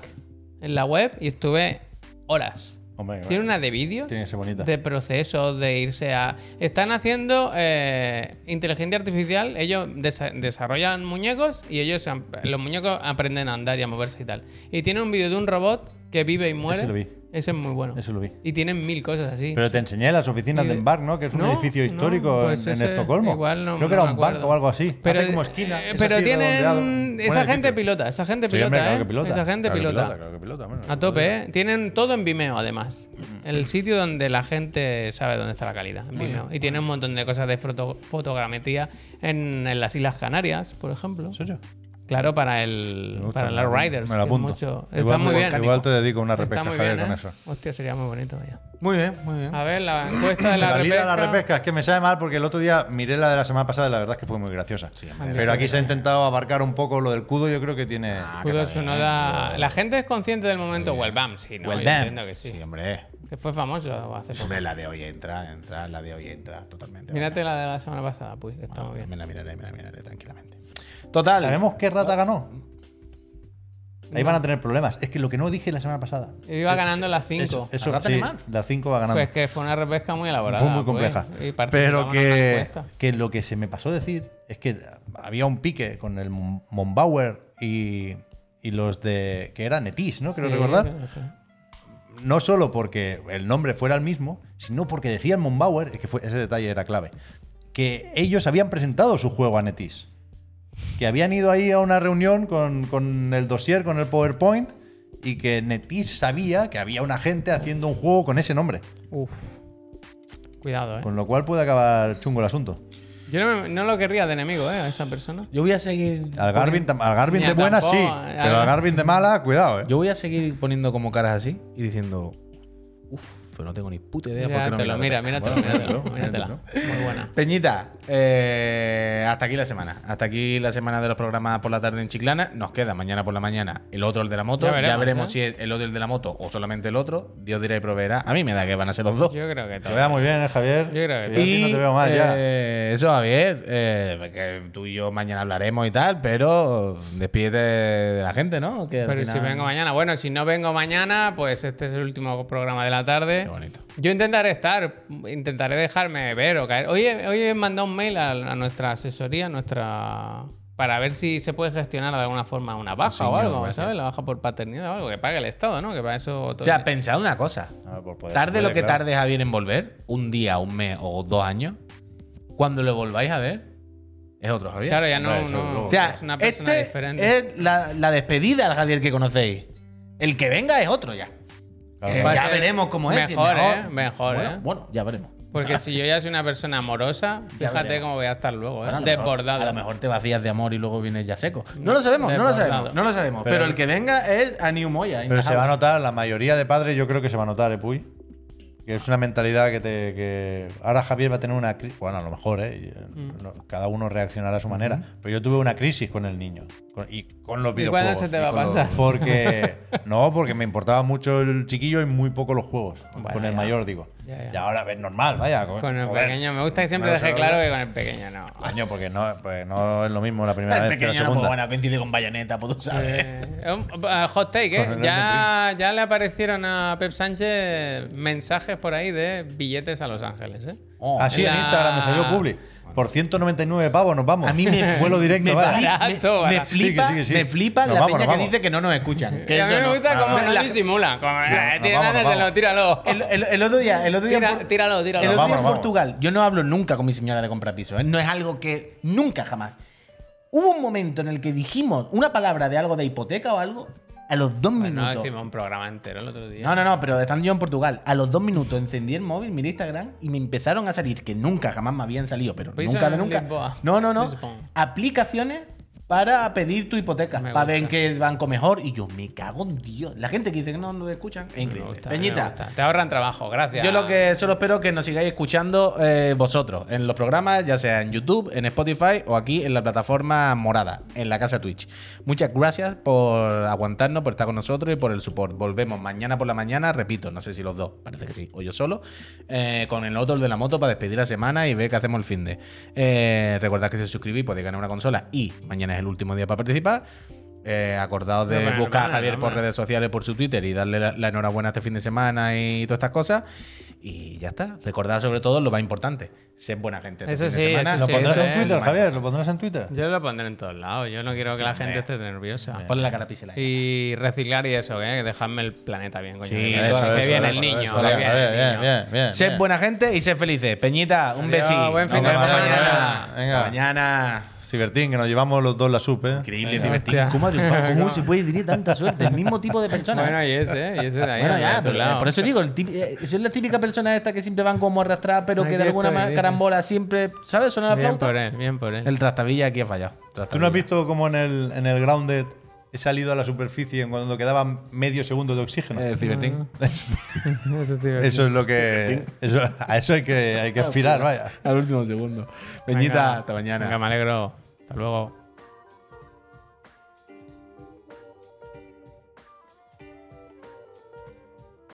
Speaker 1: en la web, y estuve horas.
Speaker 4: hombre,
Speaker 1: Tiene una de vídeos,
Speaker 4: Tiene que ser bonita.
Speaker 1: de procesos, de irse a. Están haciendo eh, inteligencia artificial. Ellos desa- desarrollan muñecos y ellos se am- los muñecos aprenden a andar y a moverse y tal. Y tiene un vídeo de un robot que vive y muere.
Speaker 4: lo vi.
Speaker 1: Ese es muy bueno.
Speaker 4: Eso lo vi.
Speaker 1: Y tienen mil cosas así.
Speaker 4: Pero te enseñé las oficinas
Speaker 1: Y
Speaker 4: de
Speaker 1: de-
Speaker 4: Embark, ¿no? Que es un
Speaker 1: No,
Speaker 4: edificio
Speaker 1: no,
Speaker 4: histórico
Speaker 1: pues
Speaker 4: en, en
Speaker 1: ese
Speaker 4: Estocolmo.
Speaker 1: igual no-
Speaker 4: creo que
Speaker 1: no
Speaker 4: era
Speaker 1: me
Speaker 4: un barco
Speaker 1: acuerdo.
Speaker 4: o algo así.
Speaker 1: Pero,
Speaker 4: Hace como esquina.
Speaker 1: eh,
Speaker 4: es
Speaker 1: pero
Speaker 4: así, redondeado.
Speaker 1: tienen.
Speaker 4: Buen
Speaker 1: Esa gente
Speaker 4: edificio.
Speaker 1: pilota, esa gente
Speaker 4: Sí, hombre,
Speaker 1: pilota.
Speaker 4: claro
Speaker 1: ¿eh?
Speaker 4: que pilota.
Speaker 1: Esa gente
Speaker 4: Claro que
Speaker 1: pilota.
Speaker 4: Claro que pilota, hombre.
Speaker 1: A tope, ¿eh? Tienen todo en Vimeo, además. El
Speaker 4: Mm.
Speaker 1: sitio donde la gente sabe dónde está la calidad. en Vimeo. Y tiene un montón de cosas de foto- fotogrametría en, en las Islas Canarias, por ejemplo.
Speaker 4: ¿En serio?
Speaker 1: Claro, para el
Speaker 4: Me gusta,
Speaker 1: para los
Speaker 4: me-
Speaker 1: Riders.
Speaker 4: Me lo
Speaker 1: que es
Speaker 4: apunto.
Speaker 1: mucho-
Speaker 4: Igual
Speaker 1: Está
Speaker 4: te-
Speaker 1: muy bien.
Speaker 4: Igual te dedico una
Speaker 1: Está
Speaker 4: repesca,
Speaker 1: muy
Speaker 4: Javier,
Speaker 1: bien,
Speaker 4: con
Speaker 1: ¿eh?
Speaker 4: eso. ¿Eh?
Speaker 1: Hostia, sería muy bonito. vaya.
Speaker 2: Muy bien, muy bien.
Speaker 1: A ver, la encuesta de
Speaker 4: Se
Speaker 1: la,
Speaker 4: valida
Speaker 1: repesca.
Speaker 4: la repesca, es que me sabe mal porque el otro día miré la de la semana pasada y la verdad es que fue muy graciosa. Pero aquí se ha intentado abarcar un poco lo del cudo, yo creo que tiene.
Speaker 2: Ah,
Speaker 1: Pudo Tsunoda- La gente es consciente del momento Wellbam, sí, ¿no? Yo
Speaker 4: Wellbam.
Speaker 1: entiendo que sí.
Speaker 2: Sí, hombre.
Speaker 1: Que fue famoso hace poco.
Speaker 2: Hombre, la de hoy entra, entra, la de hoy entra, totalmente.
Speaker 1: Mírate la de la semana pasada, pues, que está muy bien.
Speaker 2: Me la miraré, me la miraré tranquilamente. Total.
Speaker 4: ¿Sabemos qué rata ganó? Ahí van a tener problemas. Es que lo que no dije la semana pasada.
Speaker 1: Iba ganando las 5.
Speaker 4: Eh, Eso,
Speaker 2: ¿La rata
Speaker 4: sí,
Speaker 2: animal?
Speaker 4: la 5 va ganando.
Speaker 1: Pues que fue una repesca muy elaborada.
Speaker 4: Fue muy
Speaker 1: pues,
Speaker 4: compleja.
Speaker 1: y participaba
Speaker 4: Pero
Speaker 1: en una
Speaker 4: que,
Speaker 1: encuesta.
Speaker 4: que lo que se me pasó decir es que había un pique con el Mon- Monbauer y, y los de. que eran Etis, ¿no? Creo
Speaker 1: Sí,
Speaker 4: recordar.
Speaker 1: creo que sí.
Speaker 4: no solo porque el nombre fuera el mismo, sino porque decían Monbauer, es que fue- ese detalle era clave, que ellos habían presentado su juego a Netis. Que habían ido ahí a una reunión con, con el dossier, con el PowerPoint, y que Netis sabía que había una gente haciendo un juego con ese nombre.
Speaker 1: Uf. Cuidado, eh.
Speaker 4: Con lo cual puede acabar chungo el asunto.
Speaker 1: Yo no, me- no lo querría de enemigo, eh, a esa persona.
Speaker 2: Yo voy a seguir.
Speaker 4: Al Garvin, tam- al Garvin
Speaker 1: Ni
Speaker 4: de
Speaker 1: a
Speaker 4: buena
Speaker 1: tampoco,
Speaker 4: sí,
Speaker 1: eh,
Speaker 4: pero
Speaker 1: al-
Speaker 4: al Garvin de mala, cuidado, eh.
Speaker 2: Yo voy a seguir poniendo como caras así y diciendo. Uf, Pues no tengo ni puta idea por qué no me
Speaker 1: Míratelo,
Speaker 2: la
Speaker 1: mira, míratelo,
Speaker 2: verdad.
Speaker 4: Bueno,
Speaker 1: míratelo,
Speaker 4: míratelo,
Speaker 1: míratela.
Speaker 4: míratelo.
Speaker 1: Muy buena.
Speaker 2: Peñita, eh, hasta aquí la semana. Hasta aquí la semana de los programas por la tarde en Chiclana. Nos queda mañana por la mañana el otro, el de la moto.
Speaker 1: Ya
Speaker 2: Ya
Speaker 1: veremos,
Speaker 2: veremos,
Speaker 1: ¿eh?
Speaker 2: si es el otro, el de la moto o solamente el otro. Dios dirá y proveerá. A mí me da que van a ser los dos.
Speaker 1: Yo creo que
Speaker 4: Te
Speaker 1: todo.
Speaker 4: vea muy bien, eh, Javier.
Speaker 1: Yo creo que
Speaker 4: Yo a ti no te veo mal ya.
Speaker 2: eh, eso, Javier, eh, que tú y yo mañana hablaremos y tal, pero despídete de la gente, ¿no? Que al
Speaker 1: Pero si
Speaker 2: final-
Speaker 1: vengo mañana, bueno, si no vengo mañana, pues este es el último programa de la tarde.
Speaker 2: Qué bonito.
Speaker 1: Yo intentaré estar, intentaré dejarme ver o caer. Hoy he, hoy he mandado un mail a, a nuestra asesoría, nuestra para ver si se puede gestionar de alguna forma una baja o
Speaker 2: señor,
Speaker 1: algo,
Speaker 2: gracias.
Speaker 1: ¿sabes? La baja por paternidad o algo, que pague el Estado, ¿no? Que para eso...
Speaker 2: O sea, pensad una cosa.
Speaker 4: Ah, por poder,
Speaker 2: Tarde lo
Speaker 4: poder,
Speaker 2: que
Speaker 4: claro.
Speaker 2: tarde Javier en volver, un día, un mes o dos años, cuando lo volváis a ver, es otro Javier.
Speaker 1: claro, Pues ya no,
Speaker 4: Hombre, eso
Speaker 1: no-
Speaker 4: luego.
Speaker 2: O sea,
Speaker 1: es una persona
Speaker 2: este
Speaker 1: diferente.
Speaker 2: es la, la despedida al Javier que conocéis. El que venga es otro ya.
Speaker 4: Claro,
Speaker 2: Eh,
Speaker 4: claro.
Speaker 1: Va a
Speaker 2: ya
Speaker 1: ser
Speaker 2: veremos cómo es. si es
Speaker 1: mejor, ¿eh? Mejor,
Speaker 2: bueno,
Speaker 1: ¿eh?
Speaker 2: bueno, ya veremos.
Speaker 1: Porque si yo ya soy una persona amorosa, fíjate cómo voy a estar luego, ¿eh?
Speaker 2: Bueno, a lo mejor-
Speaker 1: Desbordado.
Speaker 2: a lo mejor te vacías de amor y luego vienes ya seco. No lo sabemos, no lo
Speaker 1: Desbordado.
Speaker 2: sabemos, no lo sabemos. Pero,
Speaker 4: Pero-
Speaker 2: el que venga es a New Moya.
Speaker 4: Pero se va a notar, la mayoría de padres yo creo que se va a notar, ¿eh, Puy? Que es una mentalidad que te. Que... Ahora Javier va a tener una crisis. Bueno, a lo mejor, ¿eh?
Speaker 1: Mm.
Speaker 4: No- Cada uno reaccionará a su manera. Pero yo tuve una crisis con el niño. Con- y con los
Speaker 1: ¿Y
Speaker 4: videojuegos.
Speaker 1: cuándo se te va a
Speaker 4: Y con los-
Speaker 1: pasar?
Speaker 4: Porque. no, porque me importaba mucho el chiquillo y muy poco los juegos. con el mayor, digo.
Speaker 1: Ya, ya.
Speaker 4: Y ahora es normal, vaya.
Speaker 1: Con el
Speaker 4: joder.
Speaker 1: pequeño, me gusta que siempre
Speaker 4: No lo
Speaker 1: deje
Speaker 4: sé,
Speaker 1: claro
Speaker 4: ¿no?
Speaker 1: que con el pequeño no.
Speaker 4: Coño, porque no, pues no es lo mismo la primera
Speaker 2: El
Speaker 4: vez que la
Speaker 1: pues
Speaker 2: pequeño pues, no
Speaker 4: segunda.
Speaker 2: puede a coincidir con bayoneta, pues tú sabes.
Speaker 1: Eh, es un- eh, hot take, ¿eh?
Speaker 4: Con el
Speaker 1: Ya, ya le aparecieron a Pep Sánchez mensajes por ahí de billetes a Los Ángeles, ¿eh?
Speaker 2: Oh,
Speaker 4: Así en
Speaker 1: La-
Speaker 4: Instagram me salió public. Por 199 pavos nos vamos. A mí me vuelo directo.
Speaker 2: me,
Speaker 4: vale.
Speaker 2: flipa-
Speaker 1: Barato,
Speaker 2: me- me
Speaker 1: barato.
Speaker 4: Sigue,
Speaker 2: flipa,
Speaker 4: sigue, sigue.
Speaker 2: me flipa
Speaker 4: Nos
Speaker 2: la
Speaker 4: vamos,
Speaker 2: peña
Speaker 4: nos
Speaker 2: que
Speaker 4: vamos.
Speaker 2: dice que no nos escuchan. Que
Speaker 1: Y a
Speaker 2: eso
Speaker 1: mí me
Speaker 2: no.
Speaker 1: gusta
Speaker 2: No,
Speaker 1: cómo
Speaker 2: no,
Speaker 1: no
Speaker 2: la-
Speaker 1: disimula. Como, eh,
Speaker 4: nos
Speaker 1: tiene
Speaker 4: vamos,
Speaker 1: ganas
Speaker 4: nos
Speaker 1: de lo,
Speaker 4: vamos.
Speaker 1: tíralo.
Speaker 2: El, el- el otro día, el otro día, en
Speaker 1: Tira-
Speaker 2: Por-
Speaker 1: tíralo,
Speaker 2: el
Speaker 1: tíralo.
Speaker 2: otro
Speaker 4: Vamos,
Speaker 2: día en
Speaker 4: vamos.
Speaker 2: Portugal, yo no hablo nunca con mi señora de comprar piso, ¿eh? no es algo que nunca jamás. Hubo un momento en el que dijimos una palabra de algo de hipoteca o algo a los dos
Speaker 1: Bueno,
Speaker 2: minutos.
Speaker 1: hicimos un programa entero el otro día.
Speaker 2: No, no, no, pero estando yo en Portugal, a los dos minutos encendí el móvil, miré Instagram y me empezaron a salir, que nunca jamás me habían salido, pero
Speaker 1: Piso
Speaker 2: nunca de
Speaker 1: en
Speaker 2: nunca.
Speaker 1: Lisboa.
Speaker 2: No, no, no.
Speaker 1: Lisbon.
Speaker 2: Aplicaciones para pedir tu hipoteca,
Speaker 1: Me gusta.
Speaker 2: para ver en qué banco mejor. Y yo, me cago en Dios. La gente que dice que no nos escuchan es
Speaker 1: Me
Speaker 2: increíble.
Speaker 1: gusta, me
Speaker 2: Peñita,
Speaker 1: gusta. Te ahorran trabajo, gracias.
Speaker 2: yo lo que solo espero es que nos sigáis escuchando eh, vosotros en los programas, ya sea en YouTube, en Spotify o aquí en la plataforma morada, en la casa Twitch. Muchas gracias por aguantarnos, por estar con nosotros y por el support. Volvemos mañana por la mañana, repito, no sé si los dos, parece que sí, o yo solo, eh, con el otro el de la moto para despedir la semana y ver qué hacemos el fin de. Eh, recordad que se suscribís, podéis ganar una consola y mañana es el último día para participar. Eh, acordaos de
Speaker 1: Pero, pero,
Speaker 2: buscar a
Speaker 1: hermano,
Speaker 2: Javier por
Speaker 1: hermano.
Speaker 2: redes redes sociales por su Twitter y darle la, la enhorabuena este fin de semana y todas estas cosas. Y ya está. Recordad sobre todo lo más importante. Sed buena gente. este
Speaker 1: Eso
Speaker 2: fin de
Speaker 1: sí,
Speaker 2: semana.
Speaker 1: eso
Speaker 4: ¿Lo
Speaker 1: sí,
Speaker 4: pondrás
Speaker 1: eso
Speaker 4: en
Speaker 1: es,
Speaker 4: Twitter,
Speaker 2: lo
Speaker 4: Javier? ¿Lo pondrás en Twitter?
Speaker 1: Yo lo pondré en todos lados. Yo no quiero que la gente esté nerviosa.
Speaker 2: Ponle la cara pisela.
Speaker 1: Y reciclar y eso, ¿eh? Dejadme el planeta bien, coño.
Speaker 2: Sí,
Speaker 1: Que
Speaker 2: eso,
Speaker 1: que
Speaker 2: eso,
Speaker 1: viene el
Speaker 2: eso,
Speaker 1: niño.
Speaker 2: eso.
Speaker 1: que
Speaker 2: Bien,
Speaker 1: viene el niño.
Speaker 4: bien, bien, bien.
Speaker 2: Sed
Speaker 4: bien.
Speaker 2: buena gente y sed felices. Peñita, un
Speaker 1: Adiós,
Speaker 2: besito.
Speaker 1: buen fin
Speaker 4: de semana.
Speaker 2: mañana.
Speaker 4: Venga.
Speaker 2: Mañana.
Speaker 4: Cibertín, que nos llevamos los dos la sup, ¿eh?
Speaker 2: Increíble.
Speaker 4: Venga.
Speaker 2: divertido.
Speaker 1: bestia.
Speaker 2: ¿Cómo ha triunfado? ¿Cómo se puede tener tanta suerte? El mismo tipo de persona.
Speaker 1: Bueno, y ese, ¿eh? Y ese de ahí.
Speaker 2: Bueno,
Speaker 1: al
Speaker 2: ya,
Speaker 1: de tu
Speaker 2: pero,
Speaker 1: lado.
Speaker 2: por eso digo, el tip- eh, son las típicas personas estas que siempre van como arrastradas, pero
Speaker 1: Aquí
Speaker 2: que de alguna
Speaker 1: estoy,
Speaker 2: manera
Speaker 1: dice.
Speaker 2: carambola siempre, ¿sabes? Suena la
Speaker 1: Bien
Speaker 2: flauta.
Speaker 1: por él, bien por él.
Speaker 2: El trastavilla aquí ha fallado.
Speaker 4: ¿Tú no has visto cómo en el, en el Grounded he salido a la superficie en cuando quedaba medio segundo de oxígeno?
Speaker 2: Eh,
Speaker 1: Ah.
Speaker 2: Cibertín.
Speaker 1: Eso te iba a decir.
Speaker 4: eso es lo que. eso- a eso hay que, hay que aspirar, vaya.
Speaker 2: Al último segundo.
Speaker 1: Venga,
Speaker 2: Peñita, hasta mañana.
Speaker 1: Venga, me alegro. Hasta luego.